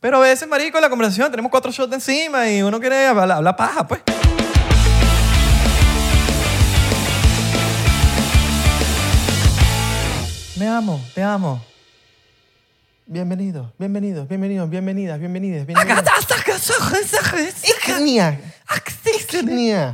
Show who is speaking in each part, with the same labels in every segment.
Speaker 1: Pero a veces, marico, la conversación, tenemos cuatro shots de encima y uno quiere hablar, hablar paja, pues. Me amo, te amo. Bienvenidos, bienvenidos, bienvenidos, bienvenidas, bienvenidas, bienvenidas.
Speaker 2: Nia, Nia.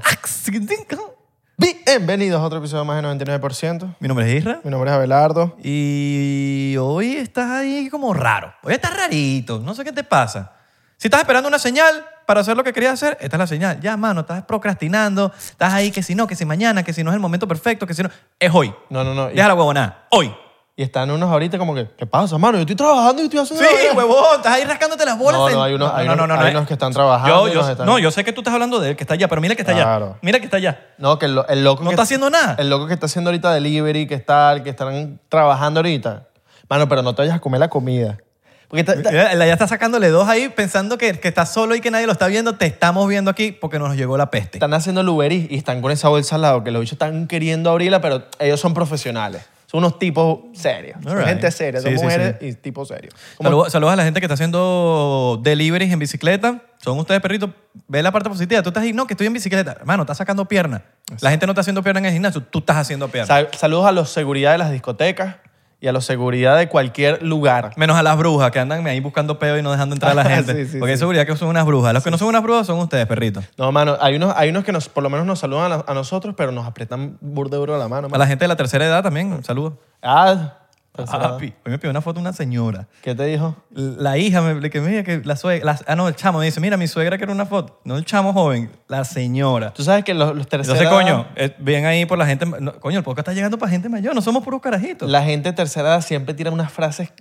Speaker 2: Bienvenidos a otro episodio más de 99%.
Speaker 1: Mi nombre es Isra
Speaker 2: Mi nombre es Abelardo.
Speaker 1: y hoy estás ahí como raro. Hoy estás rarito, no sé qué te pasa. Si estás esperando una señal para hacer lo que querías hacer, esta es la señal. Ya, mano, estás procrastinando, estás ahí que si no, que si mañana, que si no es el momento perfecto, que si no... Es hoy.
Speaker 2: No, no, no. Y,
Speaker 1: Deja la huevonada. Hoy.
Speaker 2: y están unos ahorita como que, ¿qué pasa, mano? Yo estoy trabajando y estoy haciendo...
Speaker 1: Sí,
Speaker 2: la vaina".
Speaker 1: huevón, estás ahí rascándote las bolas.
Speaker 2: No,
Speaker 1: en-
Speaker 2: no, hay unos, hay
Speaker 1: no,
Speaker 2: unos-
Speaker 1: no, no,
Speaker 2: hay
Speaker 1: no.
Speaker 2: unos que están trabajando.
Speaker 1: Yo,
Speaker 2: y
Speaker 1: yo-
Speaker 2: nos están-
Speaker 1: no, yo sé que tú estás hablando de él, que está allá, pero mira el que está allá.
Speaker 2: Claro.
Speaker 1: Mira el que está allá.
Speaker 2: No, que el, lo- el loco
Speaker 1: No
Speaker 2: que
Speaker 1: está haciendo nada.
Speaker 2: El loco que está haciendo ahorita delivery, que está, que están trabajando ahorita. Mano, pero no te vayas a comer la comida. Porque está- está-
Speaker 1: Mira, Él ya está sacándole dos ahí pensando que, que está solo y que nadie lo está viendo. Te estamos viendo aquí porque nos llegó la peste.
Speaker 2: están haciendo el Uber Eats y están con esa bolsa al lado, que los bichos están queriendo abrirla, pero ellos son profesionales. Son unos tipos serios. Son
Speaker 1: Alright.
Speaker 2: gente seria. Son
Speaker 1: Sí, sí,
Speaker 2: mujeres y tipos serios. Como-
Speaker 1: Saludos saludos a la gente que está haciendo deliveries en bicicleta. Son ustedes, perritos. Ve la parte positiva. Tú estás ahí, no, que estoy en bicicleta. Hermano, estás sacando piernas. La gente no está haciendo piernas en el gimnasio. Tú estás haciendo piernas.
Speaker 2: Sal- saludos a los seguridad de las discotecas y a los seguridad de cualquier lugar.
Speaker 1: Menos a las brujas que andan ahí buscando peo y no dejando entrar a la gente.
Speaker 2: Sí, sí,
Speaker 1: porque hay
Speaker 2: sí.
Speaker 1: seguridad que son unas brujas. Los que no son unas brujas son ustedes, perritos.
Speaker 2: No, mano, hay unos, hay unos que nos, por lo menos nos saludan a, la- a nosotros, pero nos apretan burde duro la mano.
Speaker 1: A
Speaker 2: mano.
Speaker 1: la gente de la tercera edad también, saludos.
Speaker 2: Ah,
Speaker 1: Ah, pi- Hoy me pidió una foto una señora.
Speaker 2: ¿qué te dijo?
Speaker 1: La hija me que mira que la suegra, la- ah no, el chamo me dice, mira, mi suegra quiere una foto, no el chamo joven, la señora.
Speaker 2: Tú sabes que los, los tercera
Speaker 1: Entonces,
Speaker 2: edad-
Speaker 1: coño, eh, bien ahí por la gente, ma- no, coño, el podcast está llegando para gente mayor, no somos puros carajitos.
Speaker 2: la gente de tercera edad siempre tira unas frases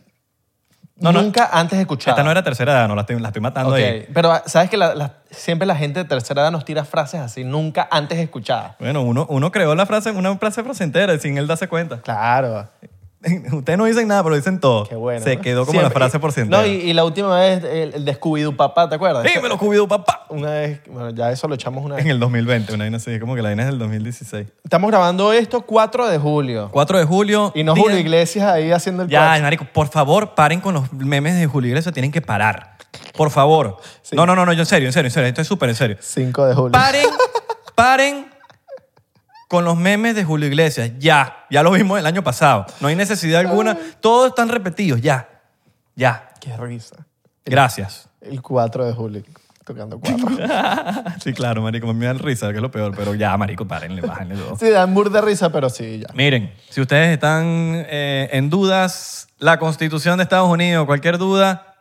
Speaker 1: No, no.
Speaker 2: nunca antes escuchadas.
Speaker 1: Esta no era tercera edad, no, la estoy, la estoy matando
Speaker 2: Ok,
Speaker 1: ahí.
Speaker 2: Pero ah, sabes que la- la- siempre la gente de tercera edad nos tira frases así, nunca antes escuchadas.
Speaker 1: Bueno, uno, uno creó la frase, una frase placentera sin él darse cuenta.
Speaker 2: Claro.
Speaker 1: Ustedes no dicen nada, pero dicen todo.
Speaker 2: Qué bueno.
Speaker 1: Se
Speaker 2: ¿no?
Speaker 1: quedó como la
Speaker 2: Siempre-
Speaker 1: frase
Speaker 2: y-
Speaker 1: porcentera.
Speaker 2: No, y, y la última vez, el, el de Scooby-Doo papá, ¿te acuerdas?
Speaker 1: Dímelo, cubido papá.
Speaker 2: Una vez, bueno, ya eso lo echamos una
Speaker 1: En
Speaker 2: vez.
Speaker 1: el 2020, una vaina así, como que la vaina es del 2016.
Speaker 2: Estamos grabando esto 4 de julio.
Speaker 1: 4 de julio.
Speaker 2: Y no
Speaker 1: día-
Speaker 2: Julio Iglesias pues. ahí haciendo el
Speaker 1: Ya,
Speaker 2: cuatro.
Speaker 1: marico, por favor, paren con los memes de Julio Iglesias, tienen que parar. Por favor. No, no, no, no, yo en serio, en serio, en serio, esto es súper en serio.
Speaker 2: 5 de julio.
Speaker 1: Paren, paren con los memes de Julio Iglesias, ya. Ya lo vimos el año pasado. No hay necesidad alguna, todos están repetidos, ya. Ya.
Speaker 2: Qué risa.
Speaker 1: Gracias.
Speaker 2: El 4 de julio, tocando 4.
Speaker 1: Sí, claro, marico, me da risa, que es lo peor, pero ya, marico, párenle, bájenle dos.
Speaker 2: sí, dan burda risa, pero sí, ya.
Speaker 1: Miren, si ustedes están eh, en dudas, la Constitución de Estados Unidos, cualquier duda,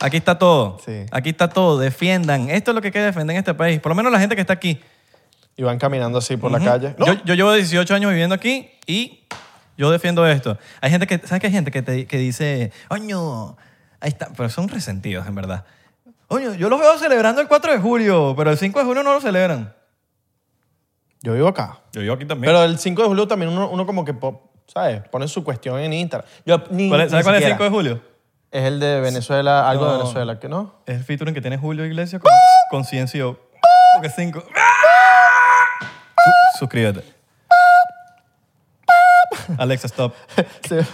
Speaker 1: aquí está todo.
Speaker 2: Sí.
Speaker 1: Aquí está todo. Defiendan. Esto es lo que hay que defender en este país. Por lo menos la gente que está aquí.
Speaker 2: Y van caminando así por la calle. No,
Speaker 1: Yo, yo llevo 18 años viviendo aquí y yo defiendo esto. Hay gente que, ¿sabes que hay gente que, te, que dice, oño, ahí está, pero son resentidos en verdad. Oño, yo los veo celebrando el 4 de julio, pero el 5 de julio no lo celebran.
Speaker 2: yo vivo acá.
Speaker 1: Yo vivo aquí también.
Speaker 2: Pero el 5 de julio también uno, uno como que, po- ¿sabes? Pone su cuestión en Instagram. Yo, ni,
Speaker 1: ¿Cuál es-
Speaker 2: ni
Speaker 1: ¿Sabes cuál es el
Speaker 2: siquiera.
Speaker 1: 5 de julio?
Speaker 2: Es el de Venezuela, algo de
Speaker 1: No.
Speaker 2: Venezuela, que no.
Speaker 1: Es el featuring que tiene Julio Iglesias con, con CNCO. Porque es 5. Suscríbete. Alexa, stop.
Speaker 2: Se,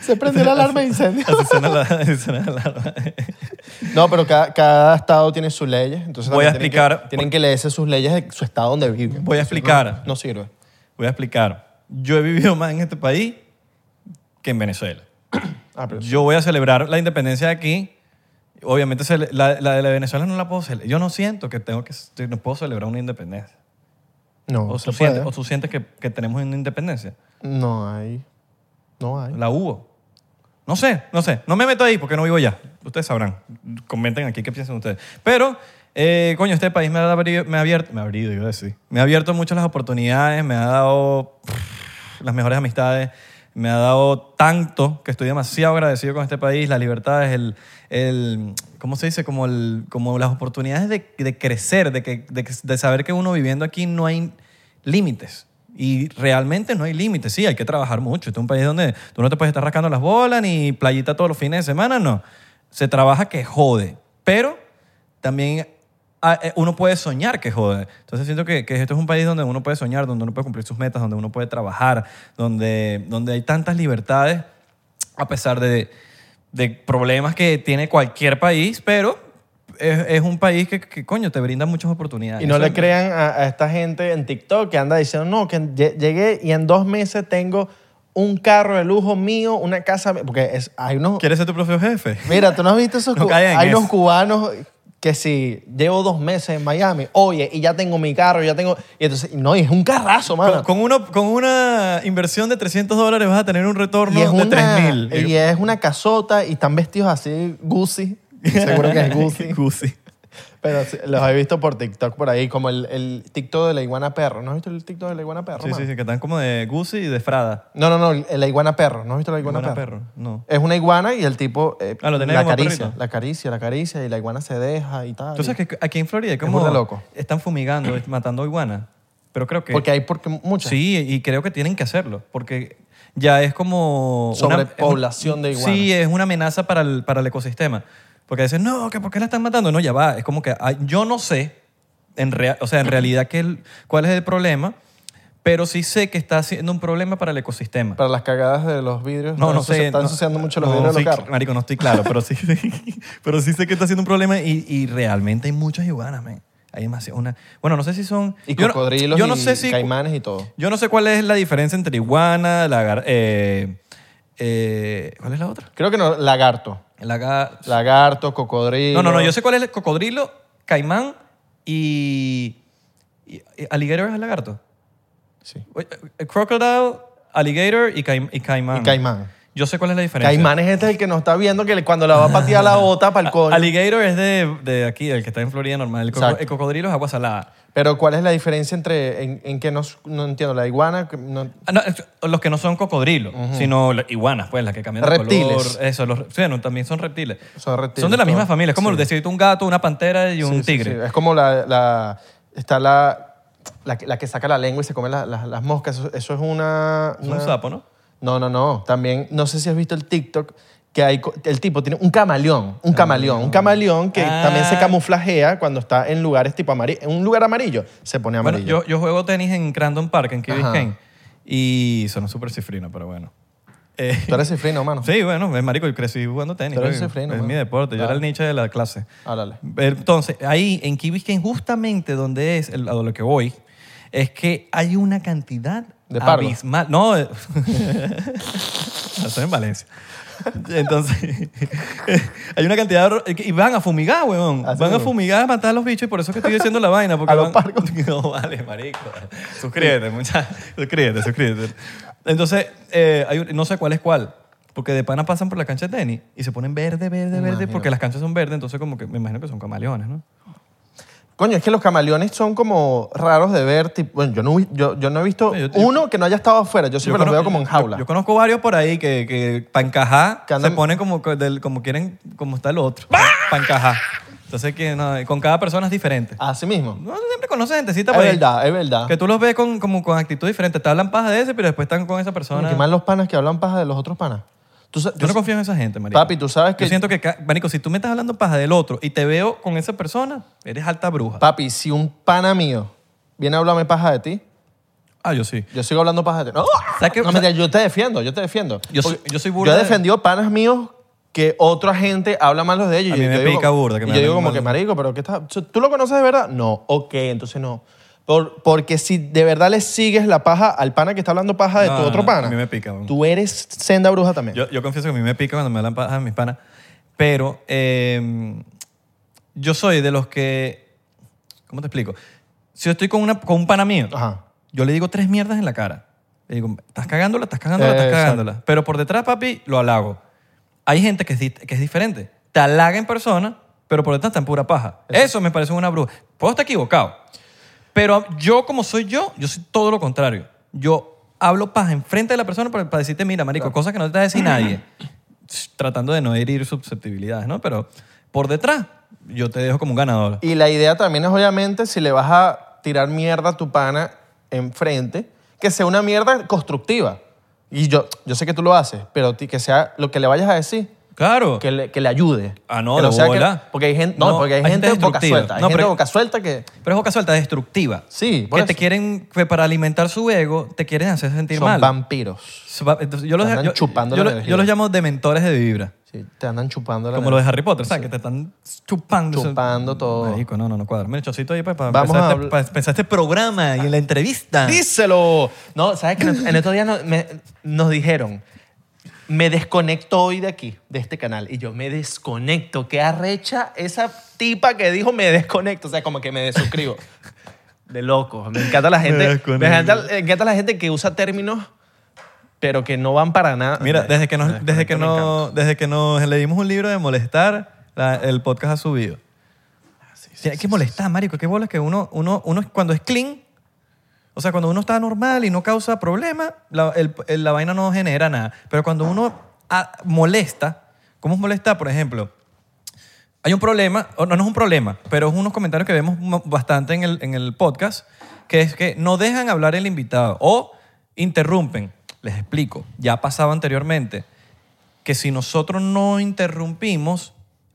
Speaker 2: se prendió la alarma de incendio.
Speaker 1: Así suena la, así suena la alarma.
Speaker 2: No, pero cada, cada estado tiene sus leyes. Entonces
Speaker 1: Voy a
Speaker 2: también Tienen
Speaker 1: explicar-
Speaker 2: que, tienen que leerse sus leyes de su estado donde viven.
Speaker 1: Voy a explicar.
Speaker 2: No, no sirve.
Speaker 1: Voy a explicar. Yo he vivido más en este país que en Venezuela.
Speaker 2: Ah, pero
Speaker 1: Yo voy a celebrar la independencia de aquí. Obviamente, cele- la, la de la Venezuela no la puedo celebrar. Yo no siento que tengo que. No puedo celebrar una independencia.
Speaker 2: no,
Speaker 1: O,
Speaker 2: se
Speaker 1: tú sientes,
Speaker 2: puede.
Speaker 1: o tú sientes que, que tenemos una independencia.
Speaker 2: No hay. No hay.
Speaker 1: La hubo. No sé, no sé. No me meto ahí porque no vivo allá. Ustedes sabrán. Comenten aquí qué piensan ustedes. Pero, eh, coño, este país me ha, abri- me ha abierto, me ha abierto, iba a decir. Me ha abierto mucho las oportunidades, me ha dado pff, las mejores amistades, me ha dado tanto que estoy demasiado agradecido con este país, las libertades, el, el ¿cómo se dice? Como, el, como las oportunidades de, de crecer, de, que, de, de saber que uno viviendo aquí no hay límites. Y realmente no hay límites. Sí, hay que trabajar mucho. Este es un país donde tú no te puedes estar rascando las bolas ni playita todos los fines de semana, no. Se trabaja que jode. Pero también ah, eh, uno puede soñar que jode. Entonces siento que, que esto es un país donde uno puede soñar, donde uno puede cumplir sus metas, donde uno puede trabajar, donde, donde hay tantas libertades a pesar de, de problemas que tiene cualquier país, pero es, es un país que, que, coño, te brinda muchas oportunidades.
Speaker 2: Y no
Speaker 1: Eso
Speaker 2: le
Speaker 1: es-
Speaker 2: crean a, a esta gente en TikTok que anda diciendo, no, que lle- llegué y en dos meses tengo un carro de lujo mío, una casa... mía", Porque es, hay unos...
Speaker 1: ¿Quieres ser tu propio jefe?
Speaker 2: Mira, tú no has visto esos...
Speaker 1: No
Speaker 2: cu-
Speaker 1: caigan en
Speaker 2: hay unos
Speaker 1: eso.
Speaker 2: cubanos que si llevo dos meses en Miami, oye, y ya tengo mi carro, ya tengo... Y entonces, no, y es un carrazo, mano.
Speaker 1: Con, con uno- con una inversión de 300 dólares vas a tener un retorno
Speaker 2: y es,
Speaker 1: de
Speaker 2: una,
Speaker 1: 3.000.
Speaker 2: y es una casota y están vestidos así, Gucci. Seguro que es Gucci.
Speaker 1: Gucci.
Speaker 2: Pero sí, los he visto por TikTok por ahí, como el, el TikTok de la iguana perro. ¿No has visto el TikTok de la iguana perro?
Speaker 1: Sí,
Speaker 2: mano?
Speaker 1: sí, sí, que están como de Gucci y de Frada.
Speaker 2: No, no, no, el- la iguana perro. ¿No has visto la iguana,
Speaker 1: Buena
Speaker 2: perro?
Speaker 1: perro, no.
Speaker 2: Es una iguana y el tipo eh,
Speaker 1: Ah, lo tenés
Speaker 2: la
Speaker 1: como
Speaker 2: acaricia,
Speaker 1: perrito.
Speaker 2: la acaricia, la acaricia y la iguana se deja y tal.
Speaker 1: Tú sabes que aquí en Florida como
Speaker 2: Ah, burda loco.
Speaker 1: están fumigando, matando iguanas. Pero creo que...
Speaker 2: Porque hay porque muchas.
Speaker 1: Sí, y creo que tienen que hacerlo, porque ya es como... una-
Speaker 2: Sobrepoblación de iguanas.
Speaker 1: Sí, es una amenaza para el, para el ecosistema. Porque dicen, no, que ¿por qué la están matando? No, ya va, es como que ah, yo no sé, en rea- o sea, en realidad qué el- cuál es el problema, pero sí sé que está siendo un problema para el ecosistema.
Speaker 2: Para las cagadas de los vidrios.
Speaker 1: No,
Speaker 2: están
Speaker 1: no
Speaker 2: ensuci-
Speaker 1: sé.
Speaker 2: Están
Speaker 1: no-
Speaker 2: ensuciando mucho los
Speaker 1: no,
Speaker 2: vidrios de
Speaker 1: sí,
Speaker 2: los carros.
Speaker 1: Marico, no estoy claro, pero sí, pero sí sé que está siendo un problema y, y realmente hay muchas iguanas, man. Hay demasiado. Una, bueno, no sé si son.
Speaker 2: Y
Speaker 1: yo no-
Speaker 2: cocodrilos
Speaker 1: yo no
Speaker 2: y
Speaker 1: sé si-
Speaker 2: caimanes y todo.
Speaker 1: Yo no sé cuál es la diferencia entre iguana, lagar, eh, eh, ¿Cuál es la otra?
Speaker 2: Creo que no, lagarto.
Speaker 1: Laga-
Speaker 2: Lagarto, cocodrilo.
Speaker 1: no, no, no. Yo sé cuál es el cocodrilo, caimán y. y- y- ¿Alligator es el lagarto?
Speaker 2: Sí.
Speaker 1: Oye, eh, Crocodile, alligator y, caim- y caimán.
Speaker 2: Y caimán.
Speaker 1: Yo sé cuál es la diferencia.
Speaker 2: Caimán es este el que nos está viendo que le- cuando la va a patear la bota para el coño.
Speaker 1: Alligator es de, de aquí, el que está en Florida normal. El, coco-
Speaker 2: Exacto.
Speaker 1: el cocodrilo es agua salada.
Speaker 2: Pero ¿cuál es la diferencia entre en, en que no, no entiendo la iguana? que no-
Speaker 1: Ah, no, es- los que no son cocodrilos, sino la- iguanas, pues, las que cambian de
Speaker 2: Reptiles.
Speaker 1: color. Eso, los, sí, no, también son reptiles.
Speaker 2: Son reptiles,
Speaker 1: Son de la
Speaker 2: todo.
Speaker 1: misma familia. Es como decirte un gato, una pantera y un
Speaker 2: Sí, sí,
Speaker 1: tigre.
Speaker 2: sí. Es como la, la- está la, la, que- la que saca la lengua y se come la- la- las moscas. Eso, eso es una,
Speaker 1: Es
Speaker 2: una-
Speaker 1: un sapo, ¿no?
Speaker 2: No, no, no. También, no sé si has visto el TikTok que hay, co- el tipo tiene un camaleón, un camaleón, un camaleón que
Speaker 1: Ah.
Speaker 2: también se camuflajea cuando está en lugares tipo amarillo, en un lugar amarillo se pone
Speaker 1: Bueno,
Speaker 2: amarillo.
Speaker 1: yo, yo juego tenis en Crandon Park, en Key
Speaker 2: Ajá.
Speaker 1: Biscayne. Y son súper cifrino, pero bueno. Eh,
Speaker 2: Tú eres cifrino, mano.
Speaker 1: sí, bueno, es marico, yo crecí jugando tenis.
Speaker 2: Tú eres
Speaker 1: coño.
Speaker 2: cifrino,
Speaker 1: es
Speaker 2: mano.
Speaker 1: mi deporte. Yo era
Speaker 2: Claro.
Speaker 1: el nicho de la clase.
Speaker 2: Árale.
Speaker 1: Entonces, ahí en Key Biscayne, justamente donde es, el- a lo que voy, es que hay una cantidad
Speaker 2: De pargo.
Speaker 1: abismal. No, eh, estoy en Valencia. Entonces, hay una cantidad. de ro- Y van a fumigar, weón.
Speaker 2: Así
Speaker 1: van a
Speaker 2: mismo.
Speaker 1: fumigar, a matar a los bichos y por eso es que estoy diciendo la vaina. Porque
Speaker 2: A
Speaker 1: van-
Speaker 2: los pargos.
Speaker 1: No vale, marico. Suscríbete, muchachos. Suscríbete, suscríbete. Entonces, eh, hay un- no sé cuál es cuál. Porque de pana pasan por la cancha de tenis y se ponen verde, verde, verde,
Speaker 2: Imagino.
Speaker 1: porque las canchas son verdes, entonces como que me imagino que son camaleones, ¿no?
Speaker 2: Coño, es que los camaleones son como raros de ver. tipo- bueno, yo no, vi- yo, yo no he visto
Speaker 1: Sí, yo- yo-
Speaker 2: uno que no haya estado afuera. Yo siempre los
Speaker 1: cono-
Speaker 2: veo como en jaula.
Speaker 1: Yo, yo conozco varios por ahí que, para encajar
Speaker 2: Que
Speaker 1: se
Speaker 2: andan- ¡Ah!
Speaker 1: ponen como, co- del- como quieren, como está el otro. Para encajar. Entonces, que, no, con cada persona es diferente.
Speaker 2: Así mismo.
Speaker 1: No, siempre conoces gentecita
Speaker 2: Ah. Es
Speaker 1: por ahí.
Speaker 2: verdad, es verdad.
Speaker 1: Que tú los ves con, como con actitud diferente. Te hablan paja de ese, pero después están con esa persona.
Speaker 2: Coño, Qué mal los panas que hablan paja de los otros panas. Tú sa-
Speaker 1: Yo
Speaker 2: tú
Speaker 1: no
Speaker 2: sa-
Speaker 1: confío en esa gente, marico.
Speaker 2: Papi, tú sabes que-
Speaker 1: Yo siento que, ca- marico, si tú me estás hablando paja del otro y te veo con esa persona, eres alta bruja.
Speaker 2: Papi, si un pana mío viene a hablarme paja de ti,
Speaker 1: ah, yo sí.
Speaker 2: yo sigo hablando paja de ti. No,
Speaker 1: ¿Sabes qué?
Speaker 2: No,
Speaker 1: O sea-
Speaker 2: mentira, yo te defiendo, yo te defiendo.
Speaker 1: Yo soy-
Speaker 2: Porque
Speaker 1: yo soy burda
Speaker 2: Yo he
Speaker 1: de-
Speaker 2: defendido panas míos que otra gente habla malos de ellos.
Speaker 1: A
Speaker 2: Y
Speaker 1: mí
Speaker 2: yo
Speaker 1: me
Speaker 2: digo
Speaker 1: pica
Speaker 2: como-
Speaker 1: burda que
Speaker 2: y
Speaker 1: me
Speaker 2: yo digo
Speaker 1: hablen
Speaker 2: como que,
Speaker 1: mal.
Speaker 2: marico, pero ¿qué está? ¿Tú lo conoces de verdad? No. Ok, entonces no. Por- porque si de verdad le sigues la paja al pana que está hablando paja de
Speaker 1: No,
Speaker 2: tu
Speaker 1: no,
Speaker 2: otro
Speaker 1: no,
Speaker 2: pana,
Speaker 1: a mí me pica, weón.
Speaker 2: tú eres senda bruja también.
Speaker 1: Yo, yo confieso que a mí me pica cuando me hablan paja mis panas. Pero eh, yo soy de los que. ¿Cómo te explico? Si yo estoy con, una, con un pana mío,
Speaker 2: Ajá.
Speaker 1: yo le digo tres mierdas en la cara. Le digo, estás cagándola, estás cagándola, estás
Speaker 2: Eh, Exacto.
Speaker 1: cagándola. Pero por detrás, papi, lo halago. Hay gente que es, di- que es diferente. Te halaga en persona, pero por detrás está en pura paja. Eso me parece una bruja. Puedo estar equivocado. Pero yo, como soy yo, yo soy todo lo contrario. Yo hablo paja enfrente de la persona para, para decirte, mira, marico, cosas que no te va a decir nadie. Tratando de no herir susceptibilidades, ¿no? Pero por detrás, yo te dejo como un ganador.
Speaker 2: Y la idea también es, obviamente, si le vas a tirar mierda a tu pana enfrente, que sea una mierda constructiva. Y yo, yo sé que tú lo haces, pero ti- que sea lo que le vayas a decir,
Speaker 1: Claro.
Speaker 2: que le, que le ayude.
Speaker 1: Ah, no,
Speaker 2: Que
Speaker 1: de
Speaker 2: sea que-
Speaker 1: bola.
Speaker 2: porque hay gente, no,
Speaker 1: No,
Speaker 2: porque hay,
Speaker 1: hay
Speaker 2: gente,
Speaker 1: gente
Speaker 2: boca
Speaker 1: destructiva.
Speaker 2: suelta. Hay
Speaker 1: No,
Speaker 2: gente
Speaker 1: pero-
Speaker 2: boca suelta que
Speaker 1: Pero es boca suelta, destructiva.
Speaker 2: Sí, por
Speaker 1: Que
Speaker 2: eso.
Speaker 1: te quieren, que para alimentar su ego, te quieren hacer sentir
Speaker 2: son
Speaker 1: mal.
Speaker 2: vampiros.
Speaker 1: Su- va- entonces, yo los,
Speaker 2: Andan
Speaker 1: yo-
Speaker 2: chupando
Speaker 1: yo
Speaker 2: la
Speaker 1: lo-
Speaker 2: energía.
Speaker 1: yo los llamo dementores de vibra.
Speaker 2: Sí, te andan chupando la
Speaker 1: Como lo de Harry Potter, ¿sabes? Que te están chupando.
Speaker 2: Chupando todo.
Speaker 1: Marico, no, no, no cuadra. Mira, chocito ahí para,
Speaker 2: Vamos
Speaker 1: empezar,
Speaker 2: a
Speaker 1: este,
Speaker 2: habl-
Speaker 1: para empezar este programa y en la entrevista.
Speaker 2: ¡Díselo! Ah. No, ¿sabes que En estos días no- me- nos dijeron, me desconecto hoy de aquí, de este canal. Y yo, me desconecto. Qué arrecha esa tipa que dijo me desconecto. O sea, como que me desuscribo. De loco. Me encanta la gente. Me,
Speaker 1: desconecto.
Speaker 2: encanta, me encanta la gente que usa términos, pero que no van para nada.
Speaker 1: Mira, desde que,
Speaker 2: Me
Speaker 1: nos, desde, que
Speaker 2: desconecto, Ah, me
Speaker 1: no,
Speaker 2: encanta.
Speaker 1: desde que nos leímos un libro de molestar, la- el podcast ha subido. Tiene que molestar, marico. Qué bolas que uno, uno, uno es- cuando es clean, o sea, cuando uno está normal y no causa problema, la, el- el- la vaina no genera nada. Pero cuando uno ah, molesta, ¿cómo es molestar? Por ejemplo, hay un problema, o no, no es un problema, pero es unos comentarios que vemos mo- bastante en el, en el podcast, que es que no dejan hablar el invitado o interrumpen. Les explico, ya pasaba anteriormente, que si nosotros no interrumpimos,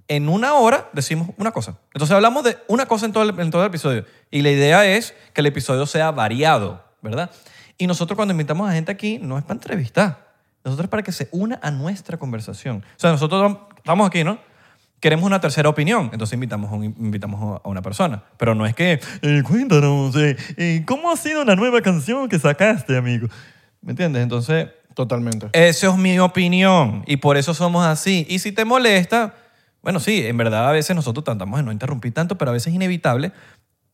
Speaker 1: en una hora decimos una cosa. Entonces hablamos de una cosa en todo el, en todo el episodio. Y la idea es que el episodio sea variado, ¿verdad? Y nosotros cuando invitamos a gente aquí, no es para entrevistar. Nosotros es para que se una a nuestra conversación. O sea, nosotros vam- estamos aquí, ¿no? queremos una tercera opinión, entonces invitamos a, un- invitamos a una persona. Pero no es que, eh, cuéntanos, eh, eh, ¿cómo ha sido la nueva canción que sacaste, amigo? ¿Me entiendes? Entonces,
Speaker 2: Totalmente.
Speaker 1: esa es mi opinión y por eso somos así. Y si te molesta, bueno, sí, en verdad a veces nosotros tratamos de no interrumpir tanto, pero a veces es inevitable.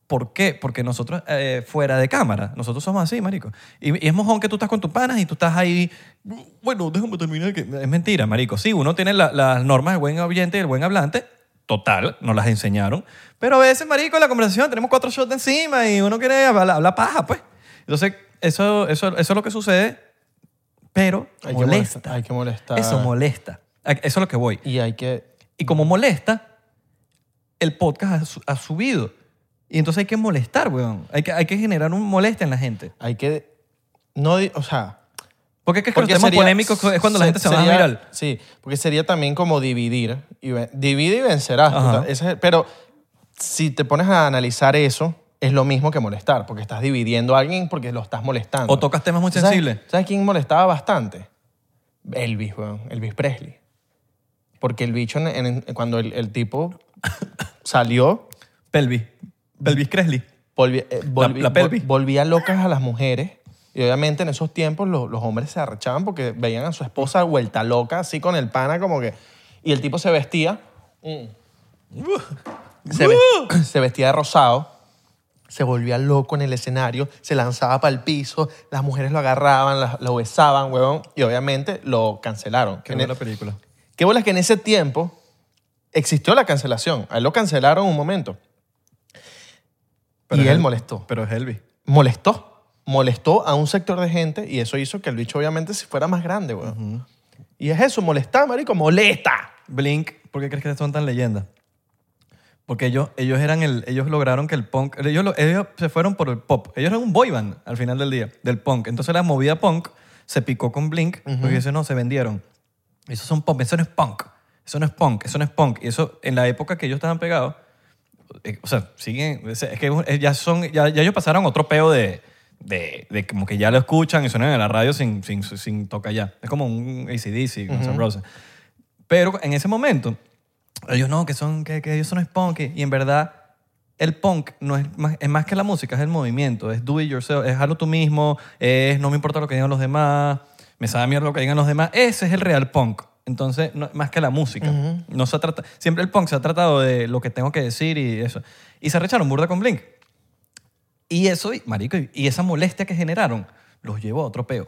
Speaker 1: ¿Por qué? Porque nosotros, eh, fuera de cámara, nosotros somos así, marico. Y, y es mojón que tú estás con tus panas y tú estás ahí, bueno, déjame terminar. Que... Es mentira, marico. Sí, uno tiene la- las normas del buen oyente y del buen hablante, total, nos las enseñaron. Pero a veces, marico, en la conversación tenemos cuatro shots de encima y uno quiere hablar, hablar paja, pues. Entonces, eso, eso, eso es lo que sucede, pero
Speaker 2: Hay que molestar,
Speaker 1: molesta.
Speaker 2: hay que molestar.
Speaker 1: Eso molesta. A- Eso es lo que voy.
Speaker 2: Y hay que...
Speaker 1: Y como molesta, el podcast ha, su- ha subido. Y entonces hay que molestar, weón. Hay que, hay que generar un molestia en la gente.
Speaker 2: Hay que... No, di- o sea...
Speaker 1: Porque es que, los temas
Speaker 2: sería-
Speaker 1: polémicos es cuando la
Speaker 2: se-
Speaker 1: gente se va a
Speaker 2: sería-
Speaker 1: viral.
Speaker 2: Sí, porque sería también como dividir. Y, ven- divide y vencerás.
Speaker 1: Ajá.
Speaker 2: Total, ese es el- pero si te pones a analizar eso, es lo mismo que molestar, porque estás dividiendo a alguien porque lo estás molestando.
Speaker 1: O tocas temas muy
Speaker 2: ¿Sabes-
Speaker 1: sensibles.
Speaker 2: ¿Sabes, quién molestaba bastante? Elvis, weón. Elvis Presley. Porque el bicho, en- en- cuando el, el tipo salió,
Speaker 1: Pelvis. Pelvis Cresley.
Speaker 2: volvía, eh, volví-
Speaker 1: la pelvis.
Speaker 2: vol- volvía locas a las mujeres. Y obviamente en esos tiempos lo- los hombres se arrechaban porque veían a su esposa vuelta loca, así con el pana, como que. Y el tipo se vestía. mm, Se, ve- se vestía de rosado. Se volvía loco en el escenario, se lanzaba para el piso, las mujeres lo agarraban, las- lo besaban, huevón, y obviamente lo cancelaron.
Speaker 1: Qué
Speaker 2: En
Speaker 1: buena
Speaker 2: el-
Speaker 1: película.
Speaker 2: Qué bola es que en ese tiempo existió la cancelación. A él lo cancelaron un momento.
Speaker 1: Pero
Speaker 2: y
Speaker 1: es
Speaker 2: él
Speaker 1: el-
Speaker 2: molestó
Speaker 1: Pero es Elvis.
Speaker 2: molestó. Molestó a un sector de gente y eso hizo que el bicho obviamente se fuera más grande, güey. Y es eso, molestar, marico, molesta.
Speaker 1: Blink, ¿por qué crees que son tan leyendas? Porque ellos, ellos, eran el, ellos lograron que el punk... Ellos, lo- ellos se fueron por el pop. Ellos eran un boy band al final del día, del punk. Entonces la movida punk se picó con Blink porque eso no, se vendieron. Eso, son pop, eso no es punk. Eso no es punk. Eso no es punk. Y eso, en la época que ellos estaban pegados, eh, o sea, siguen... Es es que eh, ya son... Ya, ya ellos pasaron otro peo de... De, de como que ya lo escuchan y suenan en la radio sin, sin, sin toca ya. Es como un ACDC, Guns N' Roses. Pero en ese momento, ellos no, que son, que, que ellos son es punk. Y en verdad, el punk no es más, es más que la música, es el movimiento, es do it yourself, es hazlo tú mismo, es no me importa lo que digan los demás, me sabe mierda lo que digan los demás. Ese es el real punk. Entonces, no- más que la música. no se trata, siempre el punk se ha tratado de lo que tengo que decir y eso. Y se arrecharon burda con Blink. Y eso, y- marico, y- y esa molestia que generaron los llevó a otro peo.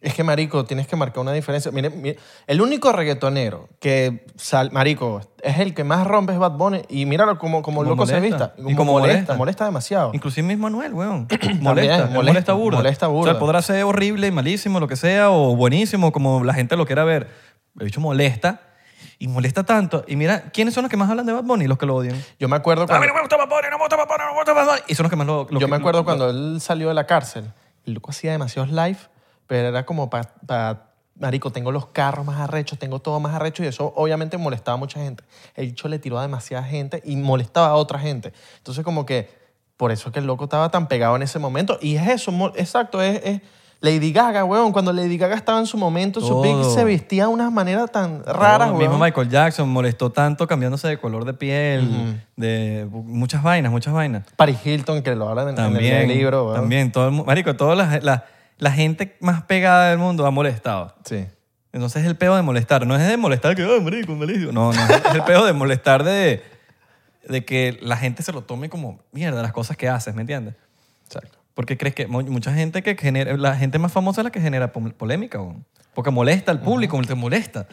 Speaker 2: Es que, marico, tienes que marcar una diferencia. Mire, mire, el único reggaetonero que, sal- marico, es el que más rompe es Bad Bunny y míralo como, como,
Speaker 1: Como
Speaker 2: loco se
Speaker 1: molesta.
Speaker 2: vista.
Speaker 1: Y
Speaker 2: como
Speaker 1: como
Speaker 2: molesta,
Speaker 1: molesta.
Speaker 2: molesta, demasiado.
Speaker 1: Inclusive mismo Anuel, weón.
Speaker 2: También,
Speaker 1: molesta,
Speaker 2: molesta,
Speaker 1: molesta burda.
Speaker 2: molesta burda.
Speaker 1: O sea, podrá ser horrible y malísimo, lo que sea, o buenísimo, como la gente lo quiera ver. El bicho molesta y molesta tanto. Y mira, ¿quiénes son los que más hablan de Bad Bunny? Los que lo odian.
Speaker 2: Yo me acuerdo
Speaker 1: A
Speaker 2: cuando,
Speaker 1: mí no me gusta Bad Bunny, no me gusta Bad Bunny, no me gusta Bad Bunny. Y son los que más lo... lo
Speaker 2: yo
Speaker 1: que-
Speaker 2: me acuerdo cuando él salió de la cárcel. El loco hacía demasiados live, pero era como para marico, tengo los carros más arrechos, tengo todo más arrecho y eso obviamente molestaba a mucha gente. El bicho le tiró a demasiada gente y molestaba a otra gente. Entonces como que por eso es que el loco estaba tan pegado en ese momento. Y es eso, mo- exacto, es, es Lady Gaga, weón. Cuando Lady Gaga estaba en su momento, su pick
Speaker 1: Todo.
Speaker 2: se vestía de unas maneras tan raras,
Speaker 1: Todo.
Speaker 2: weón.
Speaker 1: mismo Michael Jackson molestó tanto cambiándose de color de piel, de muchas vainas, muchas vainas.
Speaker 2: Paris Hilton, que lo hablan en, en
Speaker 1: También,
Speaker 2: el libro, weón.
Speaker 1: también, todo el mu- marico, toda la, la- la gente más pegada del mundo ha molestado.
Speaker 2: Sí.
Speaker 1: Entonces es el peo de molestar. No es de molestar que, ay, marico, malísimo. No, no, es el peo de molestar de, de que la gente se lo tome como mierda las cosas que haces, ¿me entiendes?
Speaker 2: Exacto.
Speaker 1: Porque crees que mo- mucha gente que genera, la gente más famosa es la que genera pol- polémica, weón. porque molesta al público, te molesta.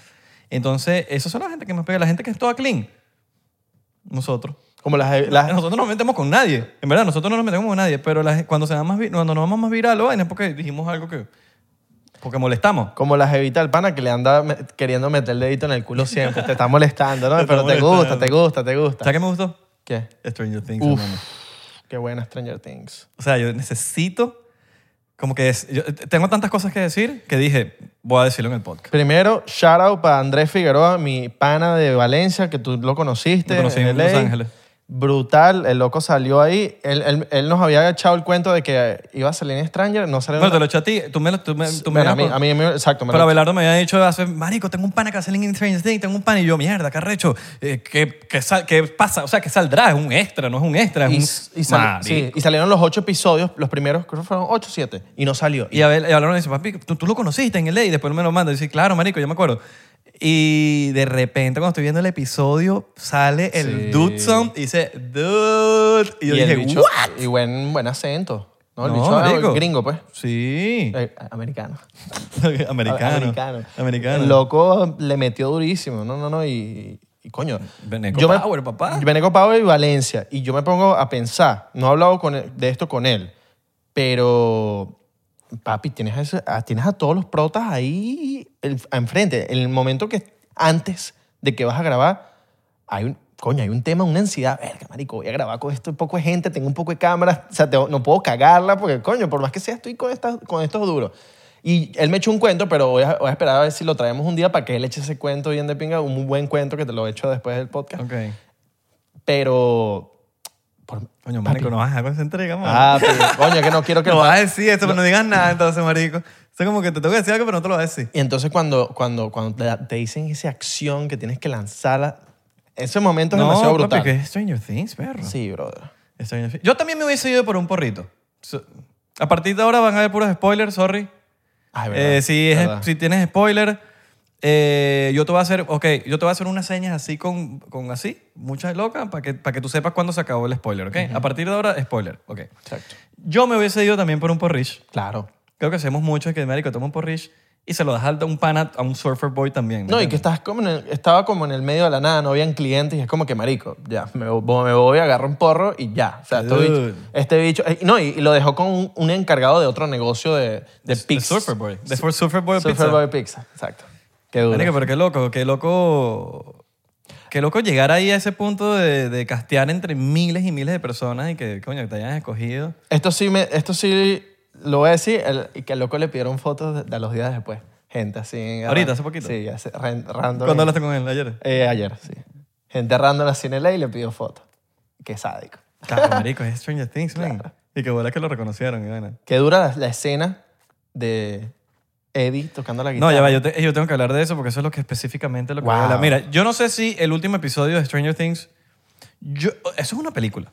Speaker 1: Entonces, esas son la gente que más pega, la gente que es toda clean. Nosotros.
Speaker 2: Como las, las-
Speaker 1: Nosotros no nos metemos con nadie. En verdad, nosotros no nos metemos con nadie, pero la- cuando, se da más, vi- cuando nos vamos más viral, vaina, es porque dijimos algo que... Porque molestamos.
Speaker 2: Como las evita el pana que le anda me- queriendo meter el dedito en el culo siempre. te está molestando, ¿no?
Speaker 1: Te está
Speaker 2: Pero te
Speaker 1: molestando.
Speaker 2: gusta, te gusta, te gusta.
Speaker 1: ¿Sabes qué me gustó?
Speaker 2: ¿Qué?
Speaker 1: Stranger Things,
Speaker 2: Uf.
Speaker 1: hermano.
Speaker 2: Qué buena Stranger Things.
Speaker 1: O sea, yo necesito... Como que es- yo tengo tantas cosas que decir que dije, voy a decirlo en el podcast.
Speaker 2: Primero, shout out para Andrés Figueroa, mi pana de Valencia, que tú lo conociste.
Speaker 1: Lo conocí en
Speaker 2: LA.
Speaker 1: Los Ángeles.
Speaker 2: Brutal, el loco salió ahí. Él, él- él nos había echado el cuento de que iba a salir en Stranger, no salió
Speaker 1: Bueno, te
Speaker 2: en-
Speaker 1: lo eché a ti. Tú me lo... Tú me, tú me
Speaker 2: Bueno, a,
Speaker 1: lo-
Speaker 2: mí, a mí, me- exacto. me
Speaker 1: Pero
Speaker 2: lo-
Speaker 1: Abelardo me había dicho hace, marico, tengo un pana que hace Link in Strange Things, tengo un pana y yo, mierda, qué arrecho, eh, ¿qué, qué, sal- qué pasa? O sea, ¿qué saldrá? Es un extra, no es un extra, es
Speaker 2: y,
Speaker 1: un...
Speaker 2: y sali-
Speaker 1: Marico.
Speaker 2: sí, y salieron los ocho episodios, los primeros, creo que fueron ocho o siete, y no salió.
Speaker 1: Y Abel, y Abelardo me dice, papi, ¿tú, tú lo conociste en el ley, y después me lo manda. Y dice, claro, marico, yo me acuerdo. Y de repente, cuando estoy viendo el episodio, sale el
Speaker 2: Sí.
Speaker 1: dude sound y dice, dude. Y yo
Speaker 2: el
Speaker 1: dije,
Speaker 2: bicho-
Speaker 1: "What?".
Speaker 2: Y buen, buen acento. No, el
Speaker 1: No,
Speaker 2: bicho era
Speaker 1: marico.
Speaker 2: gringo, pues.
Speaker 1: Sí.
Speaker 2: Eh, americano.
Speaker 1: Americano.
Speaker 2: Eh. Americano.
Speaker 1: Americano.
Speaker 2: El loco le metió durísimo. No, no, no. Y, y coño.
Speaker 1: Beneco
Speaker 2: me-
Speaker 1: Power, papá.
Speaker 2: Beneco Power y Valencia. Y yo me pongo a pensar. No he hablado con él- de esto con él. Pero, papi, tienes a, ese- a- tienes a todos los protas ahí el- enfrente. En el momento que antes de que vas a grabar, hay un, coño, hay un tema, una ansiedad. Verga, marico, voy a grabar con esto, poco de gente, tengo un poco de cámaras, o sea, tengo- no puedo cagarla porque, coño, por más que sea, estoy con, estas, con estos duros. Y él me echó un cuento, pero voy a, voy a esperar a ver si lo traemos un día para que él eche ese cuento bien de pinga, un muy buen cuento que te lo echo después del podcast.
Speaker 1: Ok.
Speaker 2: Pero... por-
Speaker 1: Coño,
Speaker 2: papi.
Speaker 1: marico, no vas a dejar con esa entrega, mano.
Speaker 2: Ah, pero, coño, que no quiero que...
Speaker 1: No vas a decir esto, pero no digas nada entonces, marico. O sea, como que te tengo que decir algo, pero no te lo voy a decir.
Speaker 2: Y entonces cuando, cuando, cuando te, da- te dicen esa acción que tienes que lanzarla, ese momento es demasiado
Speaker 1: papi,
Speaker 2: brutal.
Speaker 1: que es Stranger Things, perro.
Speaker 2: Sí, brother.
Speaker 1: Stranger Things. Yo también me hubiese ido por un porrito. So- A partir de ahora van a haber puros spoilers, sorry.
Speaker 2: Ay,
Speaker 1: Eh, si, es-
Speaker 2: verdad.
Speaker 1: si tienes spoiler, eh, yo te voy a hacer, ok, yo te voy a hacer unas señas así con, con así, muchas locas, para que, para que tú sepas cuándo se acabó el spoiler, ¿ok? A partir de ahora, spoiler, ok.
Speaker 2: Exacto.
Speaker 1: Yo me hubiese ido también por un porrich.
Speaker 2: Claro.
Speaker 1: Creo que hacemos mucho es que, marico, toma un porrich y se lo das a un pana, a un surfer boy también. ¿me
Speaker 2: No, y
Speaker 1: entiendes?
Speaker 2: que estás como en el- estaba como en el medio de la nada, no habían clientes y es como que, marico, ya, me, vo- me voy, agarro un porro y ya. O sea, este
Speaker 1: Dude.
Speaker 2: bicho, este bicho- eh, no, y, y lo dejó con un, un encargado de otro negocio de,
Speaker 1: The
Speaker 2: de pizza.
Speaker 1: Surfer Boy. The for Surfer Boy
Speaker 2: Surfer
Speaker 1: Pizza.
Speaker 2: Boy Pizza, exacto. Qué duro.
Speaker 1: Marico, pero qué loco, qué loco. Qué loco llegar ahí a ese punto de, de castear entre miles y miles de personas y que, coño, te hayan escogido.
Speaker 2: Esto sí, me, esto sí lo voy a decir, el- y que al loco le pidieron fotos de, de los días después. Gente así.
Speaker 1: Ahorita, hace poquito.
Speaker 2: Sí, hace, ran- random.
Speaker 1: ¿Cuándo hablaste con él ayer?
Speaker 2: Eh, ayer, sí. Gente random así en LA y le pidió fotos. Qué sádico.
Speaker 1: Claro, marico, es Stranger Things, man. Y qué bola que lo reconocieron, y vaina.
Speaker 2: Que dura la, la escena de Eddie tocando la
Speaker 1: No,
Speaker 2: guitarra.
Speaker 1: ya va, yo, te- eh, yo tengo que hablar de eso porque eso es lo que específicamente lo que voy a
Speaker 2: Wow.
Speaker 1: hablar. Mira, yo no sé si el último episodio de Stranger Things. yo- eso es una película.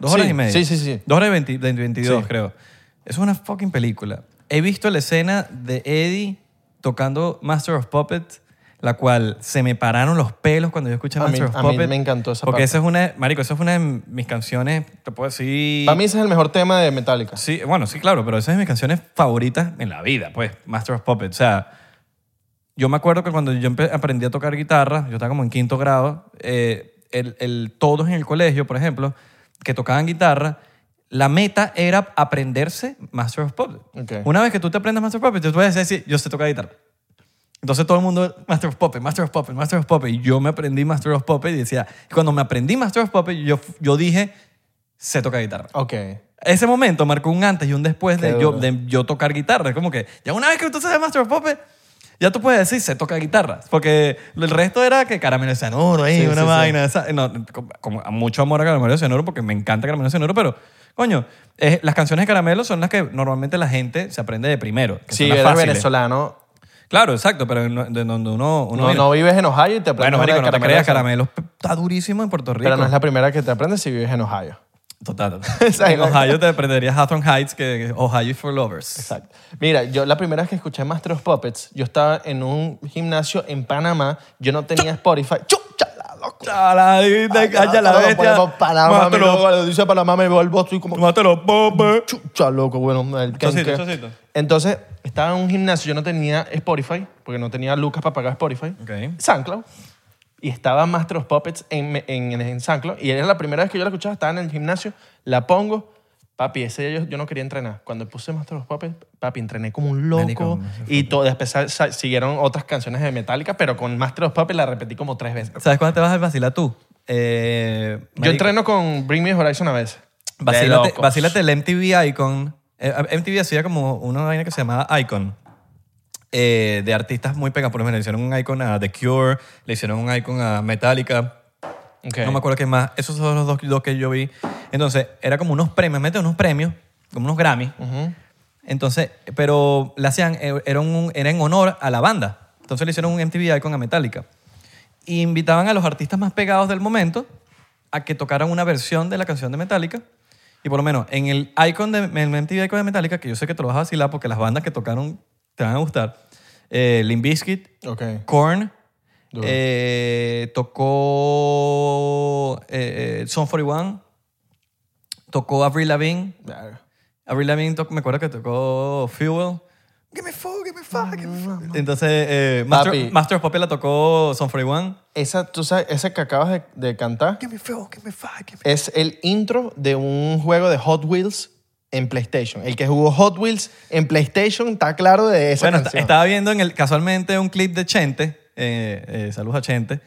Speaker 1: Dos
Speaker 2: Sí,
Speaker 1: horas y media.
Speaker 2: sí, sí, sí.
Speaker 1: Dos horas y veinti- de- 22,
Speaker 2: Sí.
Speaker 1: creo. Eso es una fucking película. He visto la escena de Eddie tocando Master of Puppets, la cual se me pararon los pelos cuando yo escuché
Speaker 2: A mí-
Speaker 1: Master of
Speaker 2: a mí
Speaker 1: Puppets.
Speaker 2: me encantó esa
Speaker 1: Porque
Speaker 2: parte.
Speaker 1: esa es una, marico, esa es una de mis canciones, te puedo decir...
Speaker 2: Para mí ese es el mejor tema de Metallica.
Speaker 1: Sí, bueno, sí, claro, pero esa es de mis canciones favoritas en la vida, pues, Master of Puppets. O sea, yo me acuerdo que cuando yo empe- aprendí a tocar guitarra, yo estaba como en quinto grado, eh, el, el- todos en el colegio, por ejemplo, que tocaban guitarra, la meta era aprenderse Master of Puppets.
Speaker 2: Ok.
Speaker 1: Una vez que tú te aprendas Master of Puppets, tú puedes decir, yo sé tocar guitarra. Entonces todo el mundo, Master of Puppets, Master of Puppets, Master of Puppets. Y yo me aprendí Master of Puppets y decía, cuando me aprendí Master of Puppets, yo, yo dije, sé tocar guitarra.
Speaker 2: Ok.
Speaker 1: Ese momento marcó un antes y un después
Speaker 2: Qué
Speaker 1: de yo,
Speaker 2: duro.
Speaker 1: de yo tocar guitarra. Es como que ya una vez que tú sabes Master of Puppets, Ya tú puedes decir, se toca guitarra. Porque el resto era que caramelo de cianuro, ahí,
Speaker 2: Sí,
Speaker 1: una
Speaker 2: sí, sí.
Speaker 1: vaina. esa- no, con- con mucho amor a caramelo de cianuro porque me encanta caramelo de cianuro, pero, coño, eh, las canciones de caramelo son las que normalmente la gente se aprende de primero. que son
Speaker 2: Si
Speaker 1: las
Speaker 2: eres
Speaker 1: fáciles.
Speaker 2: venezolano,
Speaker 1: Claro, exacto, pero en- de donde uno. uno
Speaker 2: no,
Speaker 1: viene-
Speaker 2: no vives en Ohio y te aprendes
Speaker 1: bueno,
Speaker 2: una
Speaker 1: marico,
Speaker 2: de
Speaker 1: no te
Speaker 2: Caramelo
Speaker 1: creas,
Speaker 2: de Cianuro.
Speaker 1: caramelo está durísimo en Puerto Rico.
Speaker 2: Pero no es la primera que te aprendes si vives en Ohio.
Speaker 1: Total.
Speaker 2: Exacto.
Speaker 1: en Ohio te aprenderías Hawthorne Heights, que que Ohio is for lovers.
Speaker 2: Exacto. Mira, yo la primera vez que escuché Master of Puppets, yo estaba en un gimnasio en Panamá, yo no tenía Spotify. ¡Chucha! la loco!
Speaker 1: Chala,
Speaker 2: Ah,
Speaker 1: calla la bestia.
Speaker 2: Ponemos Panamá, me
Speaker 1: Mátalo,
Speaker 2: lo dice Panamá, me veo el boss y como...
Speaker 1: mátalo, bombe.
Speaker 2: chucha, loco, bueno. el que-
Speaker 1: Chocito,
Speaker 2: que-
Speaker 1: chocito.
Speaker 2: Entonces, estaba en un gimnasio, yo no tenía Spotify, porque no tenía lucas para pagar Spotify.
Speaker 1: Ok.
Speaker 2: SoundCloud. Y estaba Master of Puppets en, en, en, en SoundCloud. Y era la primera vez que yo la escuchaba, estaba en el gimnasio, la pongo. Papi, ese día yo, yo no quería entrenar. Cuando puse Master of Puppets, papi, entrené como un loco.
Speaker 1: Marico,
Speaker 2: y todo, después sa- sa- siguieron otras canciones de Metallica, pero con Master of Puppets la repetí como tres veces.
Speaker 1: ¿Sabes cuándo te vas a vacilar tú? Eh,
Speaker 2: Yo
Speaker 1: marico,
Speaker 2: entreno con Bring Me Horizon a veces. De
Speaker 1: Vacílate,
Speaker 2: locos.
Speaker 1: vacílate el MTV Icon. Eh, MTV hacía como una vaina que se llamaba Icon. eh, de artistas muy pegados. Por ejemplo, le hicieron un Icon a The Cure, le hicieron un Icon a Metallica.
Speaker 2: Ok.
Speaker 1: No me acuerdo qué más. Esos son los dos, dos que yo vi. Entonces, era como unos premios. Mete unos premios, como unos Grammy.
Speaker 2: Ujú.
Speaker 1: Entonces, pero le hacían, eh, era, un- era en honor a la banda. Entonces le hicieron un MTV Icon a Metallica. Y invitaban a los artistas más pegados del momento a que tocaran una versión de la canción de Metallica. Y por lo menos en el Icon de en el MTV Icon de Metallica, que yo sé que te lo vas a vacilar porque las bandas que tocaron te van a gustar. Eh, Limp Bizkit,
Speaker 2: Ok.
Speaker 1: Korn,
Speaker 2: Duro.
Speaker 1: eh, tocó eh, eh, Son 41, tocó Avril Lavigne,
Speaker 2: Verga.
Speaker 1: Avril Lavigne toc- me acuerdo que tocó Fuel. Give me fuel, give me fire, give me fuel. Entonces, eh, Master,
Speaker 2: Papi.
Speaker 1: Master of Puppets la tocó Son 41.
Speaker 2: Esa, tú sabes, esa que acabas de, de cantar
Speaker 1: Give me fuel, give me fire, give me...
Speaker 2: es el intro de un juego de Hot Wheels en PlayStation. El que jugó Hot Wheels en PlayStation está claro de esa
Speaker 1: Bueno, esta-
Speaker 2: canción.
Speaker 1: estaba viendo en el, casualmente un clip de Chente, eh, eh, saludos a Chente,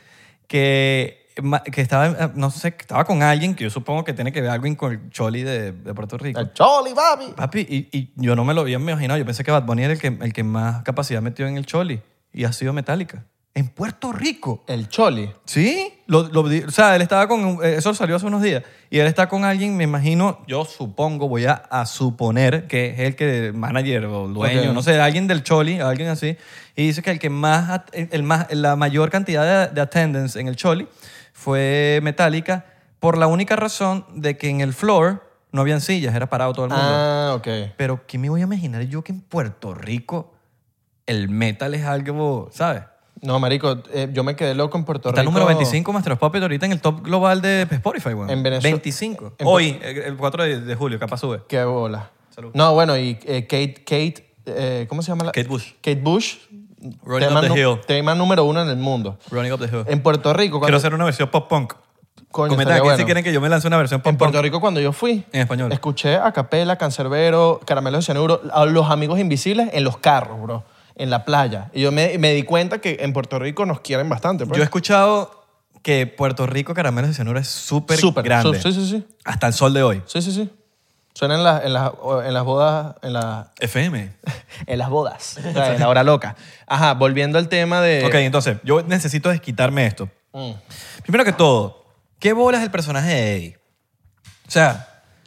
Speaker 1: que, ma- que estaba, eh, no sé, que estaba con alguien que yo supongo que tiene que ver algo en- con el Choli de, de Puerto Rico.
Speaker 2: El Choli, papi.
Speaker 1: Papi, y, y yo no me lo había imaginado. Yo pensé que Bad Bunny era el que, el que más capacidad metió en el Choli y ha sido Metallica. En Puerto Rico.
Speaker 2: El Choli.
Speaker 1: Sí, lo, lo di- o sea, él estaba con, un- eh, eso salió hace unos días, y él está con alguien, me imagino, yo supongo, voy a, a suponer que es el que, manager o dueño,
Speaker 2: Ok.
Speaker 1: no sé, alguien del Choli, alguien así, y dice que el que más, at- el más la mayor cantidad de, de attendance en el Choli fue Metallica, por la única razón de que en el floor no habían sillas, era parado todo el mundo.
Speaker 2: Ah, ok.
Speaker 1: Pero ¿qué me voy a imaginar yo que en Puerto Rico el metal es algo, ¿sabes?
Speaker 2: No, marico, eh, yo me quedé loco en Puerto
Speaker 1: Está el
Speaker 2: Rico.
Speaker 1: número 25 Master of Puppets ahorita en el top global de Spotify, weón.
Speaker 2: En Venezuela-
Speaker 1: 25.
Speaker 2: en-
Speaker 1: Hoy, eh, el el 4 de, de julio, capaz sube.
Speaker 2: Qué bola.
Speaker 1: Salud.
Speaker 2: No, bueno, y eh, Kate, Kate, eh, ¿cómo se llama? La?
Speaker 1: Kate Bush.
Speaker 2: Kate Bush.
Speaker 1: Rolling Up the
Speaker 2: nu-
Speaker 1: Hill.
Speaker 2: tema número uno en el mundo.
Speaker 1: Running Up the Hill.
Speaker 2: En Puerto Rico,
Speaker 1: Quiero
Speaker 2: cuando,
Speaker 1: hacer una versión pop punk.
Speaker 2: Coño,
Speaker 1: Comenten
Speaker 2: estaría
Speaker 1: aquí si
Speaker 2: bueno.
Speaker 1: quieren que yo me lance una versión
Speaker 2: en
Speaker 1: pop punk.
Speaker 2: Puerto Rico cuando yo fui,
Speaker 1: En español.
Speaker 2: Escuché a Capela, Cancerbero, Caramelo de Cianuro, a los amigos invisibles en los carros, bro, en la playa. Y yo me, me di cuenta que en Puerto Rico nos quieren bastante. pues.
Speaker 1: Yo he escuchado que Puerto Rico Caramelos de Cianura es súper
Speaker 2: Súper,
Speaker 1: grande.
Speaker 2: su- Sí, sí, sí.
Speaker 1: Hasta el sol de hoy.
Speaker 2: Sí, sí, sí. Suena en, las- en, las- en las bodas, en, las
Speaker 1: FM.
Speaker 2: en las bodas, o sea, en la hora loca. Ajá, volviendo al tema de...
Speaker 1: Ok, entonces, yo necesito desquitarme esto.
Speaker 2: Eh, Mm.
Speaker 1: Primero que todo, ¿qué bolas el personaje de Eddie? O sea,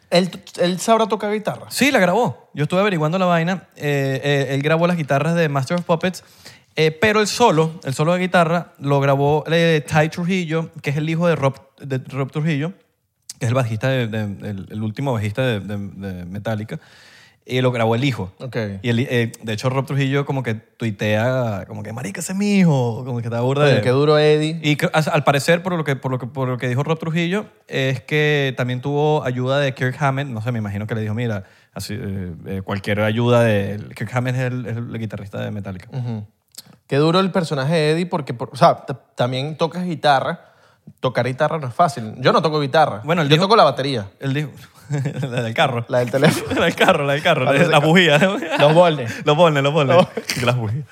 Speaker 2: ¿Él, él sabrá tocar guitarra.
Speaker 1: Sí, la grabó. Yo estuve averiguando la vaina. Eh, eh, él grabó las guitarras de Master of Puppets, eh, pero el solo, el solo de guitarra, lo grabó eh, Ty Trujillo, que es el hijo de Rob, de Rob Trujillo, que es el bajista, de- de- el, el último bajista de, de- de Metallica, y lo grabó el hijo.
Speaker 2: Ok.
Speaker 1: Y el- eh, de hecho, Rob Trujillo como que tuitea, como que, marica, ese es mi hijo, como que está burda
Speaker 2: Oye,
Speaker 1: de-
Speaker 2: qué duro Eddie.
Speaker 1: y creo- as- al parecer, por lo, que, por, lo que, por lo que dijo Rob Trujillo, es que también tuvo ayuda de Kirk Hammett. No sé, me imagino que le dijo, mira, así, eh, eh, cualquier ayuda de... Kirk Hammett es el, es el guitarrista de Metallica.
Speaker 2: Ujú. Qué duro el personaje de Eddie porque, por- o sea, t- también tocas guitarra. Tocar guitarra no es fácil. Yo no toco guitarra.
Speaker 1: Bueno,
Speaker 2: Bueno,
Speaker 1: él
Speaker 2: yo
Speaker 1: dijo-
Speaker 2: toco la batería,
Speaker 1: Él dijo... la del carro.
Speaker 2: la del teléfono,
Speaker 1: La del carro, la del carro. La,
Speaker 2: Parece Oh.
Speaker 1: la
Speaker 2: que-
Speaker 1: bujía.
Speaker 2: los bordes.
Speaker 1: los bones, los bones. Y las bujías.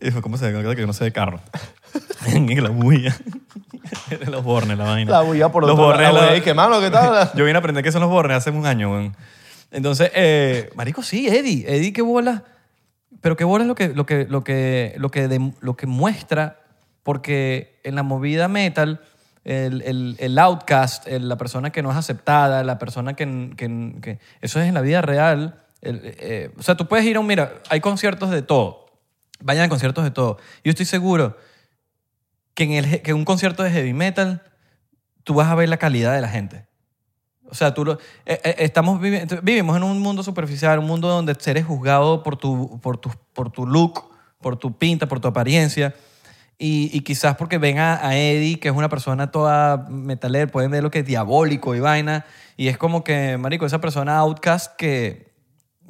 Speaker 1: Y dijo, ¿Cómo se ve? Que yo no sé de carro. Y la bujía. los bornes, la vaina.
Speaker 2: La bulla por
Speaker 1: los
Speaker 2: otro lado.
Speaker 1: bornes.
Speaker 2: La
Speaker 1: la-
Speaker 2: bulla y que, mano, ¿qué tal?
Speaker 1: Yo vine a aprender qué son los bornes hace un año, weón. Entonces, eh, marico, sí, Eddie. Eddie, qué bola. Pero qué bola es lo que, lo que, lo que, lo que, dem- lo que muestra, porque en la movida metal, el, el- el outcast, el- la persona que no es aceptada, la persona que... n- que n- que- eso es en la vida real. El- eh, o sea, tú puedes ir a un... Mira, hay conciertos de todo. Vayan a conciertos de todo. Yo estoy seguro que en, el, que en un concierto de heavy metal tú vas a ver la calidad de la gente. O sea, tú lo, eh, eh, estamos vivi- ent- vivimos en un mundo superficial, un mundo donde eres juzgado por tu, por tu, por tu look, por tu pinta, por tu apariencia. Y, y quizás porque ven a, a Eddie, que es una persona toda metaler, pueden ver lo que es diabólico y vaina. Y es como que, marico, esa persona outcast que,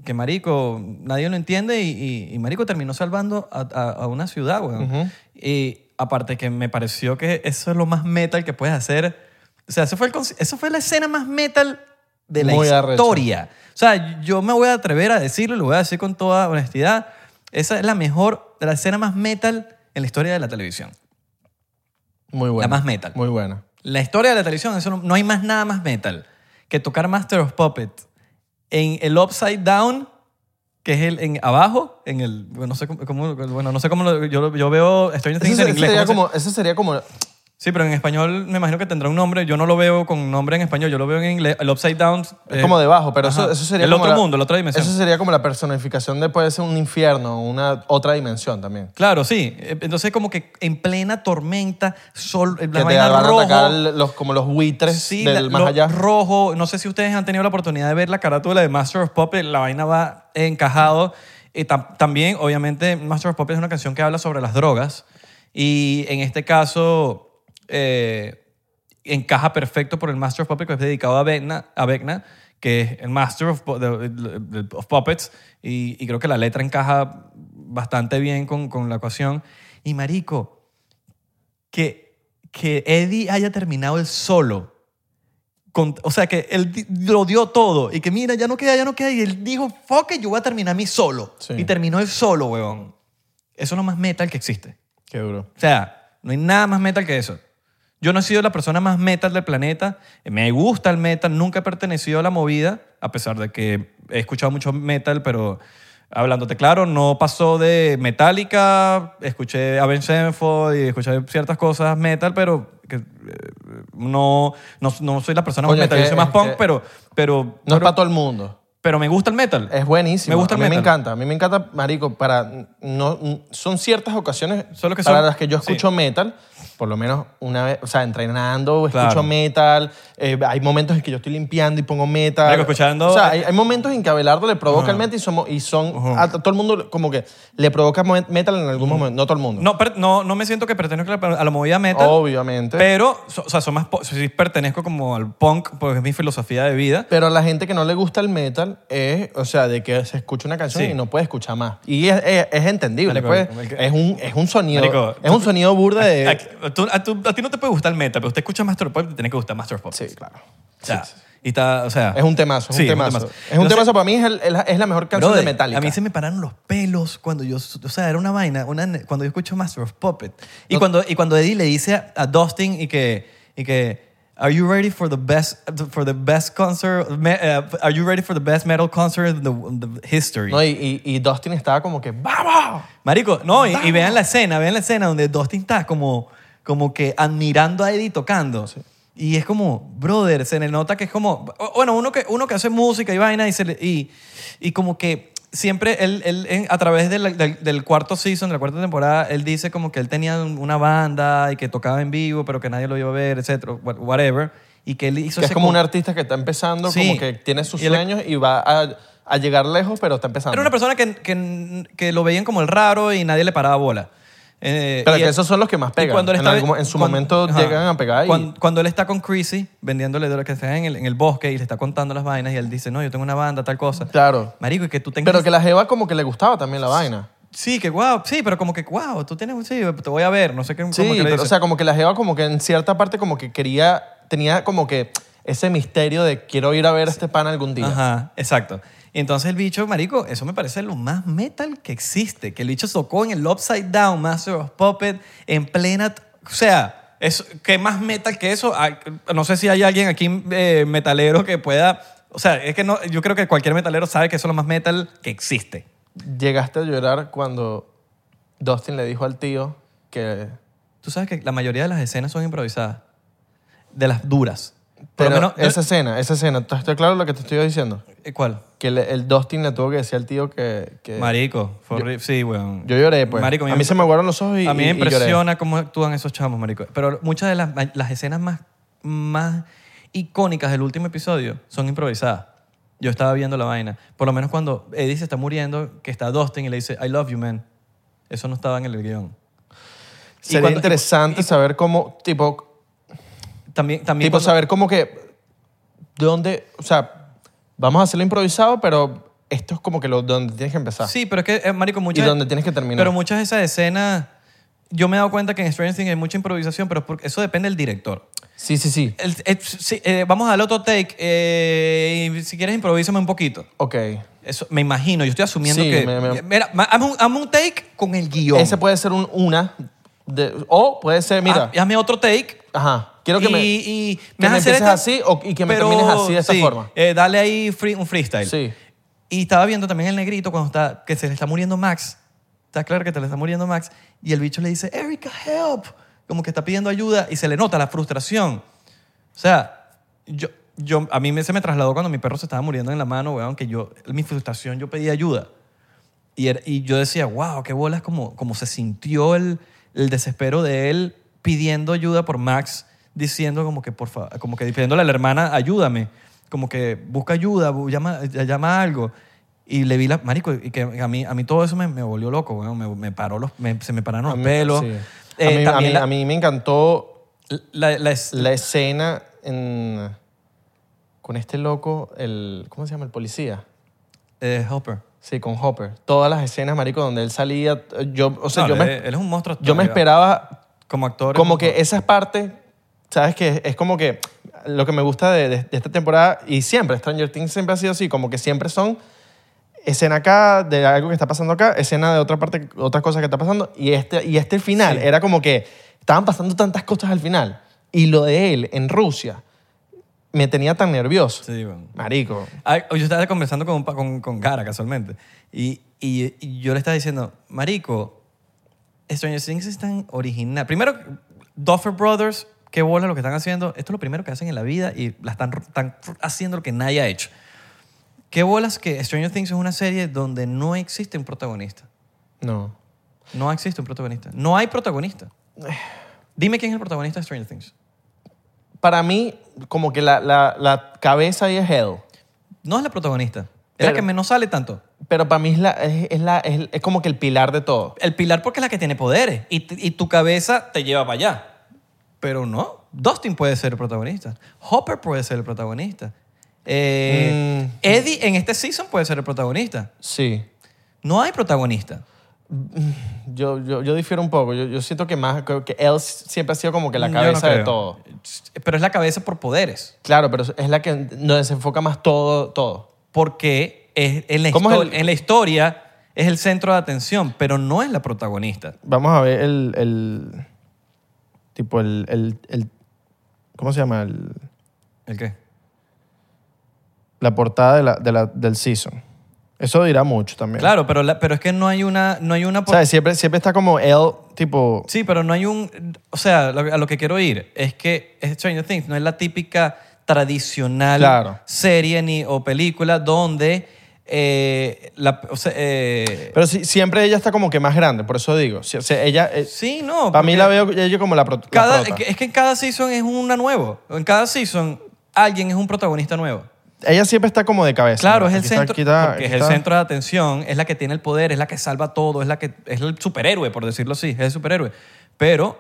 Speaker 1: que marico, nadie lo entiende y, y- y, marico terminó salvando a, a- a una ciudad, weón.
Speaker 2: Ujú.
Speaker 1: Y aparte que me pareció que eso es lo más metal que puedes hacer. O sea, eso fue, el conci- eso fue la escena más metal de la
Speaker 2: Muy arrecho.
Speaker 1: historia. O sea, yo me voy a atrever a decirlo, lo voy a decir con toda honestidad. Esa es la mejor, la escena más metal en la historia de la televisión.
Speaker 2: Muy buena.
Speaker 1: más metal.
Speaker 2: Muy buena.
Speaker 1: La historia de la televisión, eso no, no hay más nada más metal que tocar Master of Puppet en el Upside Down, que es el en abajo, en el bueno, no sé cómo, cómo- bueno, no sé cómo lo- yo, lo- yo veo Stranger
Speaker 2: Eso,
Speaker 1: Things en
Speaker 2: se-
Speaker 1: inglés.
Speaker 2: sería
Speaker 1: ¿cómo se- Eh,
Speaker 2: como, eso sería como...
Speaker 1: Sí, pero en español me imagino que tendrá un nombre. Yo no lo veo con nombre en español, yo lo veo en inglés. El Upside Down
Speaker 2: Es
Speaker 1: eh,
Speaker 2: como debajo, pero eso,
Speaker 1: ajá.
Speaker 2: eso sería
Speaker 1: El
Speaker 2: como
Speaker 1: otro mundo, la otra dimensión.
Speaker 2: Eso sería como la personificación de puede ser un infierno, una otra dimensión también.
Speaker 1: Claro, sí. Eh, Entonces como que en plena tormenta, sol, eh, la
Speaker 2: que te
Speaker 1: vaina
Speaker 2: van a atacar
Speaker 1: rojo,
Speaker 2: los, como los buitres
Speaker 1: sí,
Speaker 2: del
Speaker 1: la-
Speaker 2: más
Speaker 1: lo
Speaker 2: allá.
Speaker 1: rojo. No sé si ustedes han tenido la oportunidad de ver la carátula de Master of Puppets. La vaina va encajado. Eh, tam- también, obviamente, Master of Puppets es una canción que habla sobre las drogas y en este caso eh, encaja perfecto por el Master of Puppets que es dedicado a Vecna, a Vecna que es el Master of, Pu- de- de- de- of Puppets y, y creo que la letra encaja bastante bien con, con la ecuación. Y marico, que, que Eddie haya terminado el solo. con- o sea, que él di- lo dio todo y que mira, ya no queda, ya no queda. Y él dijo, fuck it, yo voy a terminar mi solo.
Speaker 2: Sí.
Speaker 1: Y terminó el solo, weón. Eso es lo más metal que existe.
Speaker 2: Qué duro.
Speaker 1: O sea, no hay nada más metal que eso. Yo no he sido la persona más metal del planeta. Me gusta el metal, nunca he pertenecido a la movida, a pesar de que he escuchado mucho metal, pero hablándote claro, no pasó de Metallica, escuché Avenged Sevenfold y escuché ciertas cosas metal, pero que, eh, no, no, no soy la persona más
Speaker 2: Oye,
Speaker 1: metal,
Speaker 2: que-
Speaker 1: yo soy más
Speaker 2: es
Speaker 1: punk,
Speaker 2: que-
Speaker 1: pero, pero,
Speaker 2: No es Eh,
Speaker 1: pero,
Speaker 2: para todo el mundo.
Speaker 1: pero me gusta el metal.
Speaker 2: Es buenísimo.
Speaker 1: Me gusta
Speaker 2: a
Speaker 1: el
Speaker 2: mí me
Speaker 1: metal.
Speaker 2: encanta. A mí me encanta, marico, para... No, son ciertas ocasiones
Speaker 1: Son los que
Speaker 2: para
Speaker 1: son-
Speaker 2: las que yo escucho
Speaker 1: sí.
Speaker 2: metal, por lo menos una vez, o sea, entrenando, escucho
Speaker 1: Claro.
Speaker 2: metal, eh, hay momentos en que yo estoy limpiando y pongo metal.
Speaker 1: Marico, escuchando-
Speaker 2: O sea, hay, hay momentos en que a Abelardo le provoca el metal y, somos, y son... A todo el mundo como que le provoca mo- metal en algún momento, no todo el mundo.
Speaker 1: No, per- no, no me siento que pertenezco a la, a la movida
Speaker 2: Oh,
Speaker 1: metal.
Speaker 2: Obviamente. Pero,
Speaker 1: Pero, so- o sea, son más po- sí pertenezco como al punk, porque es mi filosofía de vida.
Speaker 2: a la gente que no le gusta el metal es, o sea, de que se escucha una canción
Speaker 1: Sí.
Speaker 2: y no puede escuchar más. Y es, es- es entendible,
Speaker 1: Marico,
Speaker 2: pues.
Speaker 1: marico.
Speaker 2: es, un, es un sonido.
Speaker 1: Marico,
Speaker 2: es un sonido burda de.
Speaker 1: A, tú- a tú- a ti no te puede gustar el metal, pero usted escucha Master Pop, te tiene que gustar Master Pop.
Speaker 2: sí, claro.
Speaker 1: O sea,
Speaker 2: Sí, sí.
Speaker 1: y está, o sea,
Speaker 2: Es un temazo, es
Speaker 1: sí,
Speaker 2: un temazo. Es un
Speaker 1: Entonces,
Speaker 2: temazo para mí, es, el- el- es la mejor canción
Speaker 1: brother,
Speaker 2: de Metallica.
Speaker 1: A mí se me pararon los pelos cuando yo, o sea, era una vaina, una ne- cuando yo escucho Master of Puppet. Y,
Speaker 2: No-
Speaker 1: cuando, y cuando Eddie le dice a, a Dustin y que, y que, Are you ready for the best, for the best concert, me- eh, are you ready for the best metal concert in the, in the history?
Speaker 2: No, y, y- y Dustin estaba como que, ¡vamos!
Speaker 1: Marico, no, y, y vean la escena, vean la escena donde Dustin está como, como que admirando a Eddie tocando. Y es como, brother, se le nota que es como, o- bueno, uno que, uno que hace música y vaina y, se le- y, y como que siempre él, él en- a través del, del- del cuarto season, de la cuarta temporada, él dice como que él tenía un- una banda y que tocaba en vivo, pero que nadie lo iba a ver, etcétera, what- whatever. Y que él hizo
Speaker 2: Que es
Speaker 1: ese
Speaker 2: como
Speaker 1: co-
Speaker 2: un artista que está empezando,
Speaker 1: Sí.
Speaker 2: como que tiene sus
Speaker 1: Y él-
Speaker 2: sueños y va a, a llegar lejos, pero está empezando.
Speaker 1: Era una persona que, que, que lo veían como el raro y nadie le paraba bola. Eh,
Speaker 2: Pero
Speaker 1: y
Speaker 2: que
Speaker 1: él-
Speaker 2: esos son los que más
Speaker 1: Y
Speaker 2: pegan.
Speaker 1: cuando él
Speaker 2: en,
Speaker 1: está-
Speaker 2: algún- en su
Speaker 1: cuando-
Speaker 2: momento
Speaker 1: ajá.
Speaker 2: llegan a pegar y
Speaker 1: Cuando, cuando él está con Chrissy, vendiéndole de lo que está en el, en el bosque y le está contando las vainas y él dice, no, yo tengo una banda, tal cosa.
Speaker 2: Claro.
Speaker 1: Marico, y que tú tengas...
Speaker 2: Pero que la Jeva como que le gustaba también la vaina.
Speaker 1: Sí, que guau, sí, pero como que guau, tú tienes... un- Sí, te voy a ver, no sé qué...
Speaker 2: Sí,
Speaker 1: como que le
Speaker 2: pero,
Speaker 1: dice.
Speaker 2: o sea, como que la Jeva como que en cierta parte como que quería, tenía como que ese misterio de quiero ir a ver a este pan algún día.
Speaker 1: Ajá, exacto. Y entonces el bicho, marico, eso me parece lo más metal que existe. Que el bicho tocó en el Upside Down, Master of Puppet, en plena... t- O sea, eso, ¿qué más metal que eso? Ah, No sé si hay alguien aquí eh, metalero que pueda... O sea, es que no, yo creo que cualquier metalero sabe que eso es lo más metal que existe.
Speaker 2: Llegaste a llorar cuando Dustin le dijo al tío que...
Speaker 1: Tú sabes que la mayoría de las escenas son improvisadas. De las duras. Por
Speaker 2: Pero
Speaker 1: lo menos-
Speaker 2: esa escena, esa escena, ¿tú- ¿estoy claro lo que te estoy diciendo?
Speaker 1: eh, ¿Cuál?
Speaker 2: Que le- el Dustin le tuvo que decir al tío que... que-
Speaker 1: Marico. fue horrible. sí, weón.
Speaker 2: Yo lloré, pues.
Speaker 1: Marico,
Speaker 2: a mí se me aguaron los ojos y
Speaker 1: A mí me
Speaker 2: y- y lloré.
Speaker 1: impresiona cómo actúan esos chamos, marico. Pero muchas de las, las escenas más, más icónicas del último episodio son improvisadas. Yo estaba viendo la vaina. Por lo menos cuando Eddie se está muriendo, que está Dustin y le dice, I love you, man. Eso no estaba en el guión. Y
Speaker 2: Sería
Speaker 1: cuando-
Speaker 2: interesante saber cómo, tipo,
Speaker 1: También, también
Speaker 2: Tipo,
Speaker 1: cuando-
Speaker 2: saber como que. ¿Dónde.? O sea, vamos a hacerlo improvisado, pero esto es como que lo, donde tienes que empezar.
Speaker 1: Sí, pero es que, eh, marico,
Speaker 2: y
Speaker 1: muchas...
Speaker 2: donde tienes que terminar.
Speaker 1: Pero muchas de esas escenas... Yo me he dado cuenta que en Stranger Things hay mucha improvisación, pero es porque- eso depende del director.
Speaker 2: sí, sí, sí.
Speaker 1: El- el- sí, eh, vamos al otro take. eh, y si quieres, improvísame un poquito.
Speaker 2: Ok.
Speaker 1: Eso, me imagino, yo estoy asumiendo
Speaker 2: Sí,
Speaker 1: que.
Speaker 2: me- me-
Speaker 1: Mira, ma- hazme un, hazme un take con el guión.
Speaker 2: Ese puede ser un, una. de- o puede ser, mira.
Speaker 1: Haz- hazme otro take.
Speaker 2: Ajá. Quiero que
Speaker 1: Ah, y,
Speaker 2: me.
Speaker 1: y
Speaker 2: que
Speaker 1: vas
Speaker 2: me
Speaker 1: a hacer
Speaker 2: empieces así o- y que me termines así, de esta
Speaker 1: sí,
Speaker 2: forma.
Speaker 1: eh, dale ahí free- un freestyle.
Speaker 2: Sí.
Speaker 1: Y estaba viendo también el negrito cuando está, que se le está muriendo Max. Está claro que te le está muriendo Max. Y el bicho le dice, Erika, help. Como que está pidiendo ayuda y se le nota la frustración. O sea, yo, yo, a mí me- se me trasladó cuando mi perro se estaba muriendo en la mano, weón, que yo, mi frustración, yo pedí ayuda. Y, era- y yo decía, wow, qué bolas como, como se sintió el, el desespero de él pidiendo ayuda por Max, diciendo como que, por fa- como que pidiéndole a la hermana, ayúdame, como que busca ayuda, bu- llama, llama a algo. Y le vi la, marico, y que a mí, a mí todo eso me, me volvió loco, weón, me, me paró los, me- se me pararon los pelos.
Speaker 2: Sí.
Speaker 1: Eh,
Speaker 2: a, mí, a, mí,
Speaker 1: también la-
Speaker 2: a mí me encantó
Speaker 1: la- la es-
Speaker 2: la escena en. Con este loco, el. ¿Cómo se llama? El policía.
Speaker 1: eh, Hopper.
Speaker 2: Sí, con Hopper. Todas las escenas, marico, donde él salía. Yo, o sea,
Speaker 1: No,
Speaker 2: yo,
Speaker 1: él,
Speaker 2: me,
Speaker 1: él es un monstruo.
Speaker 2: yo me
Speaker 1: todavía.
Speaker 2: esperaba
Speaker 1: Como actor. es
Speaker 2: como
Speaker 1: un-
Speaker 2: que esas partes, ¿sabes que Es como que lo que me gusta de, de- de esta temporada y siempre, Stranger Things siempre ha sido así, como que siempre son escena acá de algo que está pasando acá, escena de otra parte, otra cosa que está pasando y este, y este final
Speaker 1: Sí.
Speaker 2: era como que estaban pasando tantas cosas al final y lo de él en Rusia me tenía tan nervioso.
Speaker 1: Sí, weón.
Speaker 2: Marico.
Speaker 1: Ay, Yo estaba conversando con, un pa- con, con Gara casualmente y, y- y yo le estaba diciendo, Marico, Stranger Things es tan original. Primero, Duffer Brothers, qué bola lo que están haciendo. Esto es lo primero que hacen en la vida y la están, están haciendo lo que nadie ha hecho. Qué bolas que Stranger Things es una serie donde no existe un protagonista.
Speaker 2: No.
Speaker 1: No existe un protagonista. No hay protagonista. Dime quién es el protagonista de Stranger Things.
Speaker 2: Para mí, como que la, la- la cabeza ahí es Hell.
Speaker 1: No es la protagonista. Es
Speaker 2: Pero-
Speaker 1: la que menos sale tanto.
Speaker 2: Pero para mí es, la, es, es la, es- es como que el pilar de todo.
Speaker 1: El pilar porque es la que tiene poderes y, t- y tu cabeza te lleva para allá. Pero no, Dustin puede ser el protagonista. Hopper puede ser el protagonista. Eh,
Speaker 2: Mm.
Speaker 1: Eddie en este season puede ser el protagonista.
Speaker 2: Sí.
Speaker 1: No hay protagonista.
Speaker 2: Yo, yo, yo difiero un poco. Yo, yo siento que más que que él siempre ha sido como que la
Speaker 1: Yo no
Speaker 2: cabeza de
Speaker 1: creo.
Speaker 2: todo.
Speaker 1: Pero es la cabeza por poderes.
Speaker 2: Claro, pero es la que donde se enfoca más todo. todo.
Speaker 1: Porque es, en, la
Speaker 2: ¿Cómo es
Speaker 1: histo-
Speaker 2: el-
Speaker 1: en la historia es el centro de atención, pero no es la protagonista.
Speaker 2: Vamos a ver el, el- tipo el, el- el- ¿cómo se llama? El-
Speaker 1: ¿El qué?
Speaker 2: la portada de la- de la- del season. Eso dirá mucho también.
Speaker 1: Claro, pero, la- pero es que no hay una... No hay una
Speaker 2: O sea, siempre, siempre está como él tipo...
Speaker 1: Sí, pero no hay un... O sea, lo- a lo que quiero ir es que Stranger Things no es la típica tradicional
Speaker 2: Claro.
Speaker 1: serie ni, o película donde... eh, la, o sea, eh,
Speaker 2: Pero sí, siempre ella está como que más grande, por eso digo. Si- o sea, ella,
Speaker 1: sí, no.
Speaker 2: para
Speaker 1: porque
Speaker 2: mí la veo ella como la, pro- la
Speaker 1: cada-
Speaker 2: prota.
Speaker 1: Es que en cada season es una nueva. En cada season alguien es un protagonista nuevo.
Speaker 2: Ella siempre está como de cabeza.
Speaker 1: Claro, es el
Speaker 2: Aquí está,
Speaker 1: centro,
Speaker 2: aquí está,
Speaker 1: porque es
Speaker 2: aquí
Speaker 1: el
Speaker 2: está.
Speaker 1: centro de atención, es la que tiene el poder, es la que salva todo, es la que es el superhéroe, por decirlo así, es el superhéroe. Pero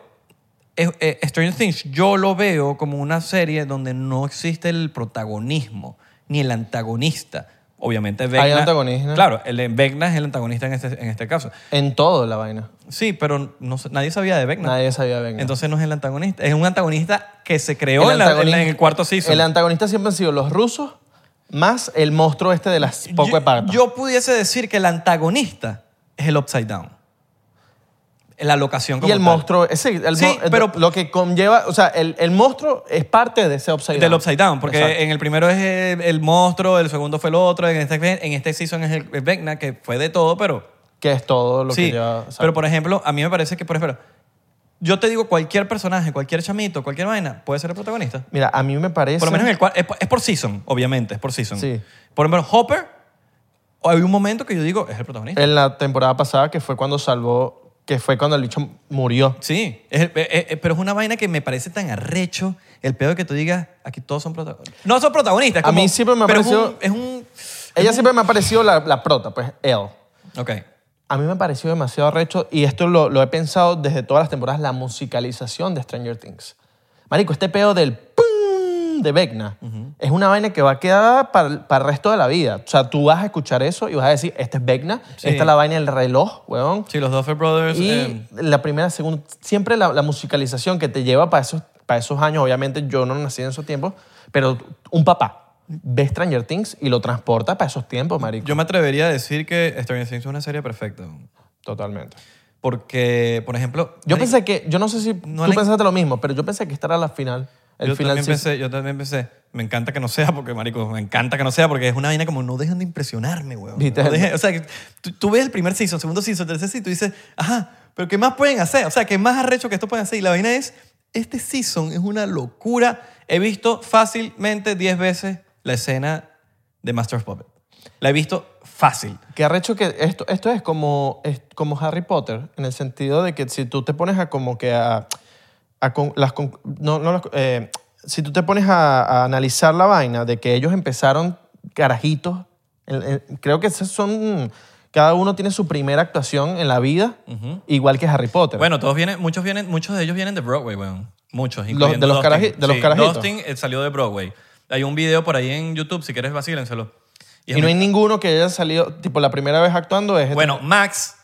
Speaker 1: es- eh, Stranger Things yo lo veo como una serie donde no existe el protagonismo ni el antagonista. Obviamente Vecna.
Speaker 2: antagonista.
Speaker 1: Claro, el de Vecna es el antagonista en este, en este caso.
Speaker 2: En todo la vaina.
Speaker 1: Sí, pero no sé, nadie sabía de Vecna.
Speaker 2: Nadie sabía venga.
Speaker 1: Entonces no es el antagonista, es un antagonista que se creó en, la- en la- en el cuarto season.
Speaker 2: El antagonista siempre han sido los rusos más el monstruo este de las poco
Speaker 1: yo,
Speaker 2: de parto.
Speaker 1: yo pudiese decir que el antagonista es el Upside Down. la locación como
Speaker 2: y el
Speaker 1: tal.
Speaker 2: monstruo, eh, sí, el
Speaker 1: Sí,
Speaker 2: mo- el-
Speaker 1: pero-
Speaker 2: lo que conlleva, o sea, el, el monstruo es parte de ese upside
Speaker 1: Del Upside Down, porque
Speaker 2: Exacto.
Speaker 1: en el primero es el, el monstruo, el segundo fue el otro, en este, en este season es el, el Vecna, que fue de todo, pero
Speaker 2: que es todo lo
Speaker 1: sí,
Speaker 2: que lleva. o sea,
Speaker 1: pero por ejemplo, a mí me parece que, por ejemplo, yo te digo cualquier personaje, cualquier chamito, cualquier vaina, puede ser el protagonista.
Speaker 2: mira, a mí me parece.
Speaker 1: Por lo menos en el cual, es, por- es por season, obviamente, es por season.
Speaker 2: Sí.
Speaker 1: Por ejemplo, Hopper, hay un momento que yo digo, es el protagonista.
Speaker 2: en la temporada pasada que fue cuando salvó, que fue cuando el bicho murió.
Speaker 1: sí, es el- eh, eh, eh, pero es una vaina que me parece tan arrecho el pedo que tú digas, aquí todos son protagonistas. No son protagonistas.
Speaker 2: A
Speaker 1: como-
Speaker 2: mí siempre me ha
Speaker 1: pero es
Speaker 2: parecido-
Speaker 1: un- es
Speaker 2: Ella siempre me ha parecido la, la prota, pues él.
Speaker 1: un... Ok.
Speaker 2: A mí me ha parecido demasiado recho y esto lo, lo he pensado desde todas las temporadas, la musicalización de Stranger Things. Marico, este peo del pum de Vecna es una vaina que va a quedar para, para el resto de la vida. O sea, tú vas a escuchar eso y vas a decir, este es Vecna,
Speaker 1: Sí.
Speaker 2: esta es la vaina del reloj, weón.
Speaker 1: Sí, los Duffer Brothers.
Speaker 2: Y
Speaker 1: eh,
Speaker 2: la primera, segunda, siempre la, la musicalización que te lleva para esos, para esos años, obviamente yo no nací en esos tiempos, pero un papá ve Stranger Things y lo transporta para esos tiempos, marico.
Speaker 1: yo me atrevería a decir que Stranger Things es una serie perfecta.
Speaker 2: Totalmente.
Speaker 1: Porque, por ejemplo.
Speaker 2: Yo
Speaker 1: marico,
Speaker 2: pensé que, yo no sé si
Speaker 1: No
Speaker 2: tú
Speaker 1: le-
Speaker 2: pensaste lo mismo, pero yo pensé que esta era la final. El
Speaker 1: yo
Speaker 2: final
Speaker 1: también
Speaker 2: sí-
Speaker 1: pensé, yo también pensé. Me encanta que no sea, porque, marico, me encanta que no sea, porque es una vaina como no dejan de impresionarme, weón.
Speaker 2: Viste.
Speaker 1: No dejan- o sea, que tú, tú ves el primer season, segundo season, tercer season, y tú dices, ajá, pero ¿qué más pueden hacer? O sea, ¿qué más arrecho que esto pueden hacer? Y la vaina es, este season es una locura. He visto fácilmente 10 veces la escena de Master of Puppet. La he visto fácil.
Speaker 2: Que arrecho que esto, esto es como, es como Harry Potter, en el sentido de que si tú te pones a como que a... a con- las, con- no, no las- eh, si tú te pones a, a analizar la vaina de que ellos empezaron carajitos, el- el- creo que esos son... Cada uno tiene su primera actuación en la vida, igual que Harry Potter.
Speaker 1: Bueno, todos vienen, muchos vienen, muchos de ellos vienen de Broadway, weón. Muchos, incluyendo
Speaker 2: de los
Speaker 1: Dustin.
Speaker 2: caraji- de los
Speaker 1: Sí,
Speaker 2: carajitos.
Speaker 1: Dustin eh, salió de Broadway. Hay un video por ahí en YouTube, si quieres vacílenselo. Y es
Speaker 2: y no
Speaker 1: muy-
Speaker 2: hay ninguno que haya salido, tipo, la primera vez actuando es... este.
Speaker 1: Bueno, Max,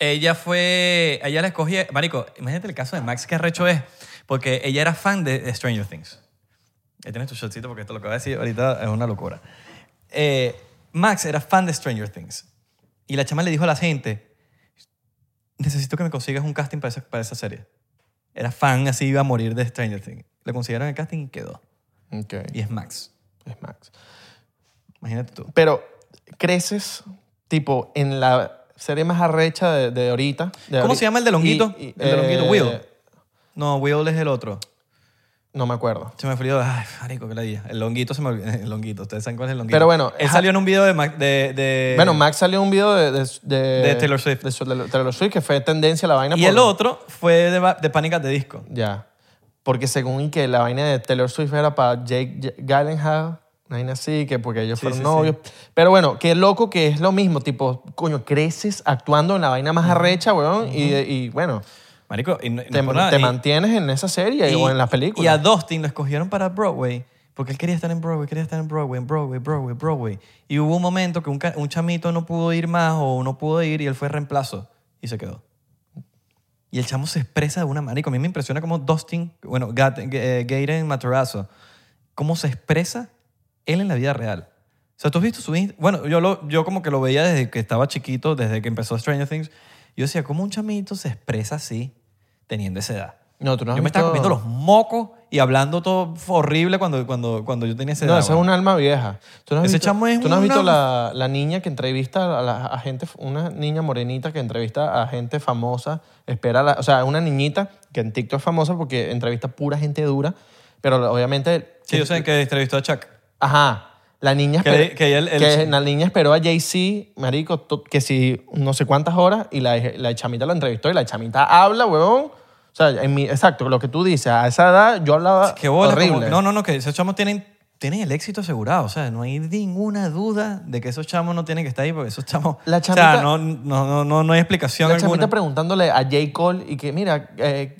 Speaker 1: ella fue, ella la escogí, marico, imagínate el caso de Max que arrecho es, porque ella era fan de, de Stranger Things. Ahí tienes tu shotcito porque esto lo que voy a decir ahorita es una locura. Eh, Max era fan de Stranger Things y la chama le dijo a la gente, necesito que me consigas un casting para esa, para esa serie. Era fan, así iba a morir de Stranger Things. Le consiguieron el casting y quedó.
Speaker 2: Ok,
Speaker 1: Y es Max.
Speaker 2: es Max.
Speaker 1: Imagínate tú.
Speaker 2: Pero creces, tipo, en la serie más arrecha de, de ahorita. de
Speaker 1: ¿Cómo
Speaker 2: ahorita.
Speaker 1: se llama el de Longuito?
Speaker 2: Y- y-
Speaker 1: El de Longuito,
Speaker 2: eh,
Speaker 1: Will. No, Will es el otro.
Speaker 2: No me acuerdo.
Speaker 1: Se me olvidó. Ay, marico, qué ladilla. El longuito se me olvidó. El longuito. Ustedes saben cuál es el longuito.
Speaker 2: Pero bueno,
Speaker 1: Él
Speaker 2: ja-
Speaker 1: salió en un video de... Mac- de, de-
Speaker 2: Bueno, Max salió un video de, de, de-
Speaker 1: Eh, De Taylor Swift.
Speaker 2: De, su- de Taylor Swift, que fue tendencia la vaina.
Speaker 1: Y
Speaker 2: por-
Speaker 1: el otro fue de, ba- de Panic! at the Disco.
Speaker 2: Ya. Porque según que la vaina de Taylor Swift era para Jake J- Gyllenhaal, una vaina así, que porque ellos fueron
Speaker 1: sí,
Speaker 2: novios. Pero bueno, qué loco que es lo mismo, tipo, coño, creces actuando en la vaina más arrecha, weón, y, y bueno,
Speaker 1: Marico, y no- y no
Speaker 2: te,
Speaker 1: por nada.
Speaker 2: te
Speaker 1: Y-
Speaker 2: mantienes en esa serie
Speaker 1: y-
Speaker 2: o en
Speaker 1: Y
Speaker 2: las
Speaker 1: a
Speaker 2: películas.
Speaker 1: Dustin lo escogieron para Broadway porque él quería estar en Broadway, quería estar en Broadway, en Broadway, Broadway, Broadway. Y hubo un momento que un, ca- un chamito no pudo ir más o no pudo ir y él fue reemplazo y se quedó. Y el chamo se expresa de una manera. A mí me impresiona cómo Dustin, bueno, Gat- eh, Gaten Matarazzo, cómo se expresa él en la vida real. O sea, tú has visto su Inst- Bueno, yo, lo, yo como que lo veía desde que estaba chiquito, desde que empezó Stranger Things. Yo decía, ¿cómo un chamito se expresa así teniendo esa edad?
Speaker 2: no, tú no has
Speaker 1: Yo me estaba
Speaker 2: visto-
Speaker 1: comiendo los mocos y hablando todo horrible cuando, cuando, cuando yo tenía esa edad.
Speaker 2: No, esa es
Speaker 1: weón.
Speaker 2: un alma vieja. ¿Tú no has
Speaker 1: Ese
Speaker 2: visto,
Speaker 1: chamo es
Speaker 2: ¿tú no has
Speaker 1: un
Speaker 2: visto
Speaker 1: alma-
Speaker 2: la, la niña que entrevista a, la, a gente, una niña morenita que entrevista a gente famosa? Espera, a la- o sea, una niñita que en TikTok es famosa porque entrevista pura gente dura, pero obviamente...
Speaker 1: Sí, yo sé que entrevistó a Chuck.
Speaker 2: Ajá. La niña,
Speaker 1: Que
Speaker 2: esper-
Speaker 1: le- que el- el-
Speaker 2: que la niña esperó a Jay-Z, marico, to- que si no sé cuántas horas, y la, la chamita la entrevistó y la chamita habla, huevón. O sea, en mi, exacto, lo que tú dices, a esa edad yo hablaba
Speaker 1: Qué bola.
Speaker 2: horrible.
Speaker 1: como- no, no, no, que esos chamos tienen, tienen el éxito asegurado. O sea, no hay ninguna duda de que esos chamos no tienen que estar ahí porque esos chamos...
Speaker 2: La
Speaker 1: o sea,
Speaker 2: chamita-
Speaker 1: no, no, no, no, no hay explicación
Speaker 2: La
Speaker 1: alguna.
Speaker 2: chamita preguntándole a J. Cole y que, mira, eh,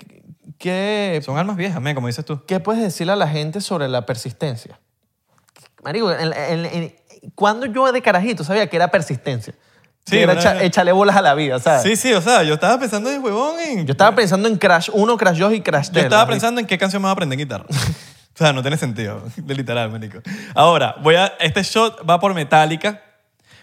Speaker 2: ¿qué,
Speaker 1: Son almas viejas, men, como dices tú.
Speaker 2: ¿qué puedes decirle a la gente sobre la persistencia? Marico, en- en- en- cuando yo de carajito sabía que era persistencia.
Speaker 1: Sí,
Speaker 2: Sí, era
Speaker 1: una-
Speaker 2: echa- echarle bolas a la vida, ¿sabes?
Speaker 1: Sí, sí, o sea, yo estaba pensando en huevón en...
Speaker 2: Yo estaba pensando en Crash 1, Crash 2 y Crash 3.
Speaker 1: Yo estaba
Speaker 2: marico.
Speaker 1: pensando en qué canción me va a aprender en guitarra. o sea, no tiene sentido, de literal, marico. Ahora, voy a, este shot va por Metallica,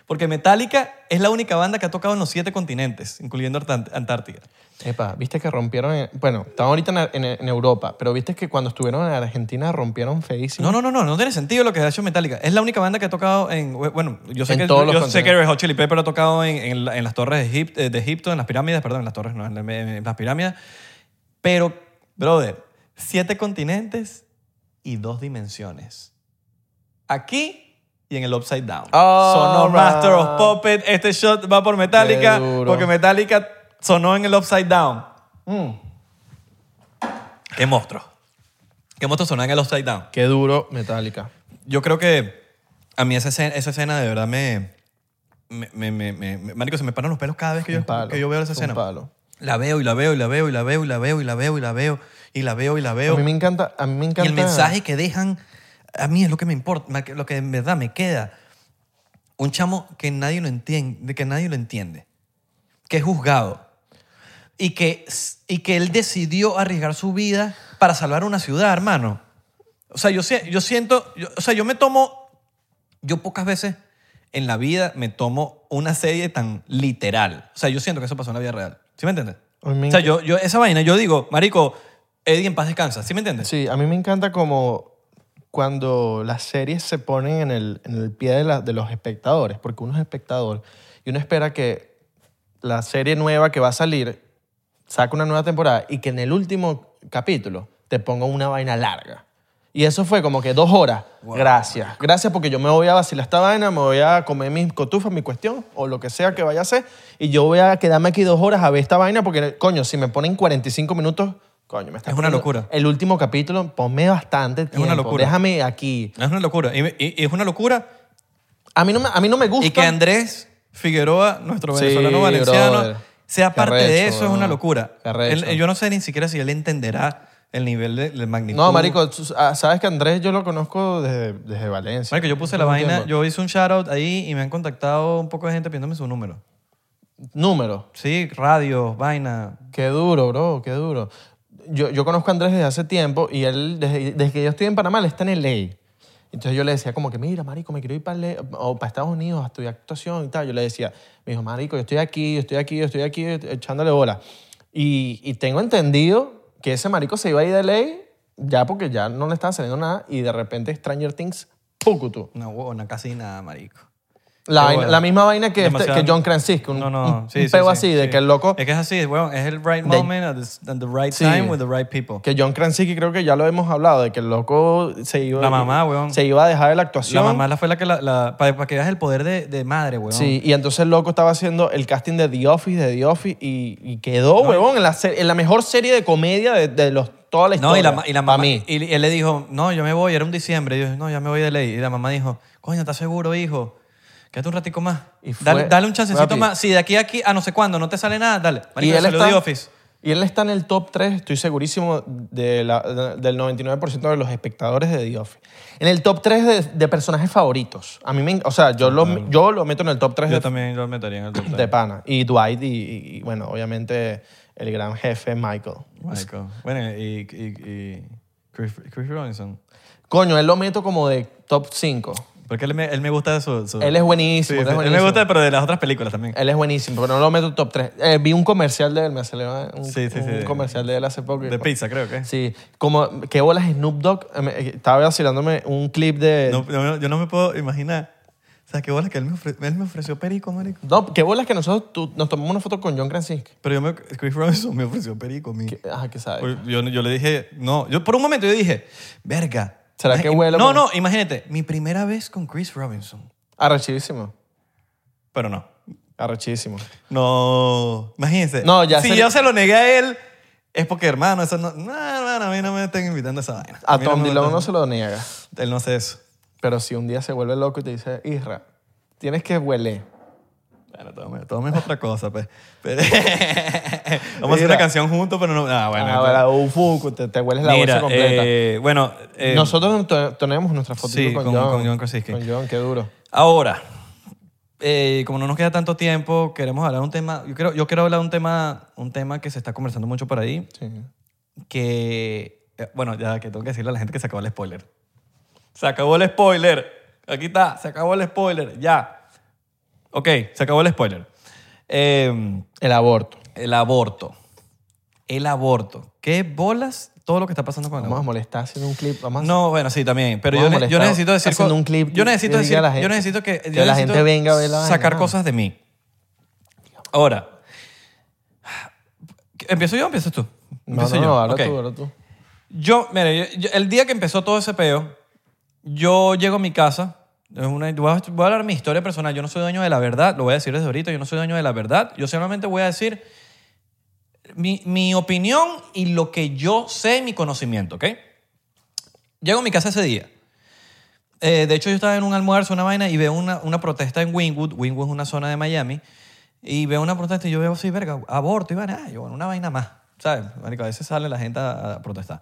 Speaker 1: Porque Metallica es la única banda que ha tocado en los siete continentes, incluyendo Ant- Antártida.
Speaker 2: Epa, viste que rompieron. en- bueno, están ahorita en, en- en Europa, pero viste que cuando estuvieron en Argentina rompieron feísimo.
Speaker 1: No, no, no, no, no tiene sentido lo que ha hecho Metallica. Es la única banda que ha tocado en. Bueno, yo sé
Speaker 2: En
Speaker 1: que,
Speaker 2: todos los
Speaker 1: yo sé que
Speaker 2: continentes.
Speaker 1: Red Hot Chili Pepper ha tocado en, en la- en las torres de Egipto, de Egipto, en las pirámides, perdón, en las torres, no, en, la- en las pirámides. Pero, brother, siete continentes y dos dimensiones. Aquí y en el Upside Down.
Speaker 2: Oh,
Speaker 1: sonó
Speaker 2: man.
Speaker 1: Master of Puppet. Este shot va por Metallica,
Speaker 2: Qué duro.
Speaker 1: porque Metallica sonó en el Upside Down.
Speaker 2: Mm.
Speaker 1: Qué monstruo. Qué monstruo sonó en el Upside Down.
Speaker 2: Qué duro, Metallica.
Speaker 1: Yo creo que a mí esa escena, esa escena de verdad me, me, me, me- me- me- Marico, se me paran los pelos cada vez que, yo,
Speaker 2: Un palo,
Speaker 1: que yo veo esa
Speaker 2: un
Speaker 1: escena.
Speaker 2: palo.
Speaker 1: La veo y la veo y la veo y la veo y la veo y la veo y la veo y la veo y la
Speaker 2: A
Speaker 1: veo.
Speaker 2: mí me encanta. A mí me
Speaker 1: Y
Speaker 2: encanta.
Speaker 1: el mensaje que dejan a mí es lo que me importa, ma- lo que en verdad me queda. Un chamo que nadie lo entiende, que nadie lo entiende, que es juzgado y que, y que él decidió arriesgar su vida para salvar una ciudad, hermano. O sea, yo, sie- yo siento, yo- o sea, yo me tomo, yo pocas veces en la vida me tomo una serie tan literal. O sea, yo siento que eso pasó en la vida real. ¿Sí me entiendes?
Speaker 2: A mí me
Speaker 1: O sea, yo, yo esa vaina, yo digo, marico, Eddie en paz descansa. ¿Sí me entiendes?
Speaker 2: Sí, a mí me encanta como cuando las series se ponen en el, en el pie de, la- de los espectadores, porque uno es espectador y uno espera que la serie nueva que va a salir saque una nueva temporada y que en el último capítulo te ponga una vaina larga. Y eso fue como que dos horas. Gracias. Gracias porque yo me voy a vacilar esta vaina, me voy a comer mis cotufas, mi cuestión, o lo que sea que vaya a hacer. Y yo voy a quedarme aquí dos horas a ver esta vaina porque, coño, si me ponen 45 minutos, coño, me está
Speaker 1: Es una
Speaker 2: poniendo-
Speaker 1: locura.
Speaker 2: el último capítulo, ponme bastante tiempo.
Speaker 1: una locura.
Speaker 2: Déjame aquí.
Speaker 1: Es una locura. Y, y- y es una locura.
Speaker 2: A mí no me, a mí no me gusta.
Speaker 1: Y que Andrés Figueroa, nuestro
Speaker 2: Sí,
Speaker 1: venezolano valenciano,
Speaker 2: brother.
Speaker 1: sea
Speaker 2: Qué
Speaker 1: parte de
Speaker 2: arrecho,
Speaker 1: eso, es una
Speaker 2: weón.
Speaker 1: locura.
Speaker 2: Qué arrecho.
Speaker 1: Él- yo no sé ni siquiera si él entenderá el nivel de, de magnitud.
Speaker 2: No, marico, tú- ah, sabes que Andrés yo lo conozco desde, desde Valencia.
Speaker 1: Marico, yo puse la
Speaker 2: No
Speaker 1: vaina,
Speaker 2: entiendo.
Speaker 1: yo hice un shout out ahí y me han contactado un poco de gente pidiéndome su número.
Speaker 2: Número.
Speaker 1: Sí, radio, vaina.
Speaker 2: Qué duro, bro, qué duro. Yo, yo conozco a Andrés desde hace tiempo y él, desde, desde que yo estoy en Panamá, él está en LA. Entonces yo le decía como que, mira, marico, me quiero ir para, LA o para Estados Unidos a estudiar actuación y tal. Yo le decía, me dijo, marico, yo estoy aquí, yo estoy aquí, yo estoy aquí, echándole bola. Y, y tengo entendido que ese marico se iba a ir de LA ya porque ya no le estaba saliendo nada y de repente Stranger Things, pucutu.
Speaker 1: Una huevona, casi nada, marico.
Speaker 2: La,
Speaker 1: Qué
Speaker 2: vaina-
Speaker 1: bola.
Speaker 2: la misma vaina que, este-
Speaker 1: Demasiado-
Speaker 2: que John Francisco, un,
Speaker 1: No, no,
Speaker 2: un-
Speaker 1: sí,
Speaker 2: un
Speaker 1: sí,
Speaker 2: peo
Speaker 1: sí,
Speaker 2: así, de
Speaker 1: sí.
Speaker 2: que el loco...
Speaker 1: Es que es así, huevón, es el right
Speaker 2: De-
Speaker 1: moment at the, at the right
Speaker 2: Sí.
Speaker 1: time with the right people.
Speaker 2: Que John Krasinski creo que ya lo hemos hablado, de que el loco se iba,
Speaker 1: La mamá, weón.
Speaker 2: se iba a dejar de la
Speaker 1: La
Speaker 2: actuación.
Speaker 1: mamá la fue la que la... para, que veas el poder de, de madre, huevón.
Speaker 2: Sí, y entonces el loco estaba haciendo el casting de The Office, de The Office, y, y quedó, huevón, en la, se- en la mejor serie de comedia de, de los, toda la historia.
Speaker 1: No, y la, ma- y la
Speaker 2: Pa'
Speaker 1: mamá.
Speaker 2: mí.
Speaker 1: Y, y él le dijo, no, yo me voy, era un diciembre. Y yo, no, ya me voy de ley. Y la mamá dijo, coño, ¿estás seguro, hijo? Quédate un ratico más.
Speaker 2: Y fue-
Speaker 1: dale, dale un chancecito
Speaker 2: papi.
Speaker 1: más. Si de aquí a aquí, a no sé cuándo, no te sale nada, dale. Marico,
Speaker 2: él
Speaker 1: salió de Office.
Speaker 2: y él está en el top 3, estoy segurísimo, de la- de- del 99% de los espectadores de The Office. En el top 3 de, de personajes favoritos. A mí me, en- o sea, yo lo, yo lo meto en el top 3
Speaker 1: Yo
Speaker 2: pues de
Speaker 1: también lo metería en el top
Speaker 2: De pana. Y Dwight y, y- y, bueno, obviamente el gran jefe Michael.
Speaker 1: Marico. Bueno, y, y- y Chris, Chris Robinson.
Speaker 2: Coño, él lo meto como de top 5.
Speaker 1: Porque él me, él me gusta de su... su-
Speaker 2: Él es
Speaker 1: Sí,
Speaker 2: buenísimo. él, es
Speaker 1: él me
Speaker 2: buenísimo.
Speaker 1: gusta, pero de las otras películas también.
Speaker 2: Él es buenísimo, pero no lo meto top 3. vi un comercial de él, me salió un,
Speaker 1: Sí, sí,
Speaker 2: un
Speaker 1: sí.
Speaker 2: comercial de él hace poco.
Speaker 1: De pizza, creo que.
Speaker 2: Sí, como, ¿qué bolas Snoop Dogg? Eh, me- eh, Estaba vacilándome un clip de...
Speaker 1: No,
Speaker 2: No.
Speaker 1: no, yo no me puedo imaginar. O sea, qué bola que él me, ofre- él me ofreció perico, marico.
Speaker 2: ¿qué bolas que nosotros tú- nos tomamos una foto con John Krasinski?
Speaker 1: Pero yo me, Chris Robinson me ofreció perico a mí.
Speaker 2: Que- Ajá, que sabe.
Speaker 1: Pues Yo, yo le dije, no, yo por un momento yo dije, verga.
Speaker 2: ¿Será que
Speaker 1: Imagi-
Speaker 2: huelo
Speaker 1: No,
Speaker 2: con-
Speaker 1: no, imagínate, mi primera vez con Chris Robinson.
Speaker 2: Arrechísimo,
Speaker 1: Pero no.
Speaker 2: arrechísimo.
Speaker 1: No, imagínense.
Speaker 2: No, ya
Speaker 1: si
Speaker 2: sería-
Speaker 1: yo se lo negué a él, es porque, hermano, eso no. No, hermano, a mí no me estén invitando a esa vaina.
Speaker 2: A
Speaker 1: mí
Speaker 2: Tom
Speaker 1: me
Speaker 2: Dillon
Speaker 1: gusta-
Speaker 2: no se lo niega.
Speaker 1: Él no hace eso.
Speaker 2: Pero si un día se vuelve loco y te dice, Isra, tienes que huele.
Speaker 1: Bueno, todo me- todo me es otra cosa, pues. Pero- Vamos a hacer una
Speaker 2: Mira.
Speaker 1: canción juntos, pero no. Ah, bueno.
Speaker 2: Ahora, un fuku, te, te hueles la bolsa
Speaker 1: mira,
Speaker 2: completa.
Speaker 1: eh, bueno. eh,
Speaker 2: Nosotros to- tenemos nuestra fotito
Speaker 1: sí,
Speaker 2: con,
Speaker 1: con-
Speaker 2: John.
Speaker 1: con John Krasinski.
Speaker 2: Con John, qué duro.
Speaker 1: Ahora, eh, como no nos queda tanto tiempo, queremos hablar un tema. Yo quiero, yo quiero hablar un tema, un tema que se está conversando mucho por ahí,
Speaker 2: Sí.
Speaker 1: que eh, bueno, ya que tengo que decirle a la gente que se acabó el spoiler. Se acabó el spoiler. Aquí está, se acabó el spoiler. Ya. Ok, se acabó el spoiler. Eh,
Speaker 2: El aborto.
Speaker 1: el aborto. El aborto. ¿Qué bolas todo lo que está pasando con el
Speaker 2: Vamos a
Speaker 1: aborto?
Speaker 2: molestar haciendo un clip. Vamos a-
Speaker 1: No, bueno, sí, también. Pero yo,
Speaker 2: Vamos a
Speaker 1: ne- yo
Speaker 2: molestar
Speaker 1: necesito decir...
Speaker 2: haciendo
Speaker 1: co-
Speaker 2: un clip
Speaker 1: yo necesito
Speaker 2: que diga
Speaker 1: decir...
Speaker 2: a la gente-
Speaker 1: yo necesito que...
Speaker 2: que
Speaker 1: yo
Speaker 2: la
Speaker 1: necesito
Speaker 2: gente venga a ver la vaina,
Speaker 1: Sacar
Speaker 2: ¿no?
Speaker 1: cosas de mí. Ahora. ¿Empiezo yo o empiezas tú?
Speaker 2: no,
Speaker 1: Empiezo
Speaker 2: no,
Speaker 1: yo.
Speaker 2: no, habla
Speaker 1: Ok.
Speaker 2: tú, habla tú.
Speaker 1: Yo, mire, yo- yo- el día que empezó todo ese peo, yo llego a mi casa. es una- voy, a, voy a hablar mi historia personal. Yo no soy dueño de la verdad. Lo voy a decir desde ahorita. Yo no soy dueño de la verdad. Yo solamente voy a decir mi, mi opinión y lo que yo sé, y mi conocimiento, ¿ok? Llego a mi casa ese día. Eh, de hecho, yo estaba en un almuerzo, una vaina, y veo una, una protesta en Wynwood. Wynwood es una zona de Miami. Y veo una protesta y yo veo así, verga, aborto. Y vaina, ah, yo, bueno, una vaina más. ¿Sabes? Marico, a veces sale la gente a- a protestar.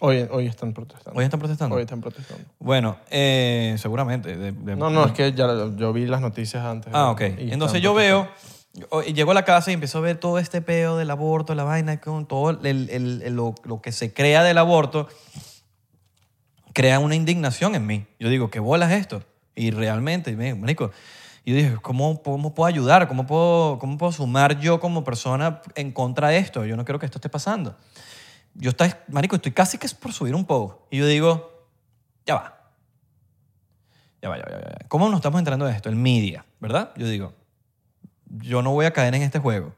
Speaker 2: Hoy, hoy están protestando.
Speaker 1: ¿Hoy están protestando?
Speaker 2: Hoy están protestando.
Speaker 1: Bueno, eh, seguramente. de- de-
Speaker 2: No, no, es que ya lo- yo vi las noticias antes.
Speaker 1: Ah, ok.
Speaker 2: Y
Speaker 1: Entonces
Speaker 2: están
Speaker 1: yo
Speaker 2: protestando.
Speaker 1: veo, yo- y llego a la casa y empiezo a ver todo este peo del aborto, la vaina, con todo el- el- el- lo, lo que se crea del aborto, crea una indignación en mí. Yo digo, ¿qué bolas esto? Y realmente, y me, marico, yo dije, ¿cómo, ¿cómo puedo ayudar? ¿Cómo puedo, ¿Cómo puedo sumar yo como persona en contra de esto? Yo no quiero que esto esté pasando. Yo, está, marico, estoy casi que es por subir un poco. Y yo digo, ya va. Ya va, ya va, ya va, ya va. ¿Cómo nos estamos entrando en esto? El media, ¿verdad? Yo digo, yo no voy a caer en este juego.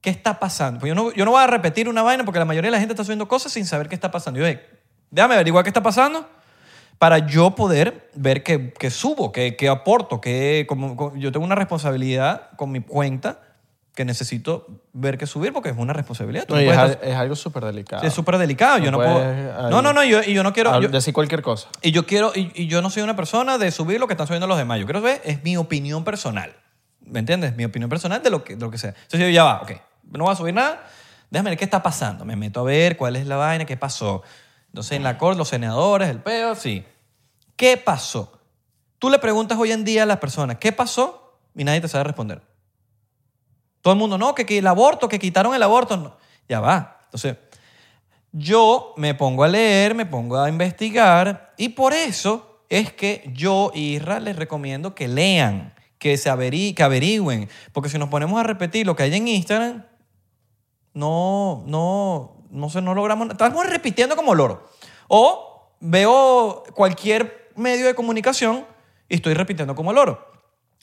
Speaker 1: ¿Qué está pasando? Pues yo no, yo no voy a repetir una vaina porque la mayoría de la gente está subiendo cosas sin saber qué está pasando. Yo, dije, déjame averiguar qué está pasando para yo poder ver qué, qué subo, qué, qué aporto, qué, como- como- yo tengo una responsabilidad con mi cuenta que necesito ver qué subir porque es una responsabilidad. Tú
Speaker 2: No,
Speaker 1: no
Speaker 2: y es,
Speaker 1: puedes
Speaker 2: al-
Speaker 1: estar-
Speaker 2: es algo súper delicado.
Speaker 1: es súper delicado.
Speaker 2: No
Speaker 1: yo no
Speaker 2: puedes,
Speaker 1: puedo.
Speaker 2: ahí-
Speaker 1: No, no, no. yo- y yo no quiero.
Speaker 2: Habla-
Speaker 1: yo-
Speaker 2: Decir cualquier cosa.
Speaker 1: y yo quiero, y, y yo no soy una persona de subir lo que están subiendo los demás. Yo quiero ver, es mi opinión personal. ¿Me entiendes? Mi opinión personal de lo que, de lo que sea. Entonces yo ya va, ok, no voy a subir nada, déjame ver qué está pasando. Me meto a ver cuál es la vaina, qué pasó. Entonces en la corte, los senadores, el peo, sí. ¿Qué pasó? Tú le preguntas hoy en día a las personas, ¿qué pasó? Y nadie te sabe responder. Todo el mundo, no, que, que el aborto, que quitaron el aborto. No. Ya va. Entonces, yo me pongo a leer, me pongo a investigar y por eso es que yo y Isra les recomiendo que lean, que se averi- que averigüen, porque si nos ponemos a repetir lo que hay en Instagram, no, no, no sé, no logramos, nada. estamos repitiendo como loro. O veo cualquier medio de comunicación y estoy repitiendo como loro.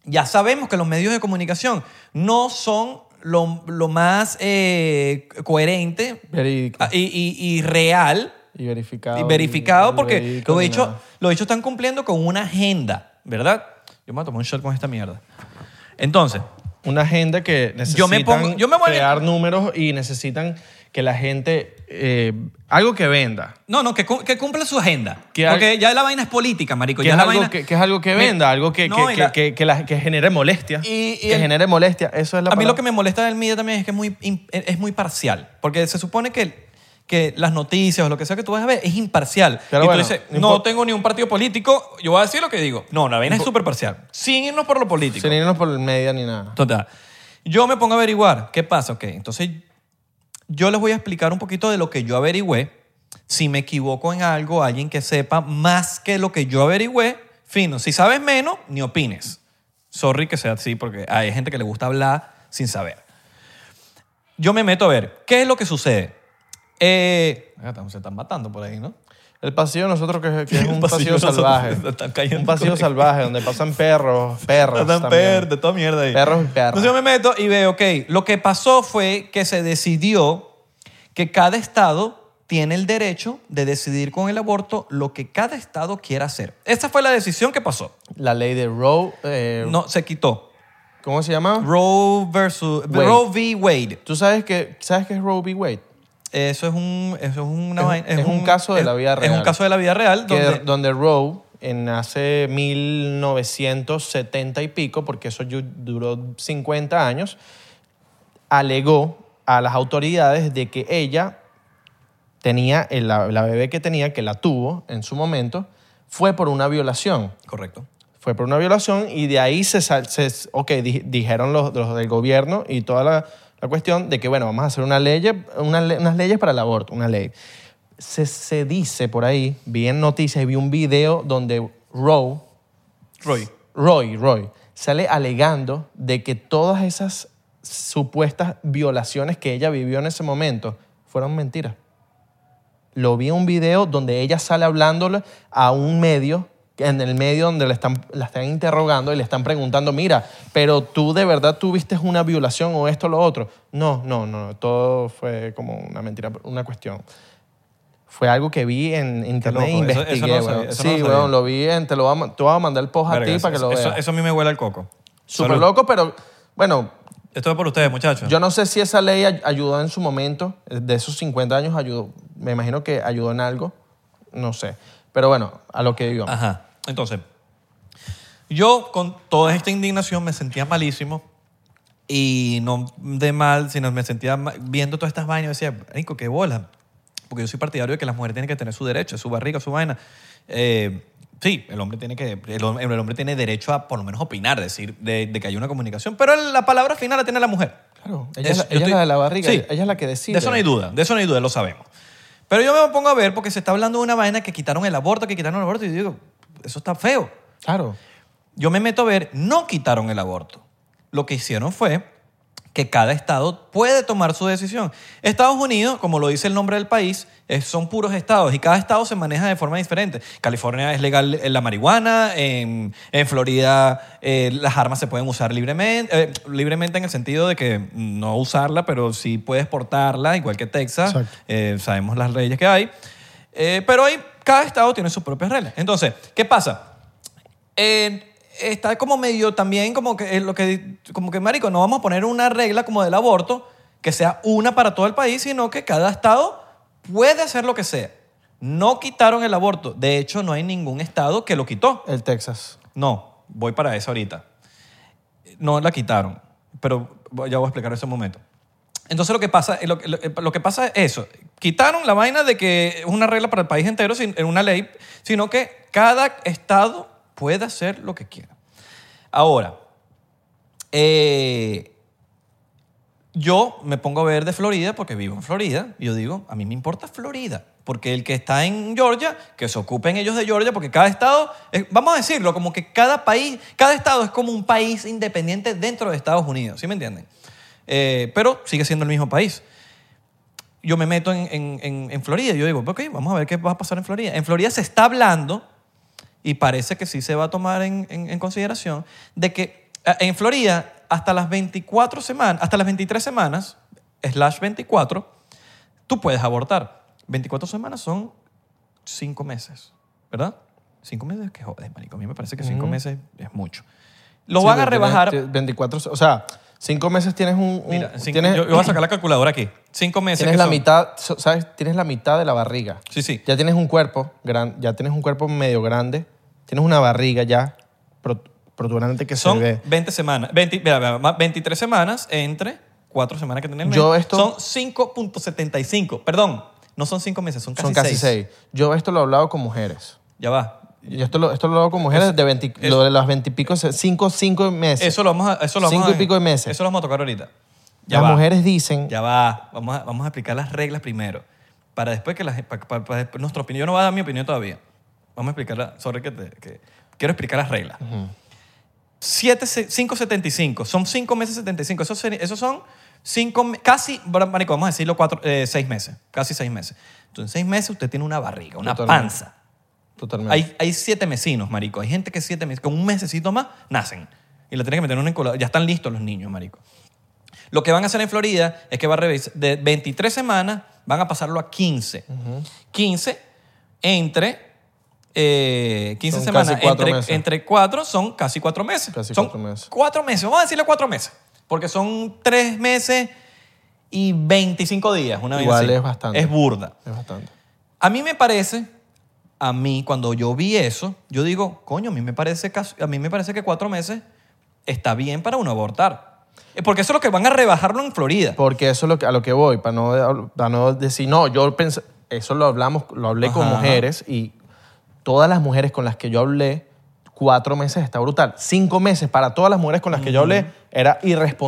Speaker 1: Ya sabemos que los medios de comunicación no son lo, lo más eh, coherente
Speaker 2: Verídico.
Speaker 1: Ah, y, y- y real
Speaker 2: Y verificado.
Speaker 1: y verificado
Speaker 2: y
Speaker 1: porque
Speaker 2: verídico
Speaker 1: los
Speaker 2: ni
Speaker 1: bichos
Speaker 2: nada.
Speaker 1: los bichos están cumpliendo con una agenda, ¿verdad? Yo me voy a tomar un shot con esta mierda. Entonces,
Speaker 2: Una agenda que necesitan
Speaker 1: Yo me pongo- yo me voy a-
Speaker 2: crear números y necesitan que la gente... eh, algo que venda.
Speaker 1: no, no, que, cu- que cumpla su agenda.
Speaker 2: Que hay-
Speaker 1: porque ya la vaina es política, marico.
Speaker 2: Que
Speaker 1: ya
Speaker 2: es,
Speaker 1: la
Speaker 2: algo
Speaker 1: vaina-
Speaker 2: que, que es algo que
Speaker 1: Me-
Speaker 2: venda, algo que,
Speaker 1: No,
Speaker 2: que,
Speaker 1: y
Speaker 2: que-
Speaker 1: la-
Speaker 2: que- que la- que genere molestia.
Speaker 1: Y- y
Speaker 2: que
Speaker 1: el-
Speaker 2: genere molestia. Eso es la
Speaker 1: a mí lo
Speaker 2: palabra.
Speaker 1: que me molesta del media también es que es muy, im- es muy parcial. Porque se supone que, que las noticias o lo que sea que tú vas a ver es imparcial.
Speaker 2: Pero
Speaker 1: y
Speaker 2: bueno,
Speaker 1: tú dices,
Speaker 2: no
Speaker 1: no
Speaker 2: impor-
Speaker 1: tengo ni un partido político, yo voy a decir lo que digo. No, la vaina es súper parcial. Sin irnos por lo político.
Speaker 2: Sin irnos por el media ni nada.
Speaker 1: Total. Yo me pongo a averiguar qué pasa. Ok, entonces yo les voy a explicar un poquito de lo que yo averigüé. Si me equivoco en algo, alguien que sepa más que lo que yo averigüé, fino. Si sabes menos, ni opines. Sorry que sea así, porque hay gente que le gusta hablar sin saber. Yo me meto a ver, ¿qué es lo que sucede? Eh, se están matando por ahí, ¿no?
Speaker 2: El pasillo de nosotros que, que es
Speaker 1: El
Speaker 2: un
Speaker 1: pasillo de
Speaker 2: pasillo,
Speaker 1: nosotros
Speaker 2: salvaje.
Speaker 1: se están cayendo
Speaker 2: Un pasillo
Speaker 1: con-
Speaker 2: salvaje donde pasan perros, perros.
Speaker 1: Tratan
Speaker 2: también.
Speaker 1: per- de toda mierda ahí.
Speaker 2: Perros y perras.
Speaker 1: Entonces yo me meto y veo, ok, lo que pasó fue que se decidió que cada estado tiene el derecho de decidir con el aborto lo que cada estado quiera hacer. Esa fue la decisión que pasó.
Speaker 2: La ley de Roe. eh,
Speaker 1: No, se quitó.
Speaker 2: ¿Cómo se llama?
Speaker 1: Roe versus
Speaker 2: Wade.
Speaker 1: Roe v. Wade.
Speaker 2: ¿Tú sabes que, sabes que es Roe v. Wade?
Speaker 1: Eso es un eso es una
Speaker 2: Es-
Speaker 1: vaina-
Speaker 2: es un caso de la vida
Speaker 1: Es un
Speaker 2: real.
Speaker 1: caso de la vida real
Speaker 2: Que-
Speaker 1: donde
Speaker 2: donde, Roe, en hace 1970 y pico, porque eso yu- duró 50 años, alegó a las autoridades de que ella tenía, el- la, la bebé que tenía, que la tuvo en su momento, fue por una violación.
Speaker 1: correcto.
Speaker 2: Fue por una violación y de ahí se, sal- se- ok, di- dijeron los, los del gobierno y toda la, la cuestión de que, bueno, vamos a hacer una ley, una le- unas leyes para el aborto, una ley. Se, se dice por ahí, vi en noticias y vi un video donde Roe,
Speaker 1: Roy.
Speaker 2: Roy, Roy, sale alegando de que todas esas supuestas violaciones que ella vivió en ese momento fueron mentiras. Lo vi en un video donde ella sale hablándole a un medio, en el medio donde le están, la están interrogando y le están preguntando, mira, pero tú de verdad tuviste una violación o esto o lo otro. No, no, no, todo fue como una mentira, una cuestión. Fue algo que vi en internet e
Speaker 1: loco, eso- eso
Speaker 2: investigué,
Speaker 1: no lo sabía,
Speaker 2: weón.
Speaker 1: eso
Speaker 2: Sí,
Speaker 1: no lo sabía.
Speaker 2: weón, lo vi en, te lo voy a, ma- te voy a mandar el post a
Speaker 1: Verga,
Speaker 2: ti para que lo
Speaker 1: eso-
Speaker 2: veas.
Speaker 1: Eso, eso a mí me huele al coco.
Speaker 2: Súper
Speaker 1: Salud.
Speaker 2: loco, pero bueno,
Speaker 1: Esto es por ustedes, muchachos.
Speaker 2: yo no sé si esa ley ay- ayudó en su momento, eh, de esos 50 años ayudó, me imagino que ayudó en algo, no sé. Pero bueno, a lo que íbamos.
Speaker 1: Ajá. Entonces, yo con toda esta indignación me sentía malísimo y no de mal, sino me sentía ma- viendo todas estas vainas y decía, rico, qué bola. Porque yo soy partidario de que las mujeres tienen que tener su derecho, su barriga, su vaina. Eh, sí, el hombre tiene que el, hom- el hombre tiene derecho a por lo menos opinar, decir de, de que hay una comunicación, pero la palabra final la tiene la mujer.
Speaker 2: Claro, ella,
Speaker 1: Eso,
Speaker 2: es, la-
Speaker 1: yo
Speaker 2: ella es
Speaker 1: estoy-
Speaker 2: la de la barriga,
Speaker 1: Sí.
Speaker 2: ella es la que decide.
Speaker 1: De eso no hay duda, de eso no hay duda, lo sabemos. Pero yo me pongo a ver porque se está hablando de una vaina que quitaron el aborto, que quitaron el aborto, y yo digo, eso está feo.
Speaker 2: Claro.
Speaker 1: Yo me meto a ver, no quitaron el aborto. Lo que hicieron fue que cada estado puede tomar su decisión. Estados Unidos, como lo dice el nombre del país, es- son puros estados y cada estado se maneja de forma diferente. California es legal eh, la marihuana, en, en Florida eh, las armas se pueden usar libremente, eh, libremente en el sentido de que no usarla, pero sí puedes portarla, igual que Texas.
Speaker 3: Exacto.
Speaker 1: Eh, sabemos las leyes que hay. Eh, pero hay, cada estado tiene sus propias reglas. Entonces, ¿qué pasa? Eh, está como medio también como que eh, lo que como que marico no vamos a poner una regla como del aborto que sea una para todo el país sino que cada estado puede hacer lo que sea no quitaron el aborto de hecho no hay ningún estado que lo quitó
Speaker 2: El Texas.
Speaker 1: no voy para eso ahorita no la quitaron pero ya voy a explicar eso en un momento entonces lo que pasa eh, lo, que- lo- eh, lo que pasa es eso quitaron la vaina de que es una regla para el país entero sin- en una ley sino que cada estado puede hacer lo que quiera Ahora, eh, yo me pongo a ver de Florida porque vivo en Florida y yo digo, a mí me importa Florida. Porque el que está en Georgia, que se ocupen ellos de Georgia, porque cada estado, es- vamos a decirlo, como que cada país, cada estado es como un país independiente dentro de Estados Unidos, ¿sí me entienden? Eh, pero sigue siendo el mismo país yo me meto en, en- en- en Florida. Yo digo, ok, vamos a ver qué va a pasar en Florida. En Florida se está hablando, y parece que sí se va a tomar en, en- en consideración, de que eh, en Florida hasta las 24 semanas, hasta las 23 semanas, slash 24, tú puedes abortar. 24 semanas son 5 meses, ¿verdad? 5 meses, que joder, marico. A mí me parece que 5 meses es mucho. Lo
Speaker 2: Sí,
Speaker 1: van a
Speaker 2: tienes-
Speaker 1: rebajar.
Speaker 2: tienes 24, o sea, cinco meses tienes un... un-
Speaker 1: Mira, cinco-
Speaker 2: tienes,
Speaker 1: yo, yo voy a sacar la calculadora aquí. 5 meses.
Speaker 2: tienes
Speaker 1: que
Speaker 2: la
Speaker 1: son-
Speaker 2: mitad, so- ¿sabes? Tienes la mitad de la barriga.
Speaker 1: Sí, sí.
Speaker 2: Ya tienes un cuerpo, gran, ya tienes un cuerpo medio grande, tienes una barriga ya pro- protuberante que
Speaker 1: Son
Speaker 2: se ve.
Speaker 1: 20 semanas, 20 mira, mira, más 23 semanas entre 4 semanas que tenemos.
Speaker 2: Yo esto-
Speaker 1: Son 5.75, perdón, no son 5 meses, son casi,
Speaker 2: Son casi
Speaker 1: seis.
Speaker 2: seis. Yo esto lo he hablado con mujeres.
Speaker 1: Ya va.
Speaker 2: Yo esto lo, esto lo he hablado con mujeres de 20,
Speaker 1: eso-
Speaker 2: lo de las 20 y pico, se- cinco, cinco meses.
Speaker 1: Eso lo vamos a eso lo vamos
Speaker 2: Cinco y
Speaker 1: a-
Speaker 2: pico de meses.
Speaker 1: Eso lo vamos a tocar ahorita. Ya
Speaker 2: las
Speaker 1: va.
Speaker 2: mujeres dicen,
Speaker 1: Ya va. Vamos a, vamos a explicar las reglas primero para después que las para, para- para después- nuestra opinión, yo no voy a dar mi opinión todavía. Vamos a explicar la, sorry que te- que- quiero explicar las reglas. Siete se- 5.75. Son 5 meses 75. Esos seri- esos son cinco me- casi, bueno, marico, vamos a decirlo, 6 meses. Casi 6 meses. Entonces, en 6 meses usted tiene una barriga, una
Speaker 2: Totalmente.
Speaker 1: panza.
Speaker 2: totalmente.
Speaker 1: Hay, hay siete mesinos, marico. Hay gente que siete mes- con un mesecito más nacen. Y le tienen que meter en una encoladora. Ya están listos los niños, marico. Lo que van a hacer en Florida es que va a revisar de 23 semanas, van a pasarlo a 15. 15 entre. eh, 15
Speaker 2: Son
Speaker 1: semanas
Speaker 2: casi cuatro
Speaker 1: entre,
Speaker 2: meses.
Speaker 1: entre cuatro son casi cuatro meses.
Speaker 2: Casi
Speaker 1: son
Speaker 2: cuatro meses.
Speaker 1: cuatro meses. Vamos a decirle cuatro meses. Porque son tres meses y 25 días. Una vez
Speaker 2: Igual
Speaker 1: así.
Speaker 2: es bastante.
Speaker 1: Es burda.
Speaker 2: Es bastante.
Speaker 1: A mí me parece, a mí, cuando yo vi eso, yo digo, coño, a mí me parece, cas- a mí me parece que cuatro meses está bien para uno abortar. Eh, Porque eso es lo que van a rebajarlo en Florida.
Speaker 2: Porque eso es lo que, a lo que voy, para no, para no decir, no, yo pensé, eso lo hablamos, lo hablé con
Speaker 1: Ajá.
Speaker 2: mujeres y todas las mujeres con las que yo hablé, cuatro meses está brutal. Cinco meses para todas las mujeres con las que yo hablé era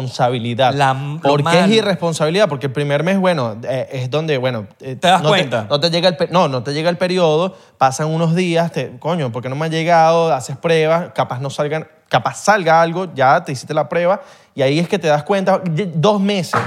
Speaker 2: irresponsabilidad.
Speaker 1: La- lo
Speaker 2: ¿Por qué es
Speaker 1: mal.
Speaker 2: irresponsabilidad? Porque el primer mes, bueno, eh, es donde, bueno... eh,
Speaker 1: Te das
Speaker 2: no
Speaker 1: cuenta.
Speaker 2: no te llega el, pe- no, no te llega el periodo, pasan unos días, te, coño, ¿por qué no me ha llegado? Haces pruebas, capaz no salgan capaz salga algo, ya te hiciste la prueba y ahí es que te das cuenta, de- dos meses,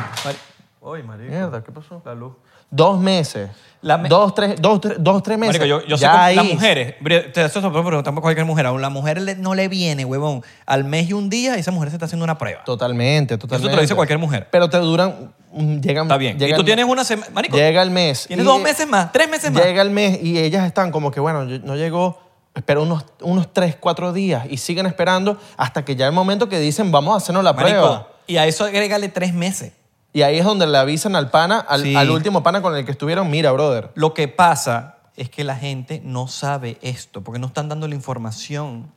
Speaker 1: Uy, marico.
Speaker 2: Mierda, ¿qué pasó?
Speaker 1: La luz.
Speaker 2: dos meses,
Speaker 1: La me-
Speaker 2: dos, tres, dos, tres, dos, tres meses.
Speaker 1: Marico, yo, yo sé
Speaker 2: ya
Speaker 1: que las
Speaker 2: ahí-
Speaker 1: mujeres, bre- te eso es otro, pero tampoco cualquier mujer, a la mujer le- no le viene, huevón, al mes y un día esa mujer se está haciendo una prueba.
Speaker 2: Totalmente, totalmente.
Speaker 1: Eso te lo dice cualquier mujer.
Speaker 2: Pero te duran, mm, llegan...
Speaker 1: Está bien.
Speaker 2: llegan-
Speaker 1: y tú tienes una semana, marico,
Speaker 2: Llega el mes.
Speaker 1: tienes
Speaker 2: y-
Speaker 1: dos meses más, tres meses más.
Speaker 2: Llega el mes y ellas están como que, bueno, yo- no llegó, espero unos, unos tres, cuatro días y siguen esperando hasta que ya el momento que dicen, vamos a hacernos la prueba.
Speaker 1: marico, y a eso agrégale tres meses.
Speaker 2: Y ahí es donde le avisan al pana, al,
Speaker 1: Sí.
Speaker 2: al último pana con el que estuvieron, mira, brother.
Speaker 1: Lo que pasa es que la gente no sabe esto, porque no están dando la información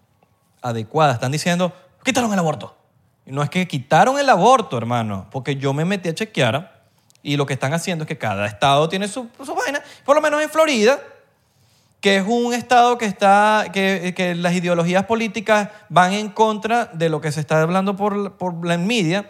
Speaker 1: adecuada. Están diciendo, quitaron el aborto. Y no es que quitaron el aborto, hermano, porque yo me metí a chequear y lo que están haciendo es que cada estado tiene su, su vaina. Por lo menos en Florida, que es un estado que está que, que las ideologías políticas van en contra de lo que se está hablando por, por la media